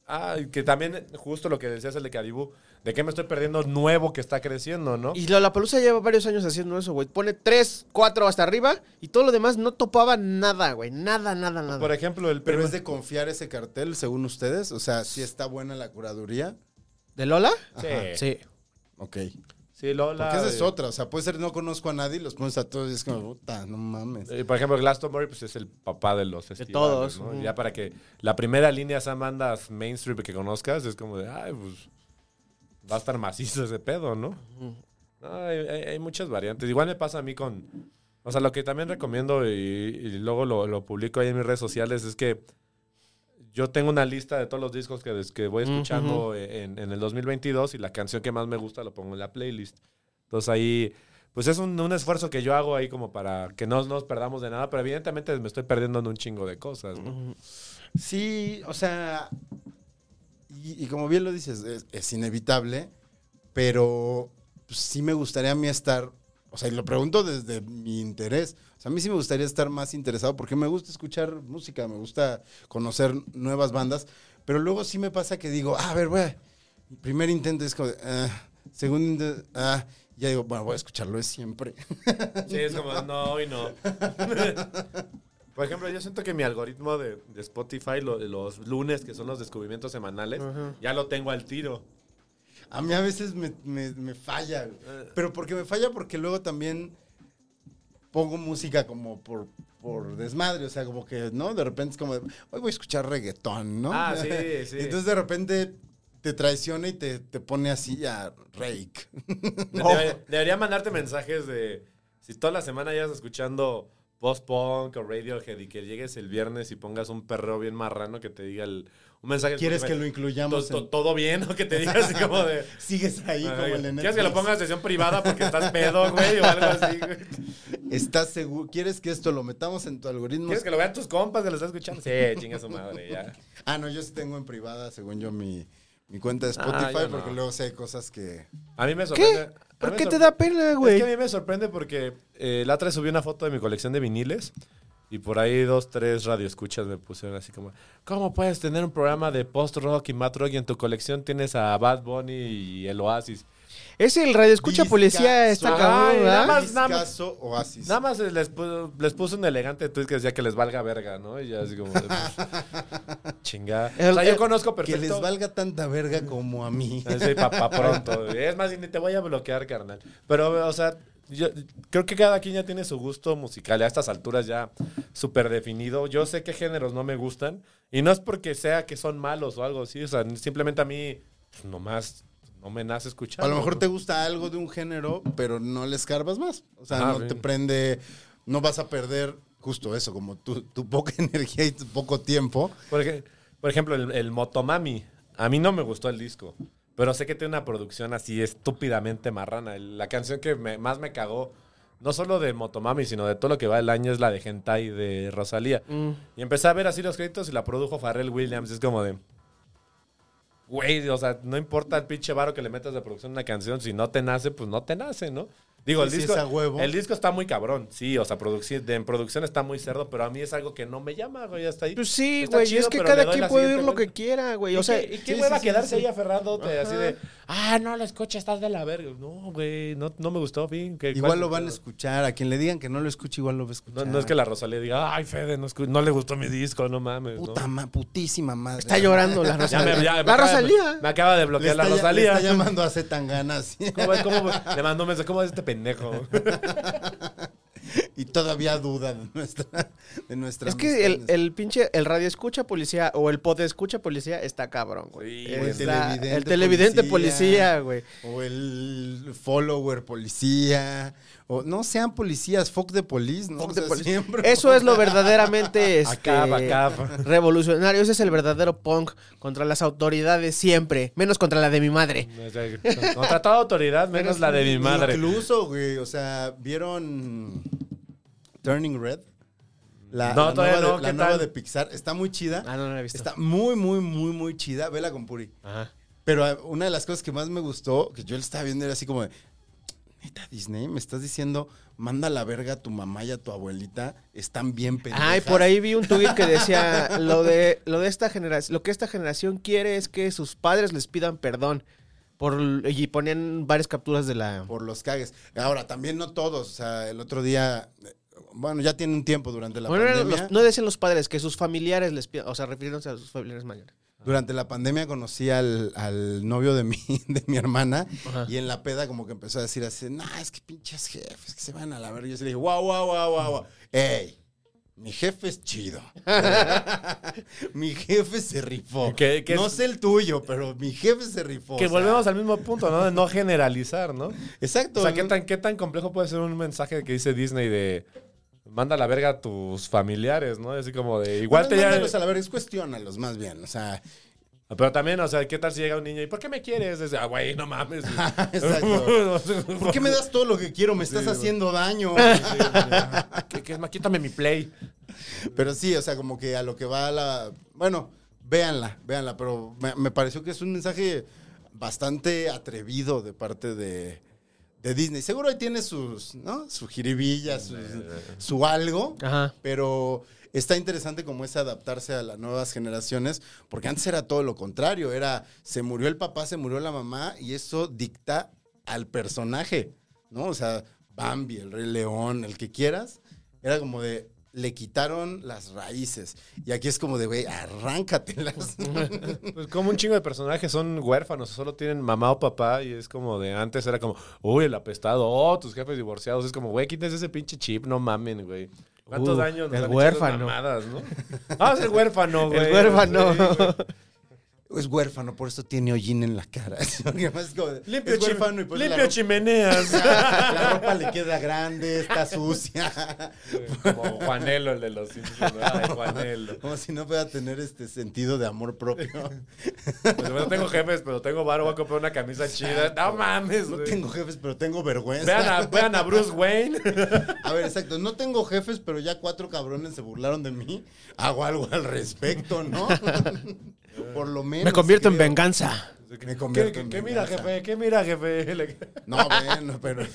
[SPEAKER 5] Ah, que también justo lo que decías el de Caribú, de que me estoy perdiendo nuevo que está creciendo, ¿no?
[SPEAKER 2] Y Lollapalooza lleva varios años haciendo eso, güey. Pone tres, cuatro hasta arriba y todo lo demás no topaba nada, güey. Nada, nada, nada.
[SPEAKER 5] Por ejemplo, el
[SPEAKER 3] Pero
[SPEAKER 5] primer-
[SPEAKER 3] es de confiar ese cartel, según ustedes. O sea, sí está buena la curaduría.
[SPEAKER 2] ¿De Lola?
[SPEAKER 5] Sí, sí.
[SPEAKER 2] Sí.
[SPEAKER 3] Ok.
[SPEAKER 5] Lola.
[SPEAKER 3] Porque esa es
[SPEAKER 5] eh,
[SPEAKER 3] otra. O sea, puede ser no conozco a nadie y los pones a todos y es como, puta, no mames.
[SPEAKER 5] Eh, por ejemplo, Glastonbury pues, es el papá de los festivales,
[SPEAKER 2] todos,
[SPEAKER 5] ¿no?
[SPEAKER 2] ujú.
[SPEAKER 5] Ya para que la primera línea sea bandas mainstream que conozcas, es como de, ay, pues va a estar macizo ese pedo, ¿no? No, hay, hay- hay muchas variantes. Igual me pasa a mí con... O sea, lo que también recomiendo y, y luego lo, lo publico ahí en mis redes sociales es que yo tengo una lista de todos los discos que, des- que voy escuchando en, en el 2022 y la canción que más me gusta lo pongo en la playlist. Entonces ahí, pues es un, un esfuerzo que yo hago ahí como para que no nos perdamos de nada, pero evidentemente me estoy perdiendo en un chingo de cosas. ¿no?
[SPEAKER 3] Sí, o sea, y, y como bien lo dices, es, es inevitable, pero pues, sí me gustaría a mí estar, o sea, y lo pregunto desde mi interés, o sea, a mí sí me gustaría estar más interesado porque me gusta escuchar música, me gusta conocer nuevas bandas, pero luego sí me pasa que digo, "Ah, a ver, güey, primer intento es como, de, ah, segundo intento, ah, ya digo, bueno, voy a escucharlo de siempre.
[SPEAKER 5] Sí, es como, no, hoy no. (laughs) Por ejemplo, yo siento que mi algoritmo de, de Spotify, lo- los lunes, que son los descubrimientos semanales, ya lo tengo al tiro.
[SPEAKER 3] A mí a veces me, me- me falla, güey.
[SPEAKER 5] Eh.
[SPEAKER 3] pero porque me falla porque luego también pongo música como por, por desmadre, o sea, como (laughs) que, ¿no? De repente es como, de, hoy voy a escuchar reggaetón, ¿no?
[SPEAKER 5] Ah, sí, sí.
[SPEAKER 3] Entonces de repente te traiciona y te, te pone así a
[SPEAKER 5] (laughs)
[SPEAKER 3] rake.
[SPEAKER 5] Debe- debería mandarte mensajes de. Si toda la semana llevas escuchando post-punk o Radiohead y que llegues el viernes y pongas un perro bien marrano que te diga el, un mensaje. de
[SPEAKER 3] ¿Quieres que
[SPEAKER 5] Spotify,
[SPEAKER 3] lo incluyamos?
[SPEAKER 5] "To- to-
[SPEAKER 3] en-
[SPEAKER 5] ¿Todo bien? O que te diga así como de.
[SPEAKER 3] Sigues (laughs) ahí como el de
[SPEAKER 5] ¿Quieres que
[SPEAKER 3] Netflix?
[SPEAKER 5] lo pongas en sesión privada porque estás pedo, güey? O algo
[SPEAKER 2] (laughs)
[SPEAKER 5] así, güey.
[SPEAKER 3] ¿Estás seguro? ¿Quieres que esto lo metamos en tu algoritmo?
[SPEAKER 5] ¿Quieres que lo vean tus compas que lo están escuchando? Sí, chinga su madre, ya.
[SPEAKER 3] Ah, no, yo sí tengo en privada, según yo, mi, mi cuenta de
[SPEAKER 5] Ah,
[SPEAKER 3] Spotify,
[SPEAKER 5] yo no.
[SPEAKER 3] porque luego sé hay cosas que.
[SPEAKER 5] A mí me sorprende.
[SPEAKER 2] ¿Qué?
[SPEAKER 5] a mí
[SPEAKER 2] ¿Por
[SPEAKER 5] me
[SPEAKER 2] qué te
[SPEAKER 5] sorpre-
[SPEAKER 2] da pena,
[SPEAKER 5] Es
[SPEAKER 2] güey?
[SPEAKER 5] que a mí me sorprende porque eh, la otra vez subí una foto de mi colección de viniles y por ahí dos, tres radioescuchas me pusieron así como, ¿cómo puedes tener un programa de post-rock y mat rock y en tu colección tienes a Bad Bunny y el Oasis?
[SPEAKER 2] Es el radio escucha
[SPEAKER 3] Discazo.
[SPEAKER 2] policía, está
[SPEAKER 5] Ajá,
[SPEAKER 2] cabrón,
[SPEAKER 5] y
[SPEAKER 2] ¿verdad?
[SPEAKER 5] nada más, nada más.
[SPEAKER 3] Discaso Oasis.
[SPEAKER 5] Nada más les, pu- les puse un elegante tweet que decía que les valga verga, ¿no? Y ya así como, de, pues, (laughs) chinga.
[SPEAKER 2] El-
[SPEAKER 5] o sea, yo
[SPEAKER 2] el-
[SPEAKER 5] conozco
[SPEAKER 3] que
[SPEAKER 5] perfecto.
[SPEAKER 3] les valga tanta verga como a mí.
[SPEAKER 5] Sí, papá pronto. Es más, ni te voy a bloquear, carnal. Pero, o sea, yo creo que cada quien ya tiene su gusto musical. A estas alturas ya súper definido. Yo sé qué géneros no me gustan. Y no es porque sea que son malos o algo así. O sea, simplemente a mí pues, nomás no me nace escuchar.
[SPEAKER 3] A lo mejor te gusta algo de un género, pero no le escarbas más. O sea,
[SPEAKER 5] Ah,
[SPEAKER 3] no
[SPEAKER 5] bien.
[SPEAKER 3] te prende, no vas a perder justo eso, como tu, tu poca (laughs) energía y tu poco tiempo.
[SPEAKER 5] Porque, por ejemplo, el, el Motomami. A mí no me gustó el disco. Pero sé que tiene una producción así estúpidamente marrana. El- La canción que me- más me cagó, no solo de Motomami, sino de todo lo que va el año, es la de Hentai de Rosalía.
[SPEAKER 3] Mm.
[SPEAKER 5] Y empecé a ver así los créditos y la produjo Pharrell Williams. Es como de. Güey, o sea, no importa el pinche varo que le metas de producción a una canción, si no te nace, pues no te nace, ¿no? Digo,
[SPEAKER 3] Sí,
[SPEAKER 5] el
[SPEAKER 3] sí,
[SPEAKER 5] disco.
[SPEAKER 3] es a huevo.
[SPEAKER 5] El disco está muy cabrón, sí, o sea, produci- de- en producción está muy cerdo, pero a mí es algo que no me llama, güey, hasta ahí.
[SPEAKER 2] Pues sí,
[SPEAKER 5] Está
[SPEAKER 2] güey,
[SPEAKER 5] chido,
[SPEAKER 2] es que
[SPEAKER 5] pero le
[SPEAKER 2] cada
[SPEAKER 5] doy
[SPEAKER 2] quien
[SPEAKER 5] la
[SPEAKER 2] puede
[SPEAKER 5] siguiente
[SPEAKER 2] oír lo que
[SPEAKER 5] vuelta.
[SPEAKER 2] quiera, güey.
[SPEAKER 5] ¿Y
[SPEAKER 2] O sea,
[SPEAKER 5] qué, y qué
[SPEAKER 3] sí,
[SPEAKER 5] hueva
[SPEAKER 3] sí, sí,
[SPEAKER 5] quedarse
[SPEAKER 3] sí.
[SPEAKER 5] ahí aferrándote así
[SPEAKER 2] Ajá.
[SPEAKER 5] de, ah, no, lo escucha, estás de la verga. No, güey, no, no me gustó, fin. ¿qué-
[SPEAKER 3] Igual
[SPEAKER 5] cuál-
[SPEAKER 3] lo van a escuchar. A quien le digan que no lo escuche, igual lo va a
[SPEAKER 5] No,
[SPEAKER 3] escuchar.
[SPEAKER 5] no es que la Rosalía diga, ay, Fede, no, escu- no le gustó mi disco, no mames.
[SPEAKER 3] Puta
[SPEAKER 5] no.
[SPEAKER 3] ma- putísima madre.
[SPEAKER 2] está llorando la
[SPEAKER 5] Ya
[SPEAKER 2] Rosalía.
[SPEAKER 5] me- ya me
[SPEAKER 2] la
[SPEAKER 5] acaba de-
[SPEAKER 2] Rosalía.
[SPEAKER 5] me acaba de
[SPEAKER 3] Le
[SPEAKER 5] bloquear
[SPEAKER 3] está,
[SPEAKER 5] la
[SPEAKER 3] ya- le
[SPEAKER 5] Rosalía.
[SPEAKER 3] está llamando a Zetangana así.
[SPEAKER 5] (laughs) ¿Cómo, cómo- le mandó un mensaje, ¿cómo es este pendejo?
[SPEAKER 3] Y todavía duda de nuestra, de nuestra
[SPEAKER 2] Es que el,
[SPEAKER 3] amistad.
[SPEAKER 2] el pinche, el radio escucha policía o el pod escucha policía está cabrón, güey.
[SPEAKER 5] Sí,
[SPEAKER 2] Está-
[SPEAKER 5] güey.
[SPEAKER 2] el, televidente
[SPEAKER 3] televidente
[SPEAKER 2] policía,
[SPEAKER 3] policía.
[SPEAKER 2] güey.
[SPEAKER 3] O el follower policía. O no sean policías, fuck de police, ¿no?
[SPEAKER 2] Fuck
[SPEAKER 3] O
[SPEAKER 2] de
[SPEAKER 3] sea,
[SPEAKER 2] police. (laughs)
[SPEAKER 3] siempre- (laughs)
[SPEAKER 2] Eso es lo (laughs) verdaderamente este,
[SPEAKER 5] Acaba, acaba.
[SPEAKER 2] revolucionario. Ese es el verdadero punk contra las autoridades siempre, menos contra la de mi madre.
[SPEAKER 5] O sea, Contra toda autoridad, menos la de mi madre.
[SPEAKER 3] Incluso, güey. O sea, ¿vieron Turning Red? La,
[SPEAKER 5] No,
[SPEAKER 3] la
[SPEAKER 5] todavía
[SPEAKER 3] nueva,
[SPEAKER 5] no,
[SPEAKER 3] de, la
[SPEAKER 5] ¿qué
[SPEAKER 3] nueva
[SPEAKER 5] tal?
[SPEAKER 3] de Pixar. Está muy chida.
[SPEAKER 2] Ah, no, no la he visto.
[SPEAKER 3] Está muy, muy, muy, muy chida. Vela con Puri.
[SPEAKER 5] Ajá.
[SPEAKER 3] Pero eh, una de las cosas que más me gustó, que yo le estaba viendo, era así como de, neta, Disney, me estás diciendo, manda la verga a tu mamá y a tu abuelita, están bien pendejas.
[SPEAKER 2] Ay, por ahí vi un tuit que decía lo de lo de esta generación, lo que esta generación quiere es que sus padres les pidan perdón por y ponían varias capturas de la
[SPEAKER 3] Por los cagues. Ahora, también no todos, o sea, el otro día, eh, bueno, ya tiene un tiempo durante la
[SPEAKER 2] Bueno, eran
[SPEAKER 3] pandemia.
[SPEAKER 2] los- no decían los padres, que sus familiares les pidan, o sea, refiriéndose a sus familiares mayores.
[SPEAKER 3] Durante la pandemia conocí al, al novio de mi, (laughs) de mi hermana y en la peda como que empezó a decir así, no, es que pinches jefes que se van a la verga. Y yo sí le dije, guau, guau, guau, guau, guau. Ey, mi jefe es
[SPEAKER 5] (laughs)
[SPEAKER 3] chido. mi jefe se rifó.
[SPEAKER 5] Que- que
[SPEAKER 3] no
[SPEAKER 5] es-
[SPEAKER 3] sé el tuyo, pero mi jefe se rifó.
[SPEAKER 5] Que
[SPEAKER 3] o sea,
[SPEAKER 5] volvemos al mismo punto, ¿no? De no generalizar, ¿no?
[SPEAKER 3] Exacto.
[SPEAKER 5] O sea, ¿qué tan, ¿qué tan complejo puede ser un mensaje que dice Disney de manda la verga a tus familiares, ¿no? Así como de igual
[SPEAKER 3] Igual
[SPEAKER 5] te ya...
[SPEAKER 3] a la verga, es cuestiónalos más bien, o sea...
[SPEAKER 5] Pero también, o sea, ¿qué tal si llega un niño y ¿por qué me quieres? Dice, ah, güey,
[SPEAKER 3] (laughs)
[SPEAKER 5] no mames.
[SPEAKER 3] Exacto. ¿Por qué me das todo lo que quiero? Me estás haciendo daño.
[SPEAKER 5] (laughs) ¿Qué, qué es más? Quítame mi play.
[SPEAKER 3] (laughs) Pero sí, o sea, como que a lo que va la. Bueno, véanla, véanla, pero me, me pareció que es un mensaje bastante atrevido de parte de, de Disney. Seguro ahí tiene sus, ¿no? Su jiribilla, sus- su algo.
[SPEAKER 2] Ajá.
[SPEAKER 3] Pero está interesante como es adaptarse a las nuevas generaciones, porque antes era todo lo contrario, era se murió el papá, se murió la mamá y eso dicta al personaje, ¿no? O sea, Bambi, el Rey León, el que quieras, era como de le quitaron las raíces y aquí es como de güey, arráncatelas.
[SPEAKER 5] Pues como un chingo de personajes son huérfanos, solo tienen mamá o papá y es como de antes era como, uy, el apestado, oh, tus jefes divorciados. Es como, güey, quítense ese pinche chip, no mamen, güey. ¿Cuántos
[SPEAKER 2] Uh,
[SPEAKER 5] años
[SPEAKER 2] el
[SPEAKER 5] han hecho esas
[SPEAKER 2] huérfano. (laughs)
[SPEAKER 5] mamadas, no? Ah, es el huérfano, güey.
[SPEAKER 2] huérfano.
[SPEAKER 5] Sí, güey.
[SPEAKER 3] (laughs) es huérfano, por eso tiene hollín en la cara. Porque además (laughs) es como de, es huérfano y por eso la ropa- (laughs)
[SPEAKER 5] chimeneas.
[SPEAKER 3] la ropa le queda grande, está sucia.
[SPEAKER 5] Como Juanelo, el de los Simpsons. ¿no?
[SPEAKER 3] (laughs)
[SPEAKER 5] Ay, Juanelo.
[SPEAKER 3] Como si no pueda tener este sentido de amor
[SPEAKER 5] (laughs)
[SPEAKER 3] propio.
[SPEAKER 5] Pues, no tengo jefes, pero tengo varo, voy a comprar una camisa chida. No mames,
[SPEAKER 3] No
[SPEAKER 5] güey.
[SPEAKER 3] tengo jefes, pero tengo vergüenza.
[SPEAKER 5] Vean a, vean
[SPEAKER 3] (laughs)
[SPEAKER 5] a Bruce Wayne.
[SPEAKER 3] A ver, exacto. No tengo jefes, pero ya cuatro cabrones se burlaron de mí. Hago algo al respecto,
[SPEAKER 5] (laughs)
[SPEAKER 3] ¿no? Por lo menos.
[SPEAKER 2] Me convierto en
[SPEAKER 3] creo.
[SPEAKER 2] venganza.
[SPEAKER 3] Me convierto en
[SPEAKER 5] ¿Qué mira,
[SPEAKER 3] venganza.
[SPEAKER 5] jefe? ¿Qué mira, jefe? (laughs) Le-
[SPEAKER 3] No, bueno,
[SPEAKER 5] (laughs)
[SPEAKER 3] pero.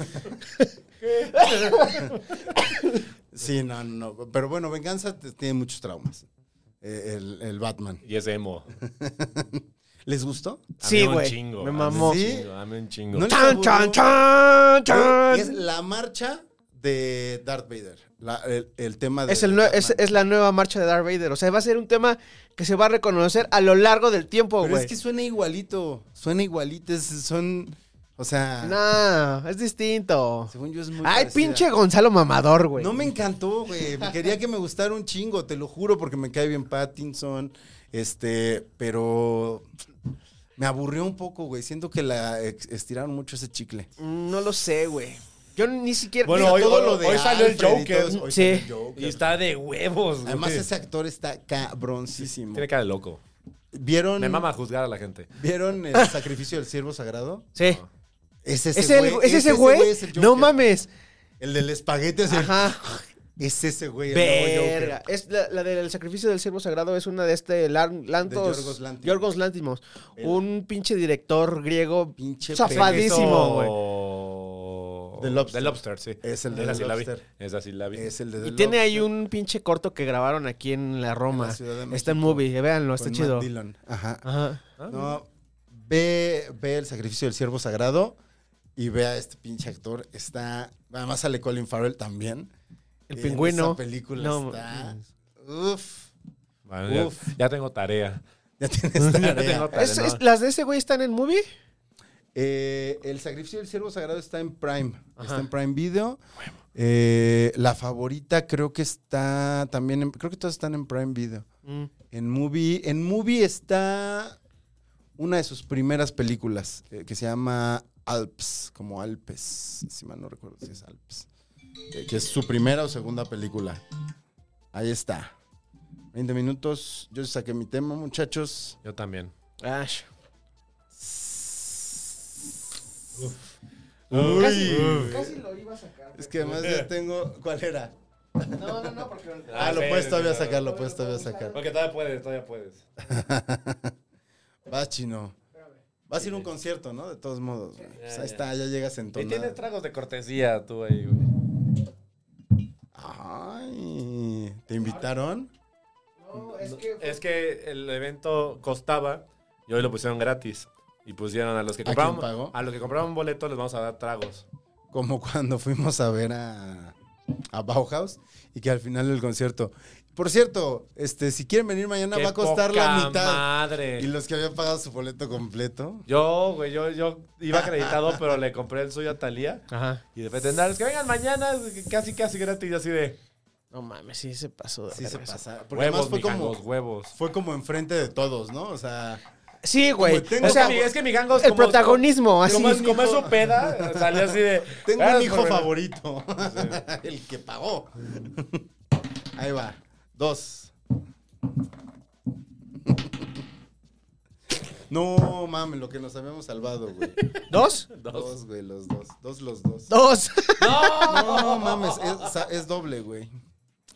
[SPEAKER 3] sí, no, no. no. Pero bueno, Venganza te- tiene muchos traumas. Eh, El, el Batman.
[SPEAKER 5] Y es emo.
[SPEAKER 3] ¿Les gustó?
[SPEAKER 2] Sí,
[SPEAKER 5] Amé un
[SPEAKER 2] güey.
[SPEAKER 5] chingo,
[SPEAKER 2] Me
[SPEAKER 5] amé
[SPEAKER 2] mamó.
[SPEAKER 5] un
[SPEAKER 3] Sí.
[SPEAKER 5] chingo, Amé un chingo.
[SPEAKER 3] No les
[SPEAKER 2] Chan,
[SPEAKER 3] aburrió.
[SPEAKER 2] chan, chan, chan.
[SPEAKER 3] Es la marcha de Darth Vader. La- el, el tema de.
[SPEAKER 2] Es, el nue- es,
[SPEAKER 3] Batman.
[SPEAKER 2] es la nueva marcha de Darth Vader. O sea, va a ser un tema que se va a reconocer a lo largo del tiempo,
[SPEAKER 3] Pero
[SPEAKER 2] güey.
[SPEAKER 3] es que suena igualito. Suena igualito. es- son. O sea.
[SPEAKER 2] No, es distinto.
[SPEAKER 3] Según yo es muy.
[SPEAKER 2] Ay,
[SPEAKER 3] parecida.
[SPEAKER 2] pinche Gonzalo mamador, güey.
[SPEAKER 3] No me encantó, güey. Quería que me gustara un chingo, te lo juro, porque me cae bien Pattinson. Este, pero me aburrió un poco, güey. Siento que la ex- estiraron mucho ese chicle.
[SPEAKER 2] Mm, No lo sé, güey. Yo ni siquiera...
[SPEAKER 5] Bueno,
[SPEAKER 2] Mira,
[SPEAKER 5] hoy-
[SPEAKER 2] todo
[SPEAKER 5] hoy-
[SPEAKER 2] lo-
[SPEAKER 5] hoy- salió el
[SPEAKER 3] Alfred y
[SPEAKER 5] Joker.
[SPEAKER 3] todo eso. Hoy
[SPEAKER 2] Sí.
[SPEAKER 3] salió el Joker.
[SPEAKER 5] Y está de huevos, güey.
[SPEAKER 3] Además, ese actor está cabroncísimo.
[SPEAKER 5] Tiene cara de loco.
[SPEAKER 3] ¿Vieron,
[SPEAKER 5] Me mama juzgar a la gente.
[SPEAKER 3] ¿Vieron
[SPEAKER 5] (laughs)
[SPEAKER 3] el sacrificio del siervo sagrado?
[SPEAKER 2] Sí.
[SPEAKER 3] Es
[SPEAKER 2] ¿Es, el- es ese güey?
[SPEAKER 3] es el
[SPEAKER 2] no
[SPEAKER 3] Joker.
[SPEAKER 2] mames.
[SPEAKER 3] El del espagueti. así.
[SPEAKER 2] Ajá.
[SPEAKER 3] Es ese güey. el nuevo Joker.
[SPEAKER 2] Verga. Es la, la del sacrificio del siervo sagrado es una de este Lan- Lantos,
[SPEAKER 3] Yorgos Lanthimos.
[SPEAKER 2] Yorgos Lantimos. Un pinche director griego
[SPEAKER 3] Pinche
[SPEAKER 2] zafadísimo, güey.
[SPEAKER 5] Hizo-
[SPEAKER 3] The Lobster.
[SPEAKER 5] The Lobster, sí.
[SPEAKER 3] Es el de
[SPEAKER 5] Esa
[SPEAKER 3] The
[SPEAKER 5] sí la vi.
[SPEAKER 3] Lobster.
[SPEAKER 5] Esa sí la vi.
[SPEAKER 3] Es el de
[SPEAKER 2] Y
[SPEAKER 3] The
[SPEAKER 2] tiene ahí
[SPEAKER 3] Lobster
[SPEAKER 2] un pinche corto que grabaron aquí en la Roma.
[SPEAKER 3] En la Ciudad de
[SPEAKER 2] está en
[SPEAKER 3] México.
[SPEAKER 2] movie, eh, véanlo,
[SPEAKER 3] con
[SPEAKER 2] está
[SPEAKER 3] Matt
[SPEAKER 2] chido. Ah.
[SPEAKER 3] Dillon. Ajá.
[SPEAKER 2] Ajá.
[SPEAKER 3] No, ve, ve el sacrificio del siervo sagrado y ve a este pinche actor. Está. Además sale Colin Farrell también.
[SPEAKER 2] El
[SPEAKER 3] En
[SPEAKER 2] pingüino.
[SPEAKER 3] Esa película
[SPEAKER 2] No, mm.
[SPEAKER 3] está. Uf.
[SPEAKER 5] Bueno,
[SPEAKER 3] Uf.
[SPEAKER 5] ya, ya tengo tarea.
[SPEAKER 3] Ya
[SPEAKER 2] (laughs)
[SPEAKER 3] tienes
[SPEAKER 5] Ya tengo
[SPEAKER 3] tarea.
[SPEAKER 5] tarea.
[SPEAKER 2] ¿Es-
[SPEAKER 5] ¿no?
[SPEAKER 2] es- ¿Las de ese güey están en movie?
[SPEAKER 3] Eh, el sacrificio del siervo sagrado está en Prime.
[SPEAKER 2] Ajá.
[SPEAKER 3] Está en Prime Video. Eh, la favorita creo que está también. en- creo que todas están en Prime Video.
[SPEAKER 2] Mm.
[SPEAKER 3] En Movie, en Movie está una de sus primeras películas eh, que se llama Alps, como Alpes, si mal no recuerdo si es Alps. Eh, que es su primera o segunda película. Ahí está. 20 minutos, yo saqué mi tema, muchachos.
[SPEAKER 5] Yo también.
[SPEAKER 2] Ash.
[SPEAKER 3] Uy.
[SPEAKER 2] lo iba a sacar.
[SPEAKER 3] Es que además ya tengo. ¿Cuál era?
[SPEAKER 2] No, no, no, porque.
[SPEAKER 3] Ah, lo
[SPEAKER 5] sí,
[SPEAKER 3] puedes
[SPEAKER 5] sí,
[SPEAKER 3] todavía
[SPEAKER 5] sí,
[SPEAKER 3] sacar, lo puedes todavía sacar.
[SPEAKER 5] Porque todavía puedes, todavía puedes.
[SPEAKER 3] Vas, chino. Vas a ir a un concierto, ¿no? De todos modos. güey. Pues ahí está, ya llegas en
[SPEAKER 5] Y tienes
[SPEAKER 3] tono.
[SPEAKER 5] tragos de cortesía tú ahí, güey.
[SPEAKER 3] Ay, ¿te invitaron?
[SPEAKER 5] Es que el evento costaba y hoy lo pusieron gratis. Y pusieron a los que
[SPEAKER 3] quién
[SPEAKER 5] compraban
[SPEAKER 3] pagó?
[SPEAKER 5] a los que compraban boleto les vamos a dar tragos.
[SPEAKER 3] Como cuando fuimos a ver a, a Bauhaus y que al final del concierto. Por cierto, este, si quieren venir mañana
[SPEAKER 5] ¡Qué
[SPEAKER 3] va a costar la
[SPEAKER 5] poca
[SPEAKER 3] mitad.
[SPEAKER 5] Madre.
[SPEAKER 3] Y los que habían pagado su boleto completo.
[SPEAKER 5] Yo, güey, yo, yo
[SPEAKER 3] (laughs)
[SPEAKER 5] iba acreditado, pero le compré el suyo a Talía.
[SPEAKER 2] Ajá.
[SPEAKER 5] Y de repente, "No, los que vengan mañana, casi, casi gratis. Y así de
[SPEAKER 2] No mames, sí se pasó. de
[SPEAKER 3] Sí se
[SPEAKER 2] verga eso.
[SPEAKER 3] pasa. Porque
[SPEAKER 5] huevos,
[SPEAKER 3] además fue
[SPEAKER 5] mijangos,
[SPEAKER 3] como,
[SPEAKER 5] huevos.
[SPEAKER 3] fue como enfrente de todos, ¿no? O sea,
[SPEAKER 2] Sí, güey.
[SPEAKER 3] Como tengo
[SPEAKER 2] O sea,
[SPEAKER 3] como-
[SPEAKER 5] es que mijangos.
[SPEAKER 2] el
[SPEAKER 5] como-
[SPEAKER 2] protagonismo, así.
[SPEAKER 5] Como, es- como es peda, salió así de.
[SPEAKER 3] tengo
[SPEAKER 5] "Ah,
[SPEAKER 3] un hijo
[SPEAKER 5] por-
[SPEAKER 3] favorito. (laughs) El que pagó. Ahí va. Dos. No mames, lo que nos habíamos salvado, güey.
[SPEAKER 2] ¿Dos?
[SPEAKER 3] Dos, güey, los dos. Dos, los dos.
[SPEAKER 2] Dos. (laughs)
[SPEAKER 3] No mames, es, sa- es doble, güey.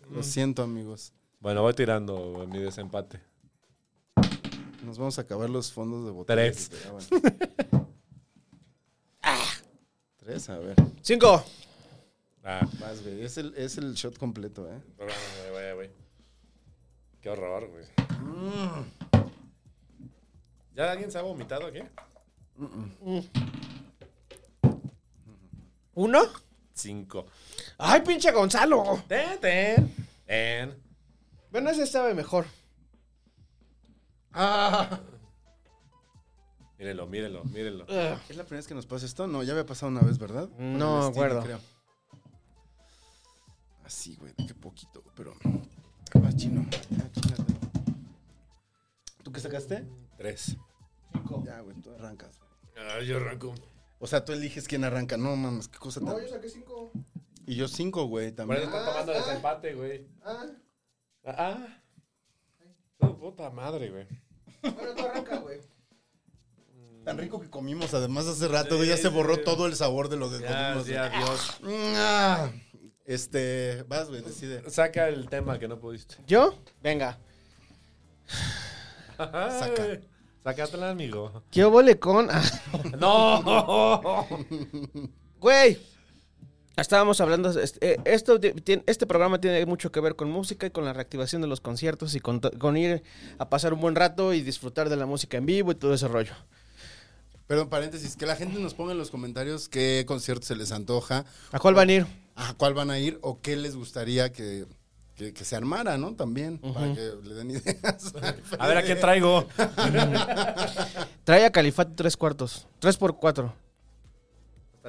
[SPEAKER 3] Lo siento, amigos.
[SPEAKER 5] Bueno, voy tirando güey, mi desempate.
[SPEAKER 3] Nos vamos a acabar los fondos de botellas.
[SPEAKER 5] Tres.
[SPEAKER 3] Ah, bueno. (laughs) Ah. Tres, a ver.
[SPEAKER 2] Cinco.
[SPEAKER 5] Ah,
[SPEAKER 3] Vas, güey. Es el, es el shot completo, ¿eh?
[SPEAKER 5] no, güey, güey, güey. Qué horror, güey. Mm. ¿Ya alguien se ha vomitado aquí?
[SPEAKER 2] ¿Uno?
[SPEAKER 5] Cinco.
[SPEAKER 2] Ay, pinche Gonzalo.
[SPEAKER 5] Ten, ten. Ten.
[SPEAKER 2] Bueno, ese sabe mejor.
[SPEAKER 5] Mírenlo, mírenlo, mírenlo.
[SPEAKER 3] ¿Es la primera vez que nos pasa esto? No, ya había pasado una vez, ¿verdad? Con
[SPEAKER 2] No
[SPEAKER 3] el
[SPEAKER 2] me
[SPEAKER 3] Stevie,
[SPEAKER 2] acuerdo.
[SPEAKER 3] Así, ah, güey, de qué poquito, pero. Más chino. Aquí la tengo. ¿Tú ¿Qué sacaste?
[SPEAKER 5] Tres.
[SPEAKER 3] Ya, güey, tú arrancas. güey.
[SPEAKER 5] Ah, yo arranco.
[SPEAKER 3] O sea, tú eliges quién arranca. No mames, qué cosa tan.
[SPEAKER 6] No, yo saqué cinco.
[SPEAKER 3] Y yo cinco, güey,
[SPEAKER 5] Por
[SPEAKER 3] también.
[SPEAKER 5] eso están tomando
[SPEAKER 6] Ah, ah.
[SPEAKER 5] desempate, güey.
[SPEAKER 6] Ah,
[SPEAKER 5] Ah. No, puta madre, güey.
[SPEAKER 6] bueno, tú arranca, güey.
[SPEAKER 3] Tan rico que comimos, además hace rato, güey, ya
[SPEAKER 5] Sí,
[SPEAKER 3] se borró
[SPEAKER 5] sí.
[SPEAKER 3] todo el sabor de lo que
[SPEAKER 5] Ya,
[SPEAKER 3] comimos.
[SPEAKER 5] sí, adiós.
[SPEAKER 3] güey. Mm, ah. Este, vas, güey, decide.
[SPEAKER 5] Ah, Saca el tema que no pudiste.
[SPEAKER 2] ¿Yo? Venga.
[SPEAKER 5] Saca. Sácatela, amigo.
[SPEAKER 2] ¿Qué obole con...? Ah,
[SPEAKER 5] (laughs) ¡No!
[SPEAKER 2] Güey. Estábamos hablando... Este, eh, esto ti- tiene- este programa tiene mucho que ver con música y con la reactivación de los conciertos y con, to- con ir a pasar un buen rato y disfrutar de la música en vivo y todo ese rollo.
[SPEAKER 3] Perdón, paréntesis, que la gente nos ponga en los comentarios qué concierto se les antoja,
[SPEAKER 2] ¿A cuál van a ir?
[SPEAKER 3] a cuál van a ir o qué les gustaría que, que- que se armara, ¿no? También, para que le den ideas.
[SPEAKER 5] A ver, ¿a qué traigo?
[SPEAKER 2] Trae a Califato tres cuartos. Tres por cuatro.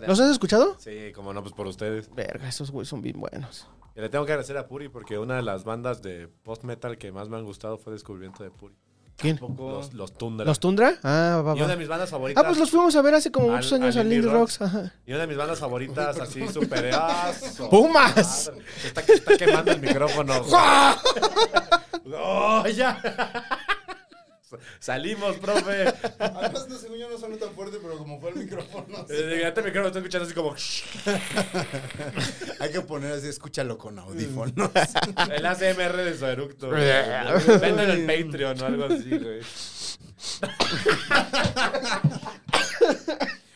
[SPEAKER 2] ¿Los has escuchado?
[SPEAKER 5] Sí, como no, pues por ustedes.
[SPEAKER 2] Verga, esos güeyes son bien buenos.
[SPEAKER 5] Y le tengo que agradecer a Puri porque una de las bandas de post-metal que más me han gustado fue Descubrimiento de Puri.
[SPEAKER 2] ¿Quién?
[SPEAKER 5] Los, los Tundra.
[SPEAKER 2] ¿Los Tundra? Ah, va,
[SPEAKER 5] y una de
[SPEAKER 2] va.
[SPEAKER 5] mis bandas favoritas.
[SPEAKER 2] Ah, pues los fuimos a ver hace como
[SPEAKER 5] Al-
[SPEAKER 2] muchos años
[SPEAKER 5] al
[SPEAKER 2] al
[SPEAKER 5] Indie
[SPEAKER 2] Indie Rocks.
[SPEAKER 5] Rocks.
[SPEAKER 2] Ajá.
[SPEAKER 5] Y una de mis bandas favoritas, así súper. ¡Ah, su
[SPEAKER 2] ¡Pumas!
[SPEAKER 5] madre! Se está, se está quemando el micrófono.
[SPEAKER 2] ¡Ah!
[SPEAKER 5] ¡Oh, ya! Salimos, profe. Eh,
[SPEAKER 3] Además, no, según yo no sonó tan fuerte, pero como fue el
[SPEAKER 5] (laughs)
[SPEAKER 3] micrófono.
[SPEAKER 5] Eh, Este micrófono estoy escuchando así como. (laughs)
[SPEAKER 3] Hay que poner así, escúchalo con audífonos. (laughs)
[SPEAKER 5] El ACMR de su eructo. güey. Véndelo en Patreon o algo así, güey.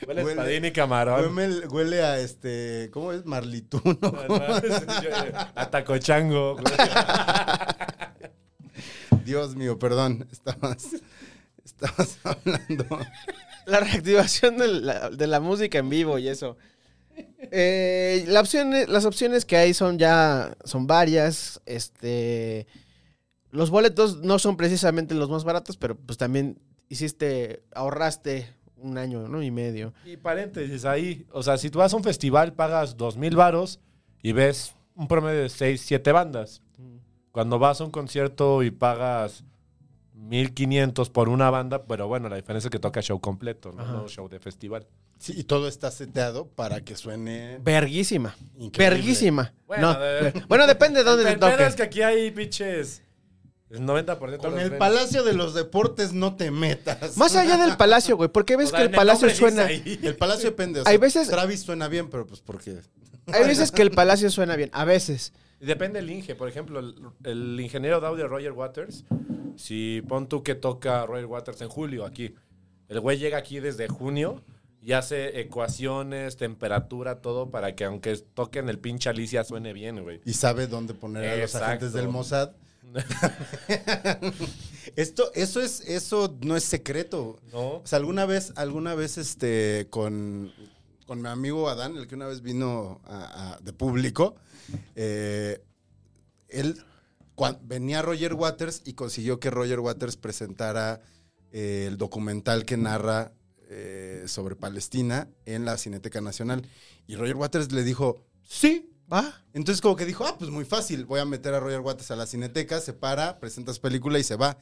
[SPEAKER 5] Huele a
[SPEAKER 3] Huele-
[SPEAKER 5] espadín y camarón. (laughs)
[SPEAKER 3] huele, huele a este, ¿cómo es? Marlituno.
[SPEAKER 5] eh, A tacochango. güey.
[SPEAKER 3] Dios mío, perdón, estabas, estabas (laughs) hablando.
[SPEAKER 2] La reactivación de la, de la música en vivo y eso. Eh, la opción es- las opciones que hay son ya. son varias. Este. Los boletos no son precisamente los más baratos, pero pues también hiciste. ahorraste un año, ¿no? Y medio.
[SPEAKER 5] Y paréntesis ahí. O sea, si tú vas a un festival, pagas dos mil varos y ves un promedio de seis, siete bandas. Cuando vas a un concierto y pagas 1500 por una banda, pero bueno, la diferencia es que toca show completo, no,
[SPEAKER 2] Ajá.
[SPEAKER 5] No show de festival.
[SPEAKER 3] Sí, y todo está seteado para que suene
[SPEAKER 2] Verguísima.
[SPEAKER 3] increíble.
[SPEAKER 2] Verguísima.
[SPEAKER 5] Bueno,
[SPEAKER 2] No,
[SPEAKER 5] de-
[SPEAKER 2] ver- (laughs) bueno, depende de dónde
[SPEAKER 5] El
[SPEAKER 2] te
[SPEAKER 5] pedo
[SPEAKER 2] toque.
[SPEAKER 5] es que aquí hay pinches. El 90%
[SPEAKER 3] Con
[SPEAKER 5] los
[SPEAKER 3] el
[SPEAKER 5] ven.
[SPEAKER 3] Palacio de los Deportes no te metas.
[SPEAKER 2] Más allá
[SPEAKER 3] (laughs)
[SPEAKER 2] del palacio, güey, porque
[SPEAKER 5] O
[SPEAKER 2] ves
[SPEAKER 5] sea,
[SPEAKER 2] que el
[SPEAKER 5] en
[SPEAKER 2] palacio
[SPEAKER 5] nombre
[SPEAKER 2] suena.
[SPEAKER 5] dice ahí.
[SPEAKER 3] El Palacio depende. o
[SPEAKER 2] Hay veces-
[SPEAKER 3] Travis suena bien, pero pues porque.
[SPEAKER 2] Hay veces que el palacio suena bien, a veces.
[SPEAKER 5] Y Depende del Inge. Por ejemplo, el, el ingeniero de audio Roger Waters, si pon tú que toca Roger Waters en julio aquí, el güey llega aquí desde junio y hace ecuaciones, temperatura, todo para que aunque toquen el pinche Alicia suene bien, güey.
[SPEAKER 3] Y sabe dónde poner a los
[SPEAKER 5] Exacto.
[SPEAKER 3] agentes del Mossad. (laughs) Esto, eso es, eso no es secreto.
[SPEAKER 5] ¿No?
[SPEAKER 3] O sea, alguna vez, alguna vez, este, con, con mi amigo Adán, el que una vez vino a- a- de público, eh, él cua- venía Roger Waters y consiguió que Roger Waters presentara eh, el documental que narra eh, sobre Palestina en la Cineteca Nacional. Y Roger Waters le dijo, sí.
[SPEAKER 2] ¿Va?
[SPEAKER 3] Entonces como que dijo, ah, pues muy fácil, voy a meter a Roger Waters a la Cineteca, se para, presenta su película y se va.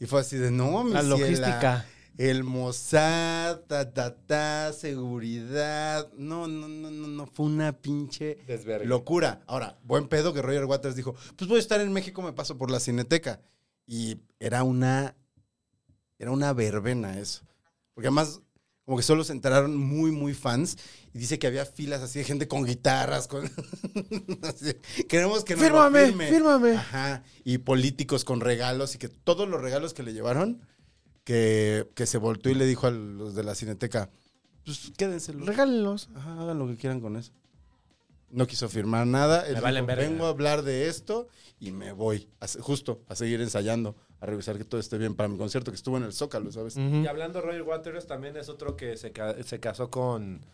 [SPEAKER 3] Y fue así de, no, mi
[SPEAKER 2] La
[SPEAKER 3] ciela".
[SPEAKER 2] logística.
[SPEAKER 3] El Mossad, ta, ta, ta, seguridad. No, no, no, no, no. Fue una pinche
[SPEAKER 5] Desvergue.
[SPEAKER 3] locura. Ahora, buen pedo que Roger Waters dijo: Pues voy a estar en México, me paso por la cineteca. Y era una. Era una verbena eso. Porque además, como que solo se enteraron muy, muy fans. Y dice que había filas así de gente con guitarras. Con... (laughs) así, Queremos que nos lo
[SPEAKER 2] Fírmame,
[SPEAKER 3] firme". Ah,
[SPEAKER 2] fírmame.
[SPEAKER 3] Ajá. Y políticos con regalos y que todos los regalos que le llevaron, que, que se volteó y le dijo a los de la cineteca, pues quédenselos.
[SPEAKER 2] Regálenlos.
[SPEAKER 3] Ajá, hagan lo que quieran con eso. No quiso firmar nada. Él
[SPEAKER 5] Me valen
[SPEAKER 3] dijo,
[SPEAKER 5] verga.
[SPEAKER 3] vengo a hablar de esto y me voy. a se- justo a seguir ensayando, a revisar que todo esté bien para mi concierto que estuvo en el Zócalo, ¿sabes?
[SPEAKER 5] Y hablando de Roger Waters, también es otro que se, ca- se casó con,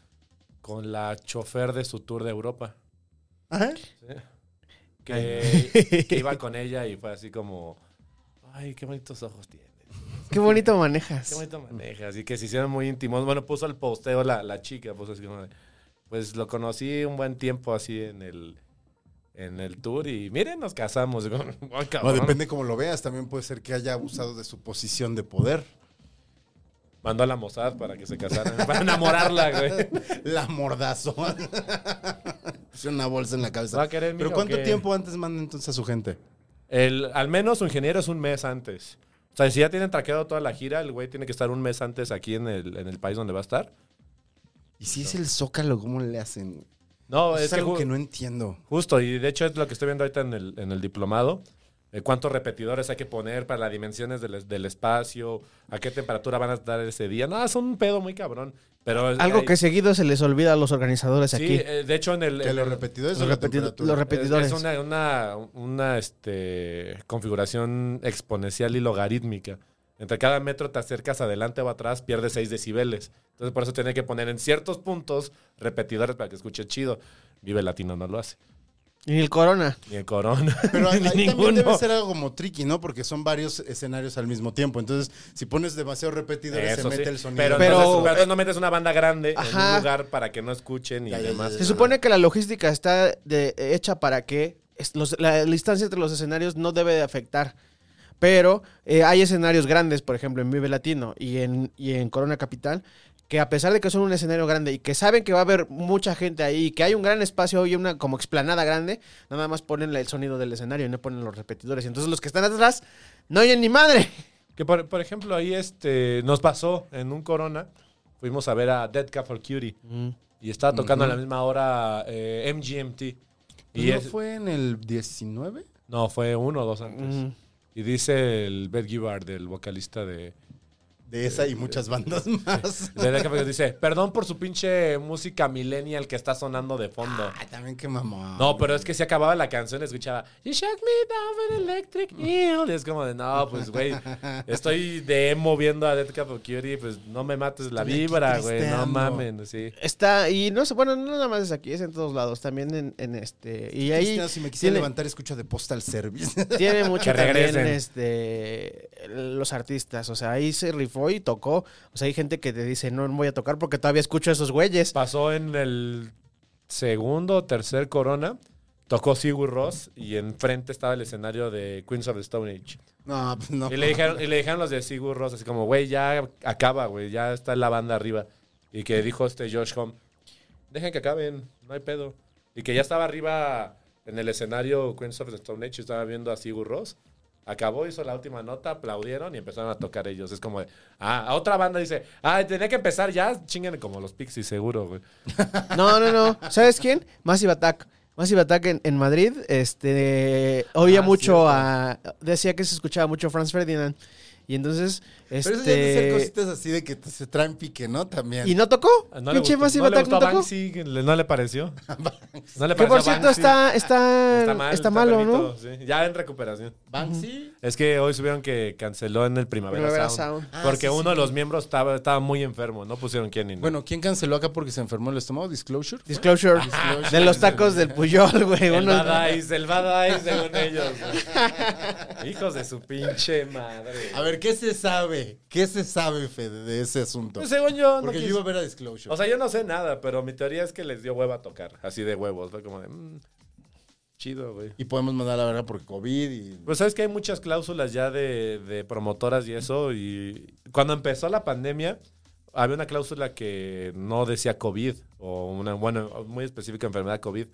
[SPEAKER 5] con la chofer de su tour de Europa.
[SPEAKER 3] Ajá.
[SPEAKER 5] Que, que iba con ella y fue así como, ay, qué bonitos ojos tienes.
[SPEAKER 2] Qué bonito
[SPEAKER 5] Qué
[SPEAKER 2] manejas.
[SPEAKER 5] bonito
[SPEAKER 3] Mm.
[SPEAKER 5] maneja. Así que se hicieron muy íntimos. Bueno, puso el pues, posteo la, la chica, puso así como de, Pues lo conocí un buen tiempo así en el en el tour y miren, nos casamos. (laughs) Digo, "Ay,
[SPEAKER 3] No,
[SPEAKER 5] cabrón".
[SPEAKER 3] depende cómo lo veas. También puede ser que haya abusado de su posición de poder.
[SPEAKER 5] Mandó a la Mossad para que se casaran, (laughs) para enamorarla, güey.
[SPEAKER 3] (laughs) La mordazó. (laughs) Puso una bolsa en la cabeza.
[SPEAKER 5] ¿Va a querer, mija,
[SPEAKER 3] ¿Pero
[SPEAKER 5] o
[SPEAKER 3] cuánto
[SPEAKER 5] qué?
[SPEAKER 3] tiempo antes manda entonces a su gente?
[SPEAKER 5] El, al menos su ingeniero es un mes antes. O sea, si ya tienen traqueado toda la gira, el güey tiene que estar un mes antes aquí en el, en el país donde va a estar.
[SPEAKER 3] ¿Y si es el zócalo, cómo le hacen?
[SPEAKER 5] No,
[SPEAKER 3] es
[SPEAKER 5] es, que,
[SPEAKER 3] algo
[SPEAKER 5] ju-
[SPEAKER 3] que no entiendo.
[SPEAKER 5] justo, y de hecho es lo que estoy viendo ahorita en el, en el diplomado. eh, cuántos repetidores hay que poner para las dimensiones del, del espacio, a qué temperatura van a estar ese día. No, es un pedo muy cabrón. Pero es-
[SPEAKER 2] Algo
[SPEAKER 5] hay-
[SPEAKER 2] que seguido se les olvida a los organizadores
[SPEAKER 5] Sí,
[SPEAKER 2] aquí.
[SPEAKER 5] eh, de hecho en el...
[SPEAKER 3] Que
[SPEAKER 5] en
[SPEAKER 3] los
[SPEAKER 5] el-
[SPEAKER 3] repetidores
[SPEAKER 2] los
[SPEAKER 3] o la
[SPEAKER 2] repeti-
[SPEAKER 3] temperatura?
[SPEAKER 2] los
[SPEAKER 5] Es-
[SPEAKER 2] repetidores.
[SPEAKER 5] Es, una, una, una, este, configuración exponencial y logarítmica. Entre cada metro te acercas adelante o atrás, pierdes 6 decibeles. Entonces, por eso tiene que poner en ciertos puntos repetidores para que escuche chido. Vive Latino no lo hace.
[SPEAKER 2] Y el corona.
[SPEAKER 5] Ni el corona. (laughs)
[SPEAKER 3] Pero ahí
[SPEAKER 5] ni
[SPEAKER 3] también
[SPEAKER 5] ninguno.
[SPEAKER 3] debe ser algo como tricky, ¿no? Porque son varios escenarios al mismo tiempo. Entonces, si pones demasiado repetidores, se
[SPEAKER 5] Eso
[SPEAKER 3] mete
[SPEAKER 5] sí.
[SPEAKER 3] el sonido.
[SPEAKER 5] Pero,
[SPEAKER 2] Pero-
[SPEAKER 5] entonces, pero entonces no metes una banda grande en
[SPEAKER 2] Ajá.
[SPEAKER 5] un lugar para que no escuchen y
[SPEAKER 3] Ya, ya, ya,
[SPEAKER 5] demás.
[SPEAKER 3] ya.
[SPEAKER 2] Se supone que la logística está de- hecha para que es- los- la, la distancia entre los escenarios no debe de afectar. Pero eh, hay escenarios grandes, por ejemplo, en Vive Latino y en, y en Corona Capital, que a pesar de que son un escenario grande y que saben que va a haber mucha gente ahí, y que hay un gran espacio y una como explanada grande, nada más ponen la- el sonido del escenario y no ponen los repetidores. Y entonces los que están atrás no oyen ni madre.
[SPEAKER 5] Que por, por ejemplo, ahí este, nos pasó en un corona. Fuimos a ver a Dead Cat for Cutie.
[SPEAKER 3] Mm.
[SPEAKER 5] Y estaba tocando a la misma hora eh, MGMT. Y
[SPEAKER 3] ¿No
[SPEAKER 5] es-
[SPEAKER 3] fue en el 19?
[SPEAKER 5] no, fue uno o dos antes.
[SPEAKER 3] Mm.
[SPEAKER 2] Ujú.
[SPEAKER 5] Y dice el Bert Gibbard, el vocalista de,
[SPEAKER 3] De esa
[SPEAKER 5] Eh,
[SPEAKER 3] y muchas bandas más.
[SPEAKER 5] de Dead Cat for Cutie, dice, perdón por su pinche música millennial que está sonando de fondo.
[SPEAKER 3] (laughs) Ay, también qué mamón.
[SPEAKER 5] No, pero es que si acababa la canción, escuchaba You shook me down with electric eel. Y es como de, no, pues, güey, estoy de emo viendo a Dead Cat for Cutie, pues no me mates la
[SPEAKER 3] Estoy aquí
[SPEAKER 5] vibra, güey, no
[SPEAKER 3] tristeando.
[SPEAKER 5] mamen, sí.
[SPEAKER 2] Está, y no sé, bueno, no nada más es aquí, es en todos lados, también en, en este. Y ahí.
[SPEAKER 3] Cristiano, si me quisiera
[SPEAKER 2] tiene-
[SPEAKER 3] levantar, escucho de Postal Service. (laughs)
[SPEAKER 2] Tiene mucho
[SPEAKER 5] Que
[SPEAKER 2] también
[SPEAKER 5] regresen.
[SPEAKER 2] este, los artistas. O sea, ahí se rifó y tocó. O sea, hay gente que te dice, no no voy a tocar porque todavía escucho a esos güeyes.
[SPEAKER 5] Pasó en el segundo o tercer corona. Tocó Sigur Ross y enfrente estaba el escenario de Queens of the Stone Age.
[SPEAKER 3] no, pues no.
[SPEAKER 5] Y le dijeron, y le dijeron los de Sigur Ross así como, güey, ya acaba, güey, ya está la banda arriba. Y que dijo este Josh Home, dejen que acaben, no hay pedo. Y que ya estaba arriba en el escenario Queens of the Stone Age, y estaba viendo a Sigur Ross. Acabó, hizo la última nota, aplaudieron y empezaron a tocar ellos. Es como de, ah, a otra banda dice, ah, tenía que empezar ya, chingan como los Pixies, seguro, güey.
[SPEAKER 2] No, no, no. ¿Sabes quién? Massive Attack. Massive Attack en, en Madrid, este, oía
[SPEAKER 5] Ah,
[SPEAKER 2] mucho
[SPEAKER 5] cierto.
[SPEAKER 2] a, decía que se escuchaba mucho Franz Ferdinand. Y entonces,
[SPEAKER 3] Pero eso ya han de ser
[SPEAKER 2] este,
[SPEAKER 3] cositas así de que te- se traen pique, ¿no? También. (laughs)
[SPEAKER 2] y no tocó.
[SPEAKER 5] No le
[SPEAKER 2] Pinche
[SPEAKER 5] gustó,
[SPEAKER 2] Massive
[SPEAKER 5] no le
[SPEAKER 2] Attack no
[SPEAKER 5] gustó a
[SPEAKER 2] tocó.
[SPEAKER 5] Banksy, le- no le pareció. No le
[SPEAKER 2] Que
[SPEAKER 5] pareció a
[SPEAKER 2] por cierto
[SPEAKER 5] Banksy.
[SPEAKER 2] está, está,
[SPEAKER 5] Está
[SPEAKER 2] está,
[SPEAKER 5] mal,
[SPEAKER 2] malo, ¿no?
[SPEAKER 5] perrito, sí. Ya en recuperación.
[SPEAKER 3] Banksy.
[SPEAKER 5] Es que hoy subieron que canceló en el Primavera,
[SPEAKER 2] Primavera
[SPEAKER 5] Sound.
[SPEAKER 2] Sound.
[SPEAKER 3] Ah,
[SPEAKER 5] Porque
[SPEAKER 3] sí, sí,
[SPEAKER 5] uno de los miembros estaba, estaba muy enfermo. No pusieron quién ni nada.
[SPEAKER 3] Bueno, ¿quién canceló acá porque se enfermó el estómago? ¿Disclosure?
[SPEAKER 2] Disclosure,
[SPEAKER 3] Disclosure.
[SPEAKER 2] de los tacos del Puyol, güey.
[SPEAKER 5] el
[SPEAKER 2] unos-
[SPEAKER 5] Bad Eyes, el Bad Eyes, según
[SPEAKER 3] (laughs)
[SPEAKER 5] ellos. güey. Hijos de su pinche madre.
[SPEAKER 3] A ver, ¿qué se sabe? ¿Qué se sabe, Fede, de ese asunto?
[SPEAKER 5] Pues según yo, no
[SPEAKER 3] Porque yo
[SPEAKER 5] quiso-
[SPEAKER 3] iba a ver a Disclosure.
[SPEAKER 5] O sea, yo no sé nada, pero mi teoría es que les dio hueva a tocar. Así de huevos. Fue como de... mm, chido, güey.
[SPEAKER 3] y podemos mandar a la verga por COVID y...
[SPEAKER 5] Pues sabes que hay muchas cláusulas ya de, de promotoras y eso. Y cuando empezó la pandemia, había una cláusula que no decía COVID o una, bueno, muy específica enfermedad COVID.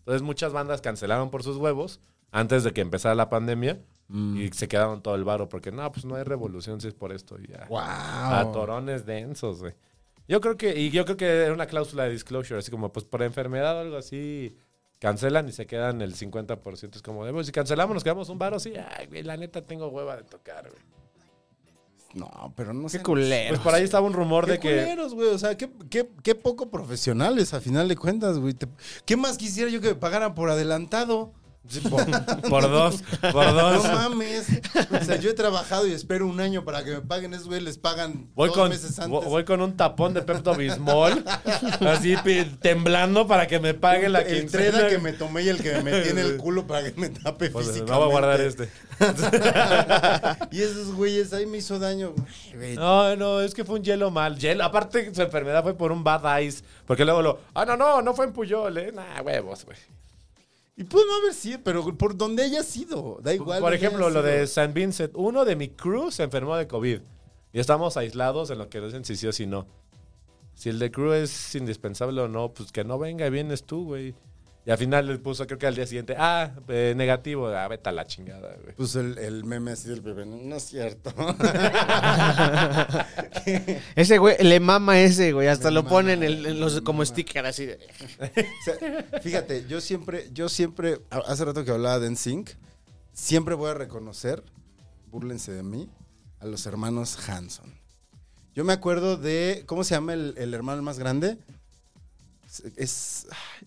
[SPEAKER 5] Entonces muchas bandas cancelaron por sus huevos antes de que empezara la pandemia
[SPEAKER 3] Mm.
[SPEAKER 5] y se quedaron todo el varo porque no, pues no hay revolución si es por esto. y ya.
[SPEAKER 3] ¡Wow! Ah,
[SPEAKER 5] A torones densos, güey. Yo creo que, y yo creo que era una cláusula de disclosure, así como, pues por enfermedad o algo así, cancelan y se quedan el 50%. Es como, de, pues, si cancelamos, nos quedamos un varo, sí, ay, güey, la neta tengo hueva de tocar, güey.
[SPEAKER 3] No, pero no sé.
[SPEAKER 2] Qué culero.
[SPEAKER 5] (laughs) Pues por ahí estaba un rumor
[SPEAKER 3] Qué
[SPEAKER 5] de que.
[SPEAKER 3] culeros, güey. O sea, qué, qué- qué poco profesionales, a final de cuentas, güey. Te- ¿Qué más quisiera yo que me pagaran por adelantado?
[SPEAKER 5] Por,
[SPEAKER 3] (laughs)
[SPEAKER 5] por dos, por
[SPEAKER 3] No
[SPEAKER 5] dos.
[SPEAKER 3] mames. O sea, yo he trabado y espero un año para que me paguen. Esos güey les pagan
[SPEAKER 5] Voy
[SPEAKER 3] dos
[SPEAKER 5] con,
[SPEAKER 3] meses
[SPEAKER 5] vo-
[SPEAKER 3] antes.
[SPEAKER 5] voy con un tapón de Pepto Bismol, así pi- temblando para que me pague la
[SPEAKER 3] el
[SPEAKER 5] quincena.
[SPEAKER 3] treda que me tomé y el que me metí en el culo para que me tape
[SPEAKER 5] Pues,
[SPEAKER 3] físicamente.
[SPEAKER 5] no voy a este. guardar
[SPEAKER 3] (laughs)
[SPEAKER 5] este.
[SPEAKER 3] y esos güeyes ahí me hizo daño. Ay, güey.
[SPEAKER 5] No, no, es que fue un hielo mal. Hielo. Aparte, su enfermedad fue por un bad ice. Porque luego lo. Ah, no, no, no fue en Puyol, ¿eh? Nah, huevos, güey.
[SPEAKER 3] Y pudo no haber sido, pero por donde haya sido, da igual.
[SPEAKER 5] Por
[SPEAKER 3] donde
[SPEAKER 5] ejemplo,
[SPEAKER 3] haya
[SPEAKER 5] lo de
[SPEAKER 3] sido.
[SPEAKER 5] San Vincent. Uno de mi crew se enfermó de COVID. Y estamos aislados en lo que dicen si sí o si no. Si el de crew es indispensable o no, pues que no venga, vienes tú, güey. Y al final le puso, creo que al día siguiente, ah, eh, negativo, ah, vete a la chingada, güey.
[SPEAKER 3] Pues el, el meme así del bebé, no es (laughs) cierto.
[SPEAKER 2] Ese güey, le mama ese, güey. Hasta
[SPEAKER 3] Le
[SPEAKER 2] lo
[SPEAKER 3] mama,
[SPEAKER 2] ponen en, en los,
[SPEAKER 3] le
[SPEAKER 2] como
[SPEAKER 3] mama.
[SPEAKER 2] sticker así de.
[SPEAKER 3] O sea, fíjate, yo siempre, yo siempre, a- hace rato que hablaba de NSYNC, siempre voy a reconocer, búrlense de mí, a los hermanos Hanson. Yo me acuerdo de, ¿cómo se llama el, el hermano más grande? Es, es- ay,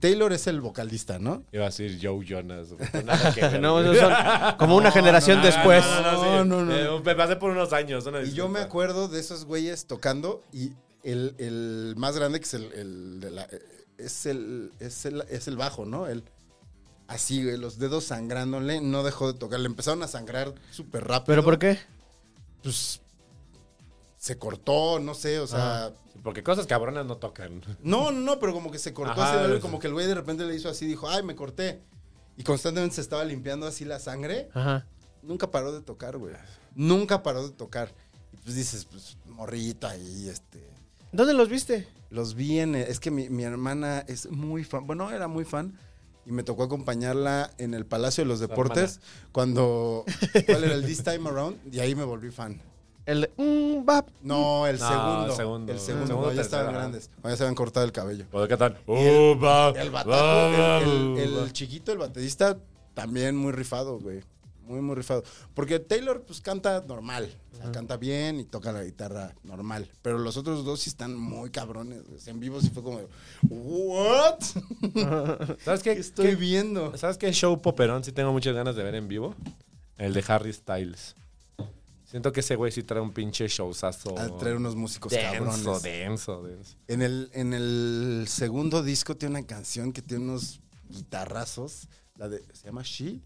[SPEAKER 3] Taylor es el vocalista, ¿no?
[SPEAKER 5] Iba a decir Joe Jonas.
[SPEAKER 2] (laughs)
[SPEAKER 5] güey. Nada que ver,
[SPEAKER 2] No,
[SPEAKER 5] güey.
[SPEAKER 2] no son como una
[SPEAKER 3] No,
[SPEAKER 2] generación
[SPEAKER 3] no, no,
[SPEAKER 2] después.
[SPEAKER 5] No, no, no. sí.
[SPEAKER 3] No, no, no.
[SPEAKER 5] Eh, me pasé por unos años. una
[SPEAKER 3] Y yo me
[SPEAKER 5] disculpa.
[SPEAKER 3] acuerdo de esos güeyes tocando y el, el más grande que es el, el de la- es el es el es el bajo, ¿no? El así, güey, los dedos sangrándole, no dejó de tocar, le empezaron a sangrar súper rápido.
[SPEAKER 2] ¿Pero por qué?
[SPEAKER 3] Pues se cortó, no sé, o
[SPEAKER 5] Ah.
[SPEAKER 3] sea,
[SPEAKER 5] Porque cosas cabronas no tocan. (laughs)
[SPEAKER 3] no, no, no, pero como que se cortó
[SPEAKER 5] Ajá,
[SPEAKER 3] así, algo,
[SPEAKER 5] es-
[SPEAKER 3] como que el güey de repente le hizo así, dijo, "Ay, me corté." Y constantemente se estaba limpiando así la sangre.
[SPEAKER 2] Ajá.
[SPEAKER 3] Nunca paró de tocar, güey. Nunca paró de tocar. Y pues dices, pues, morrito ahí, este.
[SPEAKER 2] ¿Dónde los viste?
[SPEAKER 3] Los vi en. Es que mi, mi hermana es muy fan. Bueno, era muy fan. Y me tocó acompañarla en el Palacio de los Deportes cuando. ¿Cuál era el This Time Around? Y ahí me volví fan.
[SPEAKER 2] El de. mm, bap.
[SPEAKER 3] No, el
[SPEAKER 5] No,
[SPEAKER 3] segundo.
[SPEAKER 5] el segundo.
[SPEAKER 3] El
[SPEAKER 5] El
[SPEAKER 3] segundo.
[SPEAKER 5] segundo,
[SPEAKER 3] ya estaban
[SPEAKER 5] tercero,
[SPEAKER 3] grandes. O ya se habían cortado el cabello.
[SPEAKER 5] O de qué tal.
[SPEAKER 3] El bataco, el, el- el chiquito, el baterista, también muy rifado, güey. Muy, muy rifado. Porque Taylor, pues, canta normal. O sea, canta bien y toca la guitarra normal. Pero los otros dos sí están muy cabrones. güey. O sea, En vivo sí fue como, ¿what?
[SPEAKER 5] ¿Sabes
[SPEAKER 3] (laughs)
[SPEAKER 5] qué?
[SPEAKER 3] ¿Qué estoy
[SPEAKER 5] ¿Qué-
[SPEAKER 3] viendo?
[SPEAKER 5] ¿Sabes qué show poperón sí tengo muchas ganas de ver en vivo? El de Harry Styles. Siento que ese güey sí trae un pinche showzazo.
[SPEAKER 3] A traer Ah, unos músicos
[SPEAKER 5] denso,
[SPEAKER 3] cabrones.
[SPEAKER 5] denso, denso.
[SPEAKER 3] En el, en el segundo disco tiene una canción que tiene unos guitarrazos. La de. ¿Se llama She?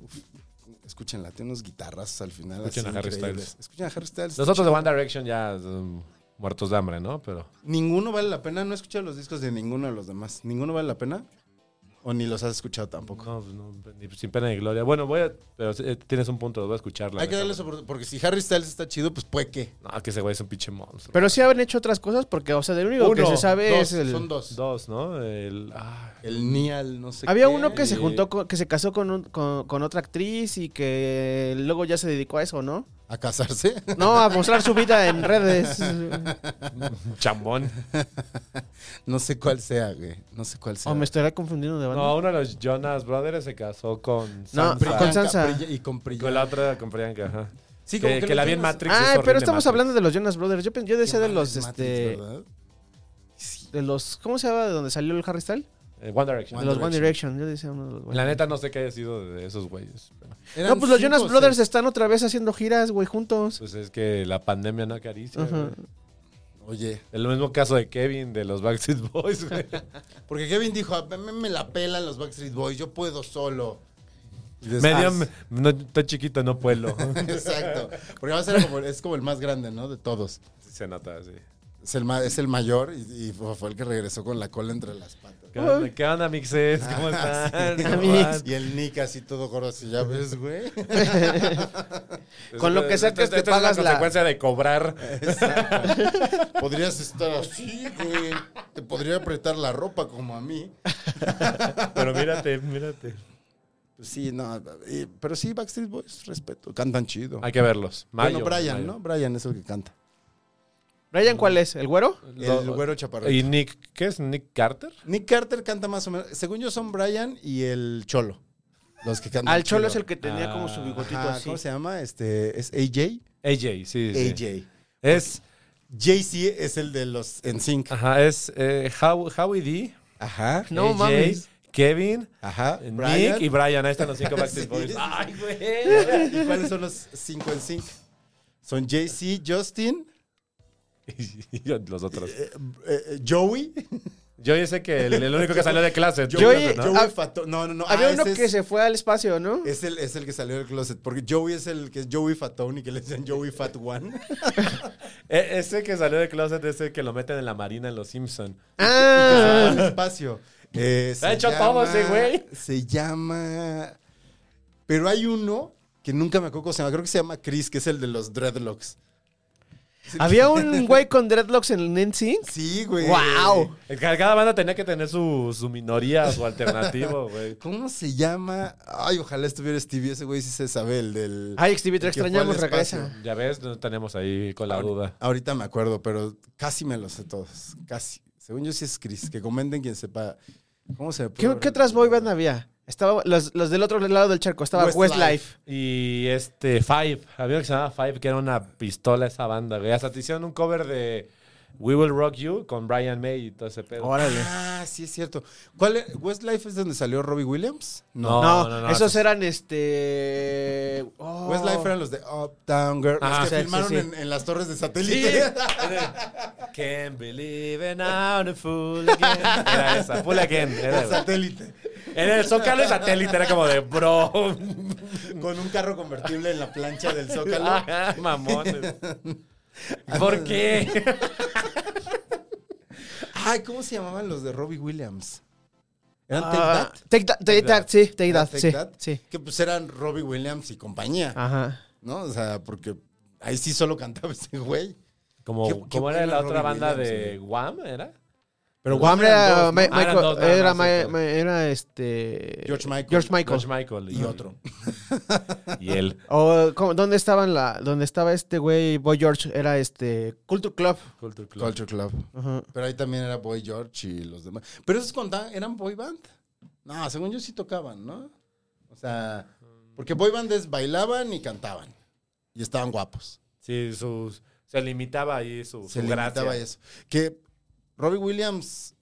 [SPEAKER 3] Uf, escúchenla, tiene unos guitarrazos al final.
[SPEAKER 5] Escuchen
[SPEAKER 3] así
[SPEAKER 5] a Harry
[SPEAKER 3] increíbles.
[SPEAKER 5] Styles.
[SPEAKER 3] Escuchen a Harry Styles.
[SPEAKER 5] Nosotros de One Direction ya um, muertos de hambre, ¿no? Pero
[SPEAKER 3] Ninguno vale la pena. No he escuchado los discos de ninguno de los demás. ¿Ninguno vale la pena? O ni los has escuchado tampoco.
[SPEAKER 5] no, pues, no, ni- sin pena ni gloria. Bueno, voy a. Pero eh, tienes un punto, voy a escucharla.
[SPEAKER 3] Hay que darle soporte, porque si Harry Styles está chido, pues puede que.
[SPEAKER 5] No, que ese güey es un pinche monstruo.
[SPEAKER 2] Pero sí han hecho otras cosas porque, o sea, del único que
[SPEAKER 5] Uno,
[SPEAKER 2] se sabe
[SPEAKER 3] Dos,
[SPEAKER 2] es el.
[SPEAKER 3] Son dos.
[SPEAKER 5] Dos, ¿no? El. ah,
[SPEAKER 3] El Nial, no sé
[SPEAKER 2] Había
[SPEAKER 3] qué.
[SPEAKER 2] uno que se
[SPEAKER 5] Eh,
[SPEAKER 2] juntó, con- que se casó con, un- con, con otra actriz y que luego ya se dedicó a eso, ¿no?
[SPEAKER 3] ¿A casarse? (laughs)
[SPEAKER 2] No, a mostrar su vida en redes.
[SPEAKER 5] chambón.
[SPEAKER 3] no sé cuál sea, güey. No sé cuál sea.
[SPEAKER 2] O me estaré confundiendo de banda.
[SPEAKER 5] No, uno de los Jonas Brothers se casó con.
[SPEAKER 2] No,
[SPEAKER 5] Sansa.
[SPEAKER 2] Ah, con Sansa.
[SPEAKER 3] Priyanka, Priya- y con
[SPEAKER 5] Con la
[SPEAKER 3] Priyanka.
[SPEAKER 5] otra, con Priyanka, ajá.
[SPEAKER 3] Sí,
[SPEAKER 5] que, que la vi en
[SPEAKER 3] Matrix.
[SPEAKER 5] Matrix. es
[SPEAKER 2] Ah,
[SPEAKER 5] horrible
[SPEAKER 2] pero estamos
[SPEAKER 5] Matrix.
[SPEAKER 2] hablando de los Jonas Brothers. Yo, pen- yo decía de
[SPEAKER 3] Qué
[SPEAKER 2] los,
[SPEAKER 3] mal es Matrix,
[SPEAKER 2] este,
[SPEAKER 3] ¿verdad?
[SPEAKER 2] de los, ¿cómo se llama? ¿De donde salió el Harry Styles?
[SPEAKER 5] Eh, One Direction.
[SPEAKER 2] De los One Direction. Yo decía uno de los One
[SPEAKER 5] La neta no sé qué haya sido de esos güeyes. pero,
[SPEAKER 3] Eran
[SPEAKER 2] No, pues los
[SPEAKER 3] cinco
[SPEAKER 2] Jonas
[SPEAKER 3] o
[SPEAKER 2] Brothers
[SPEAKER 3] seis.
[SPEAKER 2] están otra vez haciendo giras, güey, juntos.
[SPEAKER 5] Pues es que la pandemia no acaricia. güey.
[SPEAKER 2] Ajá.
[SPEAKER 3] Oye,
[SPEAKER 5] El mismo caso de Kevin de los Backstreet Boys, güey.
[SPEAKER 3] porque Kevin dijo, a mí me la pelan los Backstreet Boys, yo puedo solo. Y dices,
[SPEAKER 5] Medio,
[SPEAKER 3] "Ah, sí". (laughs)
[SPEAKER 5] no, estoy chiquito, no puedo.
[SPEAKER 3] Exacto. Porque además era como, es como el más grande, ¿no? De todos.
[SPEAKER 5] Sí se nota, sí.
[SPEAKER 3] Es el, ma- es el mayor y, y fue fue el que regresó con la cola entre las patas.
[SPEAKER 5] ¿Qué onda, ¿Qué onda, mixes? ¿Cómo están? ¿Cómo van?
[SPEAKER 3] (laughs) Y el Nick así todo gordo, así, ya ves, güey.
[SPEAKER 2] Con lo que sacas te
[SPEAKER 5] Esta
[SPEAKER 2] pagas
[SPEAKER 5] es la,
[SPEAKER 2] la-
[SPEAKER 5] consecuencia
[SPEAKER 2] (laughs)
[SPEAKER 5] de cobrar.
[SPEAKER 3] Podrías estar así, güey. Te podría apretar la ropa como a mí.
[SPEAKER 5] Pero mírate, mírate.
[SPEAKER 3] Pues sí, no. y- pero sí, Backstreet Boys, respeto. Cantan chido.
[SPEAKER 5] Hay que verlos. Mayo,
[SPEAKER 3] bueno, Brian,
[SPEAKER 5] mayo.
[SPEAKER 3] ¿no? Brian es el que canta.
[SPEAKER 2] Brian, ¿cuál es? ¿El güero?
[SPEAKER 3] El güero chaparrito.
[SPEAKER 5] ¿Y Nick? ¿Qué es? ¿Nick Carter?
[SPEAKER 3] Nick Carter canta más o menos. Según yo, son Brian y el Cholo. Los que cantan.
[SPEAKER 2] Al Cholo es el que tenía
[SPEAKER 5] Ah,
[SPEAKER 2] como su bigotito
[SPEAKER 3] Ajá,
[SPEAKER 2] así.
[SPEAKER 3] ¿Cómo se llama? Este, ¿Es AJ?
[SPEAKER 5] AJ, sí. sí.
[SPEAKER 3] AJ.
[SPEAKER 5] Es,
[SPEAKER 3] JC es el de los NSYNC.
[SPEAKER 5] ajá, es eh, How- Howie D,
[SPEAKER 3] Ajá.
[SPEAKER 2] No
[SPEAKER 5] AJ,
[SPEAKER 2] mames.
[SPEAKER 5] Kevin,
[SPEAKER 3] Ajá.
[SPEAKER 5] Nick y Brian. Ahí están
[SPEAKER 2] (laughs)
[SPEAKER 5] los cinco
[SPEAKER 3] Sí.
[SPEAKER 5] Backstreet Boys. ¡Ay, (laughs) güey!
[SPEAKER 3] ¿Y cuáles son los cinco NSYNC? Son JC, Justin,
[SPEAKER 5] Y yo- los otros.
[SPEAKER 3] eh, eh,
[SPEAKER 5] (laughs)
[SPEAKER 3] Joey.
[SPEAKER 5] Yo ya sé que el, el único que salió de clase.
[SPEAKER 2] Yo-
[SPEAKER 5] Joey, ¿no?
[SPEAKER 3] Joey
[SPEAKER 2] Ah,
[SPEAKER 3] Fatone. No, no, no.
[SPEAKER 2] Había
[SPEAKER 3] ah,
[SPEAKER 2] uno
[SPEAKER 3] ese
[SPEAKER 2] que
[SPEAKER 3] es-
[SPEAKER 2] se fue al espacio, ¿no?
[SPEAKER 3] Es el, es el que salió del closet. Porque Joey es el que es Joey Fatone y que le dicen Joey Fat One.
[SPEAKER 5] E- ese que salió de closet es el que lo meten en la marina en Los Simpson.
[SPEAKER 3] que se
[SPEAKER 2] Ah,
[SPEAKER 3] va al espacio. Eh,
[SPEAKER 5] Está
[SPEAKER 3] se
[SPEAKER 5] hecho todo ese güey.
[SPEAKER 3] Se llama. Pero hay uno que nunca me acuerdo cómo se llama. Creo que se llama Chris, que es el de los dreadlocks.
[SPEAKER 2] Había un güey con dreadlocks en el NSYNC.
[SPEAKER 3] Sí, güey.
[SPEAKER 2] ¡Wow!
[SPEAKER 5] Eh, El ca- Cada banda tenía que tener su, su minoría, su alternativo, (laughs) güey.
[SPEAKER 3] ¿Cómo se llama? Ay, ojalá estuviera Stevie. Ese güey sí se sabe, el del.
[SPEAKER 2] Ay, XTV, te
[SPEAKER 3] el que fue al
[SPEAKER 2] extrañamos,
[SPEAKER 3] espacio.
[SPEAKER 2] regresa.
[SPEAKER 5] Ya ves, no tenemos ahí con la duda.
[SPEAKER 3] Ahorita me acuerdo, pero casi me lo sé todos. Casi. Según yo sí es Chris. Que comenten quien sepa. ¿Cómo se me pudo
[SPEAKER 2] ¿Qué,
[SPEAKER 3] haber
[SPEAKER 2] qué otras boy band
[SPEAKER 3] olvidado?
[SPEAKER 2] había? Estaba, los, los del otro lado del charco, estaba
[SPEAKER 3] Westlife.
[SPEAKER 2] Westlife.
[SPEAKER 5] Y este, Five. Había uno que se llamaba Five, que era una pistola esa banda, güey. Hasta te hicieron un cover de We Will Rock You con Brian May y todo ese pedo.
[SPEAKER 2] Órale.
[SPEAKER 3] Ah, sí es cierto. ¿Cuál es? ¿Westlife es donde salió Robbie Williams?
[SPEAKER 5] No,
[SPEAKER 2] No,
[SPEAKER 5] no, no,
[SPEAKER 2] esos
[SPEAKER 5] esos-
[SPEAKER 2] eran este. oh.
[SPEAKER 3] Westlife eran los de Uptown Girl.
[SPEAKER 5] Ah,
[SPEAKER 3] los que
[SPEAKER 2] sí,
[SPEAKER 3] filmaron
[SPEAKER 2] sí, sí.
[SPEAKER 3] En, en las torres de
[SPEAKER 5] Sí.
[SPEAKER 3] satélite. (laughs)
[SPEAKER 5] Era- Can't believe it, I'm a fool again. Era esa, fool again. Era,
[SPEAKER 3] De
[SPEAKER 5] esa.
[SPEAKER 3] satélite.
[SPEAKER 5] Era el Zócalo y satélite, era como de bro.
[SPEAKER 3] Con un carro convertible en la plancha del Zócalo.
[SPEAKER 5] (laughs) Ah, Mamones. ¿Por qué?
[SPEAKER 3] Ay, ¿cómo se llamaban los de Robbie Williams? ¿Eran Take
[SPEAKER 2] Ah,
[SPEAKER 3] That?
[SPEAKER 2] Take That. Take That, sí, Take
[SPEAKER 3] ¿Era
[SPEAKER 2] That,
[SPEAKER 3] Take
[SPEAKER 2] sí.
[SPEAKER 3] That?
[SPEAKER 2] Sí. Ah.
[SPEAKER 3] Que pues eran Robbie Williams y compañía,
[SPEAKER 2] Ajá.
[SPEAKER 3] ¿no? O sea, porque ahí sí solo cantaba ese güey.
[SPEAKER 5] Como,
[SPEAKER 3] Qué- qué
[SPEAKER 5] como era
[SPEAKER 3] bueno
[SPEAKER 5] la
[SPEAKER 3] Robbie
[SPEAKER 5] otra banda
[SPEAKER 3] Williams,
[SPEAKER 5] de
[SPEAKER 3] eh.
[SPEAKER 5] Guam, ¿era?
[SPEAKER 3] Pero
[SPEAKER 2] Guam era, Ma-
[SPEAKER 3] eran
[SPEAKER 2] Michael-
[SPEAKER 3] dos, ¿no?
[SPEAKER 5] Ah, eran dos nada
[SPEAKER 2] era,
[SPEAKER 5] más,
[SPEAKER 2] Ma-
[SPEAKER 5] ok.
[SPEAKER 2] Ma- era este.
[SPEAKER 3] George Michael.
[SPEAKER 2] George Michael.
[SPEAKER 5] George Michael
[SPEAKER 3] y otro.
[SPEAKER 5] (laughs) Y él.
[SPEAKER 2] O, ¿cómo- ¿Dónde estaban la, dónde estaba este güey, Boy George? Era este Culture Club.
[SPEAKER 5] Culture Club.
[SPEAKER 3] Culture Club.
[SPEAKER 2] Ajá.
[SPEAKER 3] Pero ahí también era Boy George y los demás. Pero esos contaban, eran boy band. No, según yo sí tocaban, ¿no? O sea, porque boy band es bailaban y cantaban. Y estaban guapos.
[SPEAKER 5] Sí, sus, se limitaba ahí su,
[SPEAKER 3] Se
[SPEAKER 5] su
[SPEAKER 3] limitaba
[SPEAKER 5] gracia.
[SPEAKER 3] a eso. Que Robbie Williams,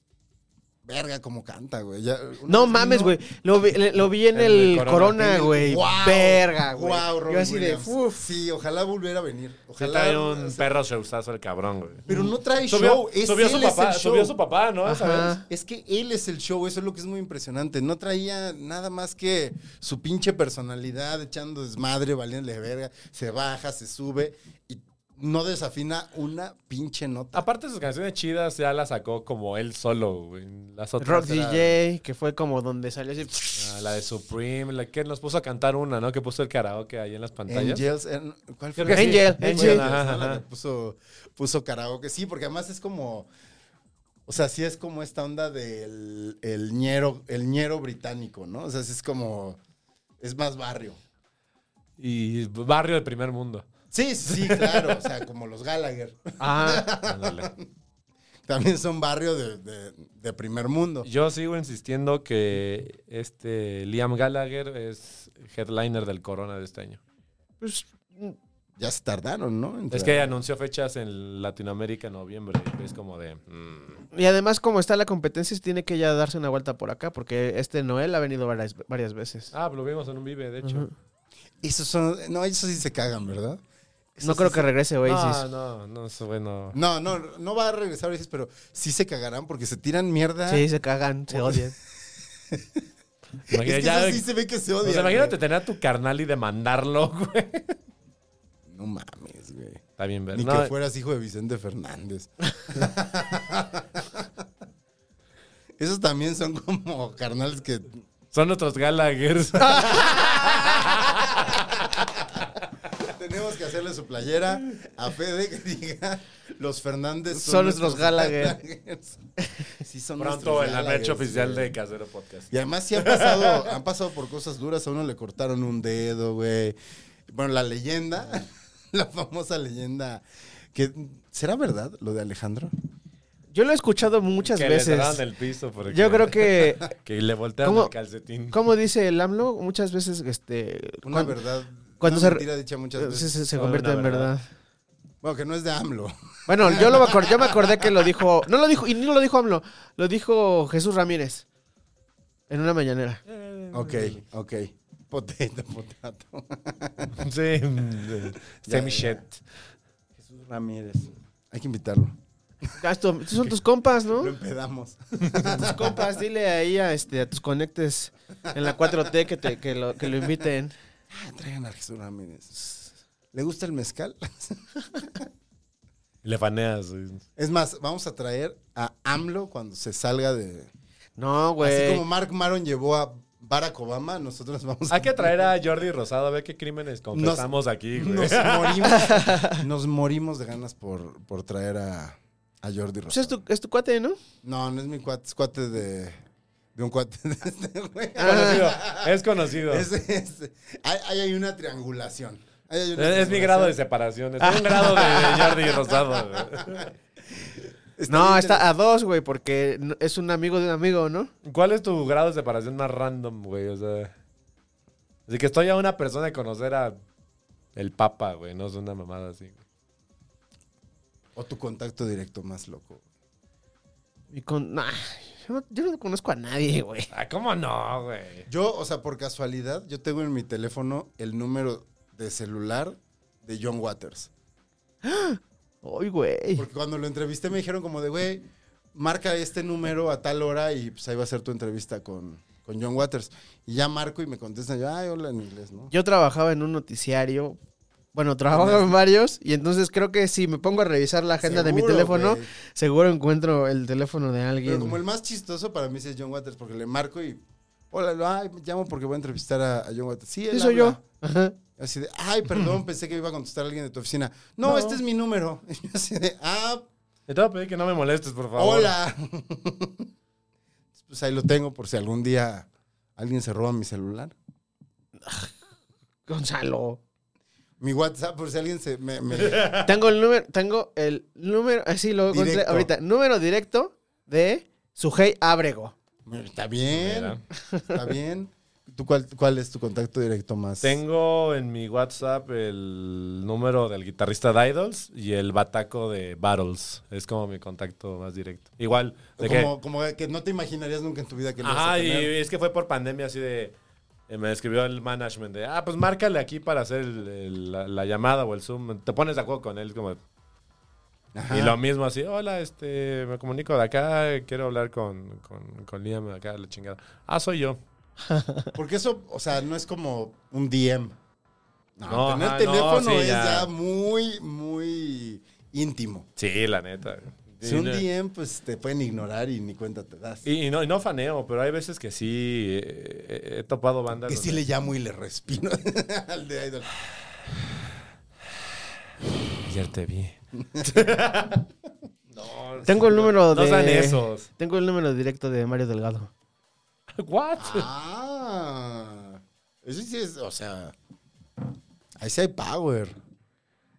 [SPEAKER 3] verga como canta, güey. Ya, una
[SPEAKER 2] No
[SPEAKER 3] vez
[SPEAKER 2] mames,
[SPEAKER 3] vino-
[SPEAKER 2] güey. Lo vi, le- lo vi en
[SPEAKER 5] En
[SPEAKER 2] el,
[SPEAKER 5] el
[SPEAKER 2] Corona,
[SPEAKER 5] Corona.
[SPEAKER 2] güey.
[SPEAKER 3] ¡Guau!
[SPEAKER 2] Verga, güey.
[SPEAKER 3] ¡Guau, Robbie
[SPEAKER 2] Yo así
[SPEAKER 3] Williams!
[SPEAKER 2] de, uff.
[SPEAKER 3] Sí, ojalá volviera a venir.
[SPEAKER 5] Sí
[SPEAKER 3] Ojalá.
[SPEAKER 5] trae un
[SPEAKER 3] o sea,
[SPEAKER 5] perro showzazo el cabrón, güey.
[SPEAKER 3] pero no trae show.
[SPEAKER 5] Subió,
[SPEAKER 3] Es
[SPEAKER 5] subió
[SPEAKER 3] él
[SPEAKER 5] su
[SPEAKER 3] es el
[SPEAKER 5] papá,
[SPEAKER 3] show.
[SPEAKER 5] subió su papá, ¿no?
[SPEAKER 2] Ajá.
[SPEAKER 5] ¿Sabes?
[SPEAKER 3] Es que él es el show, eso es lo que es muy impresionante. No traía nada más que su pinche personalidad, echando desmadre, valiéndole verga. Se baja, se sube y no desafina una pinche nota.
[SPEAKER 5] Aparte sus canciones chidas ya las sacó como él solo, güey. Las otras
[SPEAKER 2] Rock
[SPEAKER 5] era-
[SPEAKER 2] DJ, que fue como donde salió así. (laughs)
[SPEAKER 5] Ah, la de Supreme, la que nos puso a cantar una, ¿no? Que puso el karaoke ahí en las pantallas.
[SPEAKER 3] Angels, en- ¿cuál fue?
[SPEAKER 5] Creo que sí.
[SPEAKER 2] Angel,
[SPEAKER 5] Angel,
[SPEAKER 2] Angel.
[SPEAKER 5] ajá,
[SPEAKER 3] ¿no? La
[SPEAKER 5] ajá.
[SPEAKER 3] que puso, puso karaoke. Sí, porque además es como. O sea, sí es como esta onda del el ñero, el ñero británico, ¿no? O sea, sí es como. Es más barrio.
[SPEAKER 5] Y barrio del primer mundo.
[SPEAKER 3] Sí, sí, claro. o sea, como los Gallagher.
[SPEAKER 2] Ah,
[SPEAKER 5] Ándale.
[SPEAKER 3] También son barrio de, de- de primer mundo.
[SPEAKER 5] Yo sigo insistiendo que este Liam Gallagher es headliner del Corona de este año.
[SPEAKER 2] pues,
[SPEAKER 3] Ya se tardaron, ¿no? En
[SPEAKER 5] Es
[SPEAKER 3] traer-
[SPEAKER 5] que anunció fechas en Latinoamérica en noviembre. Es como de. mm,
[SPEAKER 2] y además, como está la competencia, se tiene que ya darse una vuelta por acá, porque este Noel ha venido varias, varias veces.
[SPEAKER 5] Ah, lo vimos en un Vive, de hecho.
[SPEAKER 2] Ujú.
[SPEAKER 3] Esos son. No, ellos sí se cagan, ¿verdad?
[SPEAKER 2] no
[SPEAKER 3] Esos
[SPEAKER 2] creo
[SPEAKER 3] sí
[SPEAKER 2] que regrese, güey.
[SPEAKER 5] No, no, no, es bueno.
[SPEAKER 3] No, no, no va a regresar, dices, pero sí se cagarán porque se tiran mierda.
[SPEAKER 2] Sí, se cagan, se odian.
[SPEAKER 3] (laughs) (laughs) Es que
[SPEAKER 5] Imagínate, ya-
[SPEAKER 3] eso sí se ve que se
[SPEAKER 5] o
[SPEAKER 3] odian.
[SPEAKER 5] sea,
[SPEAKER 3] güey.
[SPEAKER 5] imagínate tener a tu carnal y demandarlo, (laughs) güey.
[SPEAKER 3] No mames, güey.
[SPEAKER 5] Está bien, ver.
[SPEAKER 3] Ni
[SPEAKER 5] No,
[SPEAKER 3] que fueras hijo de Vicente
[SPEAKER 5] (laughs)
[SPEAKER 3] Fernández. (laughs) Esos también son como carnales que.
[SPEAKER 5] Son nuestros Gallagher.
[SPEAKER 3] (laughs) Ah, Tenemos que hacerle su playera a Fede que diga: Los Fernández
[SPEAKER 2] Son nuestros Gallagher".
[SPEAKER 3] (laughs) Sí, son
[SPEAKER 5] Pronto
[SPEAKER 3] nuestros
[SPEAKER 5] en la
[SPEAKER 3] Gallagher,
[SPEAKER 5] merch oficial
[SPEAKER 3] güey.
[SPEAKER 5] de Casero Podcast.
[SPEAKER 3] Y además sí han pasado, han pasado por cosas duras. A uno le cortaron un dedo, güey. Bueno, la leyenda, (laughs) la famosa leyenda. Que, ¿Será verdad lo de Alejandro?
[SPEAKER 2] Yo lo he escuchado muchas
[SPEAKER 5] que le
[SPEAKER 2] veces.
[SPEAKER 5] cerraron el piso. porque-
[SPEAKER 2] Yo creo que,
[SPEAKER 5] (laughs) Que le voltearon
[SPEAKER 2] ¿Cómo?
[SPEAKER 5] el calcetín.
[SPEAKER 2] como dice el AMLO, muchas veces este,
[SPEAKER 3] Una
[SPEAKER 2] cuan-
[SPEAKER 3] verdad.
[SPEAKER 2] cuando
[SPEAKER 3] una
[SPEAKER 2] se-
[SPEAKER 3] mentira Eh, dicha muchas
[SPEAKER 2] se-
[SPEAKER 3] veces.
[SPEAKER 2] se, se
[SPEAKER 5] Una
[SPEAKER 2] convierte en
[SPEAKER 5] verdad.
[SPEAKER 2] verdad.
[SPEAKER 3] Bueno, que no es de (laughs) AMLO.
[SPEAKER 2] Bueno, yo, lo me acor- yo me acordé que lo dijo. No lo dijo, y no lo dijo AMLO, lo dijo Jesús Ramírez. En una mañanera.
[SPEAKER 3] Ok, ok. Potato, potato.
[SPEAKER 5] (laughs) Sí. mm,
[SPEAKER 3] Ya,
[SPEAKER 5] Semi shit.
[SPEAKER 3] Jesús Ramírez. Hay que invitarlo.
[SPEAKER 2] Ah, esto- estos son tus compas,
[SPEAKER 3] Lo
[SPEAKER 2] ¿no?
[SPEAKER 3] empedamos.
[SPEAKER 2] Tus compas, dile ahí a, este, a tus conectes en la 4T que, te, que, lo, que lo inviten.
[SPEAKER 3] Ah, traigan a Jesús Ramírez. ¿Le gusta el mezcal? (laughs)
[SPEAKER 5] Le faneas. güey.
[SPEAKER 3] Es más, vamos a traer a AMLO cuando se salga de.
[SPEAKER 2] No,
[SPEAKER 5] Pues-
[SPEAKER 3] Así
[SPEAKER 2] güey.
[SPEAKER 3] como Mark Maron llevó a Barack Obama, nosotros vamos
[SPEAKER 5] Hay que traer a Jordi Rosado a ver qué crímenes confesamos aquí, güey.
[SPEAKER 3] (laughs) Nos
[SPEAKER 5] (laughs)
[SPEAKER 3] morimos, nos morimos de ganas por, por traer a, a Jordi
[SPEAKER 2] Pues es
[SPEAKER 3] Rosado.
[SPEAKER 2] tu, es tu cuate, ¿no?
[SPEAKER 3] No, no es mi cuate, es cuate de, de un cuate de este güey.
[SPEAKER 5] Conocido, es conocido.
[SPEAKER 3] Es-
[SPEAKER 5] Es,
[SPEAKER 3] es- ahí ahí hay una triangulación. Ahí hay una
[SPEAKER 5] es mi
[SPEAKER 3] triangulación.
[SPEAKER 5] grado de separación. Es un grado de Jordi Rosado. güey.
[SPEAKER 2] no,
[SPEAKER 3] bien
[SPEAKER 2] está a dos, güey, porque no- es un amigo de un amigo, ¿no?
[SPEAKER 5] ¿Cuál es tu grado de separación más random, güey? O sea, así que estoy a una persona de conocer a el Papa, güey. No es una mamada así. güey.
[SPEAKER 3] O tu contacto directo más loco.
[SPEAKER 2] Y con. nah, yo, no, yo no conozco a nadie, güey.
[SPEAKER 5] Ah, ¿cómo no, güey?
[SPEAKER 3] Yo, o sea, por casualidad, yo tengo en mi teléfono el número de celular de John Waters.
[SPEAKER 2] Ay, güey.
[SPEAKER 3] Porque cuando lo entrevisté me dijeron como de, güey, marca este número a tal hora y pues ahí va a ser tu entrevista con, con John Waters. Y ya marco y me contestan, yo, ay, hola en inglés, ¿no?
[SPEAKER 2] Yo trabajaba en un noticiario. Bueno, trabajaba en varios. Y entonces creo que si me pongo a revisar la agenda de mi
[SPEAKER 3] Seguro,
[SPEAKER 2] teléfono,
[SPEAKER 3] güey.
[SPEAKER 2] seguro encuentro el teléfono de alguien.
[SPEAKER 3] Pero como el más chistoso para mí sí es John Waters porque le marco y, hola, lo- ay, me llamo porque voy a entrevistar a, a John Waters. Sí, él
[SPEAKER 2] Sí, soy
[SPEAKER 3] habla.
[SPEAKER 2] yo. Ajá.
[SPEAKER 3] Así de,
[SPEAKER 2] (clears throat)
[SPEAKER 3] ay, perdón, pensé que iba a contestar a alguien de tu oficina. No,
[SPEAKER 5] No.
[SPEAKER 3] este es mi número. (laughs) Y yo así de, ah,
[SPEAKER 5] Te voy a pedir que no me molestes, por favor.
[SPEAKER 3] hola. (laughs) pues ahí lo tengo por si algún día alguien se roba mi celular.
[SPEAKER 2] Gonzalo.
[SPEAKER 3] Mi WhatsApp, por si alguien se... me-
[SPEAKER 5] (laughs)
[SPEAKER 3] me-
[SPEAKER 2] Tengo el número, tengo el número, así lo encontré
[SPEAKER 3] Directo.
[SPEAKER 2] ahorita, número directo de Sujei Ábrego.
[SPEAKER 3] Está bien.
[SPEAKER 5] Mira.
[SPEAKER 3] Está bien. ¿Tú cuál, cuál es tu contacto directo más?
[SPEAKER 5] Tengo en mi WhatsApp el número del guitarrista de Idols y el bataco de Battles. Es como mi contacto más directo. Igual, de que.
[SPEAKER 3] Como, como que no te imaginarías nunca en tu vida que lo vas a
[SPEAKER 5] Ajá, y
[SPEAKER 3] tener.
[SPEAKER 5] es que fue por pandemia así de. eh, Me escribió el management de, ah, pues márcale aquí para hacer el- el- la, la llamada o el Zoom. Te pones de acuerdo con él, como.
[SPEAKER 3] Ajá.
[SPEAKER 5] Y lo mismo así, hola, este, me comunico de acá, eh, quiero hablar con, con, con Liam de acá, la chingada. Ah, soy yo.
[SPEAKER 3] Porque eso, o sea, no es como un DM. No,
[SPEAKER 5] No,
[SPEAKER 3] tener
[SPEAKER 5] ajá, no,
[SPEAKER 3] teléfono
[SPEAKER 5] sí,
[SPEAKER 3] es ya.
[SPEAKER 5] ya.
[SPEAKER 3] muy, muy íntimo.
[SPEAKER 5] Sí, la neta.
[SPEAKER 3] Si un
[SPEAKER 5] Y-
[SPEAKER 3] DM, pues te pueden ignorar y ni cuenta te das.
[SPEAKER 5] Y, y no, y no faneo, pero hay veces que sí eh, eh, he topado bandas.
[SPEAKER 3] que sí
[SPEAKER 5] donde-
[SPEAKER 3] le llamo y le respiro (laughs) al de Idol.
[SPEAKER 5] Ayer
[SPEAKER 2] (laughs)
[SPEAKER 5] te vi. no,
[SPEAKER 2] Tengo el número de
[SPEAKER 5] No sean esos.
[SPEAKER 2] Tengo el número directo de Mario Delgado.
[SPEAKER 5] What?
[SPEAKER 3] Ah. Eso sí es, o sea. Ahí sí hay power.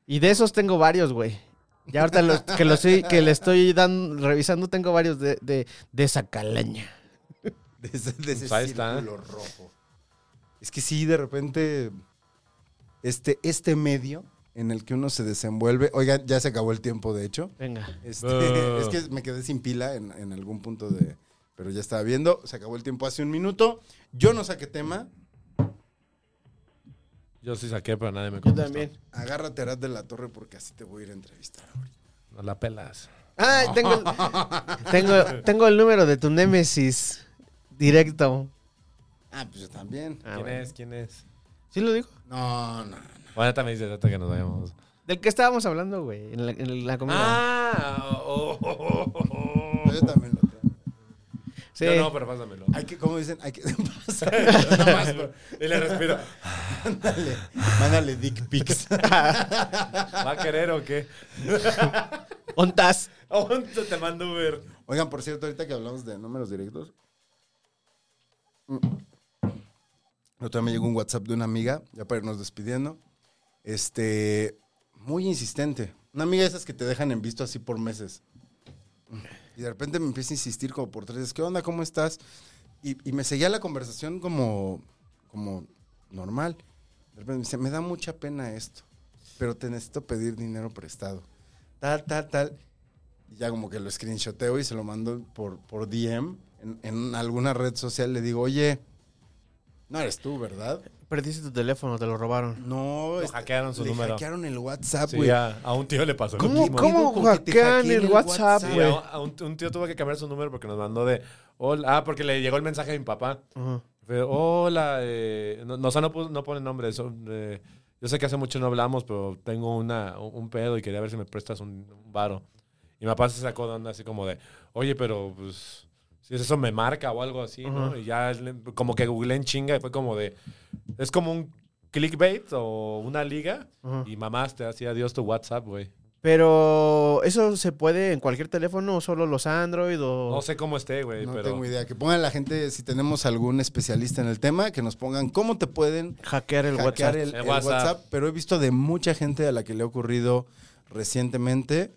[SPEAKER 2] Y de esos tengo varios, güey. Y ahorita los, que los estoy- que le estoy dando revisando tengo varios de de, de Zacalaña.
[SPEAKER 3] De ese, de ese
[SPEAKER 5] Pues ahí está.
[SPEAKER 3] círculo rojo. Es que sí, de repente, este, este medio en el que uno se desenvuelve. Oigan, ya se acabó el tiempo, de hecho.
[SPEAKER 2] Venga.
[SPEAKER 3] Este,
[SPEAKER 5] Ah.
[SPEAKER 3] Es que me quedé sin pila en, en algún punto de. Pero ya estaba viendo. Se acabó el tiempo hace un minuto. Yo no saqué tema.
[SPEAKER 5] Yo sí saqué, pero nadie me
[SPEAKER 2] Yo
[SPEAKER 5] contestó.
[SPEAKER 2] también.
[SPEAKER 3] Agárrate Arad de la Torre porque así te voy a ir a entrevistar ahorita.
[SPEAKER 5] No la pelas.
[SPEAKER 2] Ah, tengo el, tengo, tengo el número de tu némesis directo.
[SPEAKER 3] Ah, pues yo también.
[SPEAKER 2] Ah,
[SPEAKER 5] ¿Quién
[SPEAKER 2] bueno.
[SPEAKER 5] es? ¿Quién es?
[SPEAKER 2] ¿Sí lo digo?
[SPEAKER 3] No, no, no.
[SPEAKER 5] Bueno, también dice Tata que nos vayamos.
[SPEAKER 2] Del que estábamos hablando, güey, en la, en la comida.
[SPEAKER 5] Ah, oh, oh, oh, oh.
[SPEAKER 3] Yo también lo tengo.
[SPEAKER 2] sí.
[SPEAKER 5] Yo no, pero pásamelo. (laughs)
[SPEAKER 3] Hay que, ¿cómo dicen? Hay que (laughs) pasar. Nada más, pero-
[SPEAKER 5] y le respiro.
[SPEAKER 3] Mándale, mándale dick pics.
[SPEAKER 5] ¿Va a querer o qué?
[SPEAKER 2] ¿Ontas?
[SPEAKER 5] ¿Dónde te mando Uber?
[SPEAKER 3] Oigan, por cierto, ahorita que hablamos de números directos. mm, El otro día me llegó un WhatsApp de una amiga, ya para irnos despidiendo. Este, muy insistente. Una amiga de esas que te dejan en visto así por meses. Y de repente me empieza a insistir como por tres veces, ¿qué onda? ¿Cómo estás? Y, y me seguía la conversación como, como normal. De repente me dice, me da mucha pena esto, pero te necesito pedir dinero prestado. Tal, tal, tal. Y ya como que lo screenshoteo y se lo mando por, por DM. En, en alguna red social le digo, oye, no eres tú, ¿verdad?
[SPEAKER 2] Perdiste tu teléfono, te lo robaron.
[SPEAKER 3] No, este,
[SPEAKER 5] Lo hackearon su
[SPEAKER 3] le
[SPEAKER 5] número.
[SPEAKER 3] hackearon el WhatsApp,
[SPEAKER 5] Sí,
[SPEAKER 3] güey.
[SPEAKER 5] a, a un tío le pasó. lo
[SPEAKER 2] ¿Cómo-
[SPEAKER 5] mismo.
[SPEAKER 2] cómo
[SPEAKER 3] Con que te
[SPEAKER 2] hackean
[SPEAKER 3] hackeen
[SPEAKER 2] el WhatsApp,
[SPEAKER 5] Sí,
[SPEAKER 2] güey?
[SPEAKER 5] a un- a un, un tío tuvo que cambiar su número porque nos mandó de. Hola, ah, porque le llegó el mensaje de mi papá.
[SPEAKER 2] Ajá.
[SPEAKER 5] Fue, hola, eh, no, no, o sea, no, pu- no pone nombre. son, eh, yo sé que hace mucho no hablamos, pero tengo una, un un pedo y quería ver si me prestas un, un varo. Y mi papá se sacó de onda así como de, oye, pero pues si eso me marca o algo así, ¿no? Y ya le- como que googleé en chinga y fue como de, es como un clickbait o una liga y mamás te hacía adiós tu WhatsApp, güey.
[SPEAKER 2] Pero eso se puede en cualquier teléfono, o solo los Android o...
[SPEAKER 5] No sé cómo esté, güey,
[SPEAKER 3] Oh. No
[SPEAKER 5] pero...
[SPEAKER 3] tengo idea. Que pongan la gente, si tenemos algún especialista en el tema, que nos pongan cómo te pueden
[SPEAKER 2] Hackear el
[SPEAKER 3] hackear
[SPEAKER 2] WhatsApp.
[SPEAKER 3] el,
[SPEAKER 5] El
[SPEAKER 3] el
[SPEAKER 5] WhatsApp.
[SPEAKER 3] WhatsApp. Pero he visto de mucha gente a la que le ha ocurrido recientemente.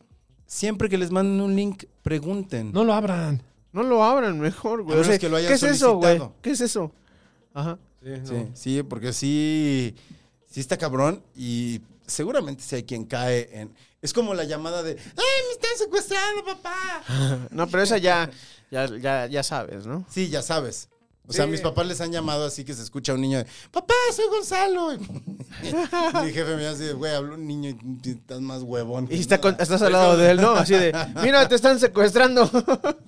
[SPEAKER 3] Siempre que les manden un link, pregunten.
[SPEAKER 5] No lo abran.
[SPEAKER 2] No lo abran mejor, güey.
[SPEAKER 3] A
[SPEAKER 2] O sea,
[SPEAKER 3] menos que lo hayan
[SPEAKER 2] ¿Qué es eso, güey?
[SPEAKER 3] solicitado.
[SPEAKER 2] ¿Qué es eso? Ajá.
[SPEAKER 5] Sí, no.
[SPEAKER 3] Sí, sí, porque sí, sí está cabrón y seguramente si hay quien cae en... Es como la llamada de, ¡ay, me están secuestrando, papá!
[SPEAKER 5] Ah.
[SPEAKER 2] No, pero esa ya, ya, ya, ya sabes, ¿no?
[SPEAKER 3] Sí, ya sabes. O sea,
[SPEAKER 5] Sí.
[SPEAKER 3] mis papás les han llamado así que se escucha un niño de, papá, soy Gonzalo. Y (laughs) mi jefe me hace, güey, habló un niño y estás más huevón. que
[SPEAKER 2] Y está con-
[SPEAKER 3] (laughs) nada".
[SPEAKER 2] estás al lado de él, ¿no? Así de, mira, te están secuestrando. (laughs)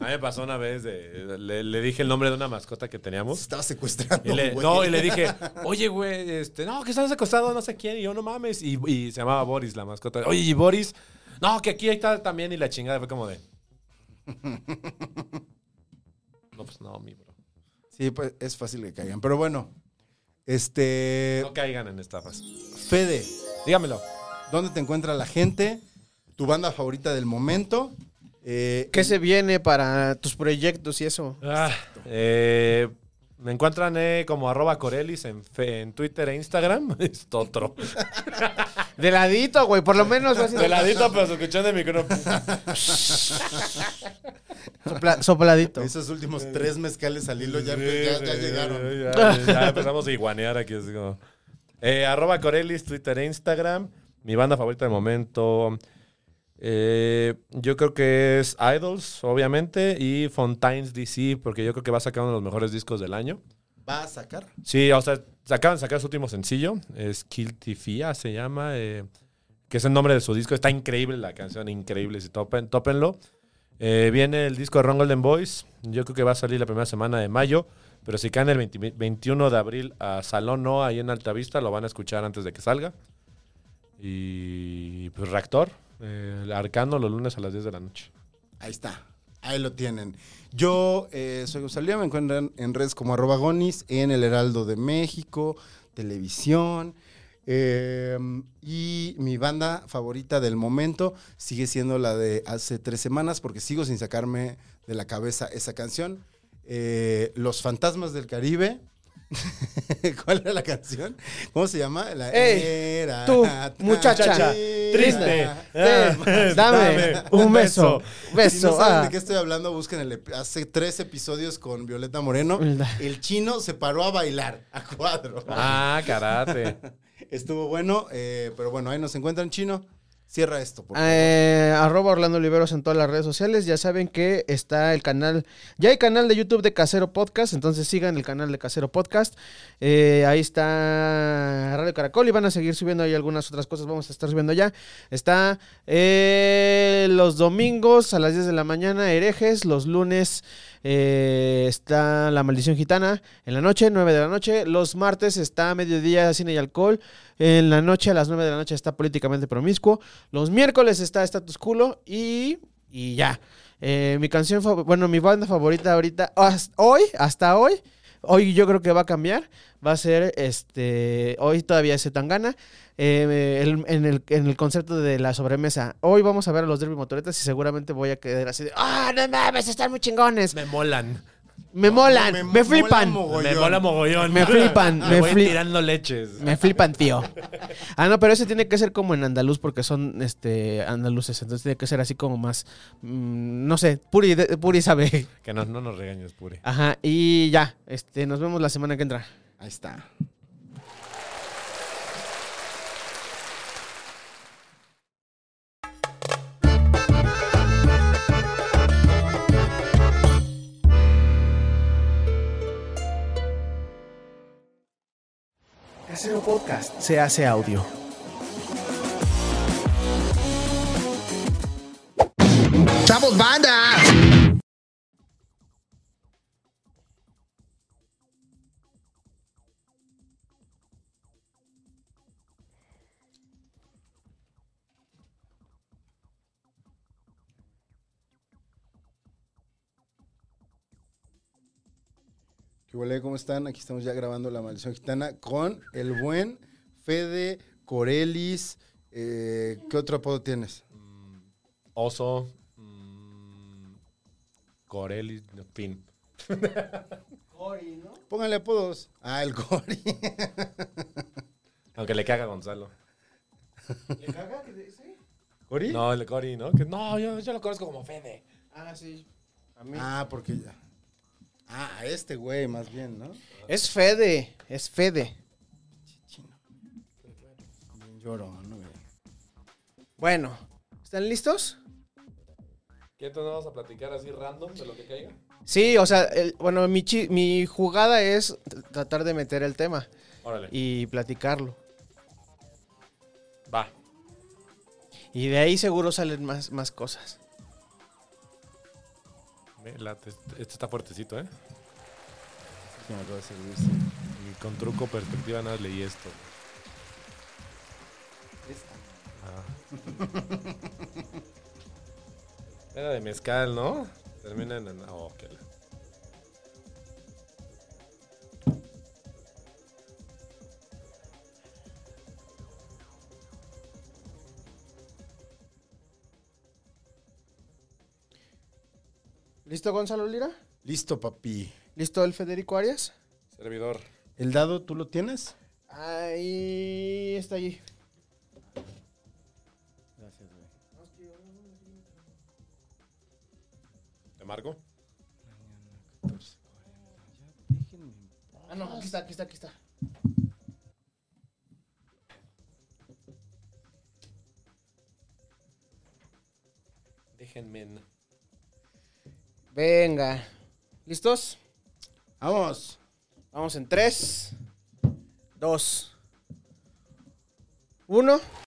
[SPEAKER 5] A mí me pasó una vez, de- le, le dije el nombre de una mascota que
[SPEAKER 3] Se
[SPEAKER 5] teníamos.
[SPEAKER 3] Estaba
[SPEAKER 5] (laughs)
[SPEAKER 3] secuestrando.
[SPEAKER 5] Y le-
[SPEAKER 3] güey.
[SPEAKER 5] no, y le dije, oye, güey, este, no, que estás acostado, no sé quién, y yo no mames. Y, y se llamaba Boris, la mascota. Oye, y Boris, no, que aquí está también, y la chingada fue como (laughs) de. No, pues no, mi bro.
[SPEAKER 3] Sí, pues es fácil que caigan. Pero bueno, este...
[SPEAKER 5] No caigan en estafas.
[SPEAKER 3] Fede,
[SPEAKER 5] Dígamelo.
[SPEAKER 3] ¿dónde te encuentra la gente? ¿Tu banda favorita del momento? Eh,
[SPEAKER 2] ¿Qué se viene para tus proyectos y eso?
[SPEAKER 5] Ah, eh, me encuentran eh, como arroba corelis en, fe- en Twitter e Instagram. (laughs) Es otro.
[SPEAKER 2] De ladito, güey, por lo menos así de-
[SPEAKER 5] Peladito, pero se escuchó en el micrófono.
[SPEAKER 2] sopla- sopladito.
[SPEAKER 3] Esos últimos tres mezcales al hilo ya,
[SPEAKER 5] Sí,
[SPEAKER 3] ya- ya
[SPEAKER 5] sí,
[SPEAKER 3] llegaron. (laughs)
[SPEAKER 5] Ya, ya empezamos a iguanear aquí. así como. Eh, arroba Corelis, Twitter e Instagram. Mi banda favorita de momento. eh, yo creo que es Idols, obviamente, y Fontaines DC, porque yo creo que va a sacar uno de los mejores discos del año.
[SPEAKER 3] ¿Va a sacar?
[SPEAKER 5] Sí, o sea, se acaban de sacar su último sencillo, es Kill Tifia, se llama, eh, que es el nombre de su disco. Está increíble la canción, increíble, si topen, tópenlo. Eh, viene el disco de Ron Golden Boys, yo creo que va a salir la primera semana de mayo, pero si caen el 20 21 de abril a Salón No, ahí en Altavista, lo van a escuchar antes de que salga. Y pues Reactor, eh, Arcano los lunes a las 10 de la noche.
[SPEAKER 3] Ahí está. Ahí lo tienen. Yo eh, soy Gonzalo, Lía, me encuentran en redes como arroba gonis, en El Heraldo de México, televisión. eh, y mi banda favorita del momento sigue siendo la de hace tres semanas, porque sigo sin sacarme de la cabeza esa canción. Eh, Los Fantasmas del Caribe. (laughs) ¿Cuál era la canción? ¿Cómo se llama? La
[SPEAKER 2] Ey,
[SPEAKER 3] era
[SPEAKER 2] tú,
[SPEAKER 3] tan
[SPEAKER 2] muchacha, Eh,
[SPEAKER 5] Triste.
[SPEAKER 3] (laughs)
[SPEAKER 2] Te-
[SPEAKER 5] Ah,
[SPEAKER 2] dame,
[SPEAKER 5] dame
[SPEAKER 2] un beso.
[SPEAKER 3] Si
[SPEAKER 2] (laughs)
[SPEAKER 3] no
[SPEAKER 2] Beso.
[SPEAKER 3] saben
[SPEAKER 2] ah.
[SPEAKER 3] de qué estoy hablando, busquen el ep- hace tres episodios con Violeta Moreno.
[SPEAKER 2] Verdad.
[SPEAKER 3] El chino se paró a bailar a cuadro.
[SPEAKER 5] Ah, karate.
[SPEAKER 3] Estuvo bueno, eh, pero bueno, ahí nos encuentran chino. Cierra esto, por favor.
[SPEAKER 2] Eh, arroba Orlando Oliveros en todas las redes sociales. Ya saben que está el canal. Ya hay canal de YouTube de Casero Podcast. Entonces sigan el canal de Casero Podcast. Eh, ahí está Radio Caracol. Y van a seguir subiendo ahí algunas otras cosas. Vamos a estar subiendo ya. Está eh, los domingos a las 10 de la mañana, herejes. Los lunes eh, está La Maldición Gitana. En la noche, 9 de la noche. Los martes está mediodía, cine y alcohol. En la noche, a las 9 de la noche, está políticamente promiscuo. Los miércoles está Status Culo y, y ya. Eh, mi canción, fav- bueno, mi banda favorita ahorita, has- hoy, hasta hoy, hoy yo creo que va a cambiar. Va a ser, este, hoy todavía es Tangana, en, el, en el concepto de la sobremesa. Hoy vamos a ver a los Derby Motoretas y seguramente voy a quedar así de, ¡ah, no mames, están muy chingones!
[SPEAKER 5] (laughs) Me molan.
[SPEAKER 2] Me molan, me,
[SPEAKER 3] mola
[SPEAKER 2] flipan.
[SPEAKER 3] mogollón.
[SPEAKER 5] Me mola mogollón.
[SPEAKER 2] Me
[SPEAKER 5] (laughs)
[SPEAKER 2] flipan,
[SPEAKER 5] Ah,
[SPEAKER 2] me
[SPEAKER 5] voy
[SPEAKER 2] fli-
[SPEAKER 5] tirando leches.
[SPEAKER 2] Me flipan, tío. Ah, no, pero ese tiene que ser como en andaluz porque son este andaluces. Entonces tiene que ser así como más. mm, no sé, Puri, de- Puri sabe.
[SPEAKER 5] Que no, no nos regañes, Puri.
[SPEAKER 2] Ajá, y ya. Este, nos vemos la semana que entra.
[SPEAKER 3] Ahí está.
[SPEAKER 7] Casero Podcast se hace audio. ¡Chavos, banda!
[SPEAKER 3] ¿Qué huele? ¿Cómo están? Aquí estamos ya grabando La Maldición Gitana con el buen Fede Corelis. Eh, ¿Qué otro apodo tienes?
[SPEAKER 5] Oso. mm, Corelli. En fin.
[SPEAKER 3] Pónganle apodos. Ah, el Cori.
[SPEAKER 5] Aunque le caga a Gonzalo.
[SPEAKER 2] ¿Le caga que dice?
[SPEAKER 3] ¿Cori?
[SPEAKER 5] No, el Cori, ¿no? Que, no, yo, yo lo conozco como Fede.
[SPEAKER 2] Ah, sí. A mí.
[SPEAKER 3] (laughs) Ah, porque ya. Ah, a este güey, más bien, ¿no?
[SPEAKER 2] Es Fede, es Fede.
[SPEAKER 3] Bien lloro, ¿no, güey?
[SPEAKER 2] Bueno, ¿están listos?
[SPEAKER 5] ¿Qué entonces vamos a platicar así random de lo que caiga?
[SPEAKER 2] Sí, o sea, el- bueno, mi, chi- mi jugada es t- tratar de meter el tema
[SPEAKER 5] Órale.
[SPEAKER 2] y platicarlo.
[SPEAKER 5] Va.
[SPEAKER 2] Y de ahí seguro salen más, más cosas.
[SPEAKER 5] Me late. Este está fuertecito, ¿eh?
[SPEAKER 3] Sí, me acabo de hacer gusto.
[SPEAKER 5] Y con truco perspectiva nada más leí esto. Ah. (laughs) Era de mezcal, ¿no? Termina en... en- Oh, qué la-
[SPEAKER 2] ¿Listo Gonzalo Lira?
[SPEAKER 3] Listo, papi.
[SPEAKER 2] ¿Listo el Federico Arias?
[SPEAKER 5] Servidor.
[SPEAKER 3] ¿El dado tú lo tienes?
[SPEAKER 2] Ahí está allí.
[SPEAKER 3] Gracias, güey.
[SPEAKER 5] ¿Te marco?
[SPEAKER 2] Ah, no, aquí está, aquí está, aquí está.
[SPEAKER 5] Déjenme. en-
[SPEAKER 2] Venga. ¿Listos?
[SPEAKER 3] Vamos.
[SPEAKER 2] Vamos en 3, 2, 1.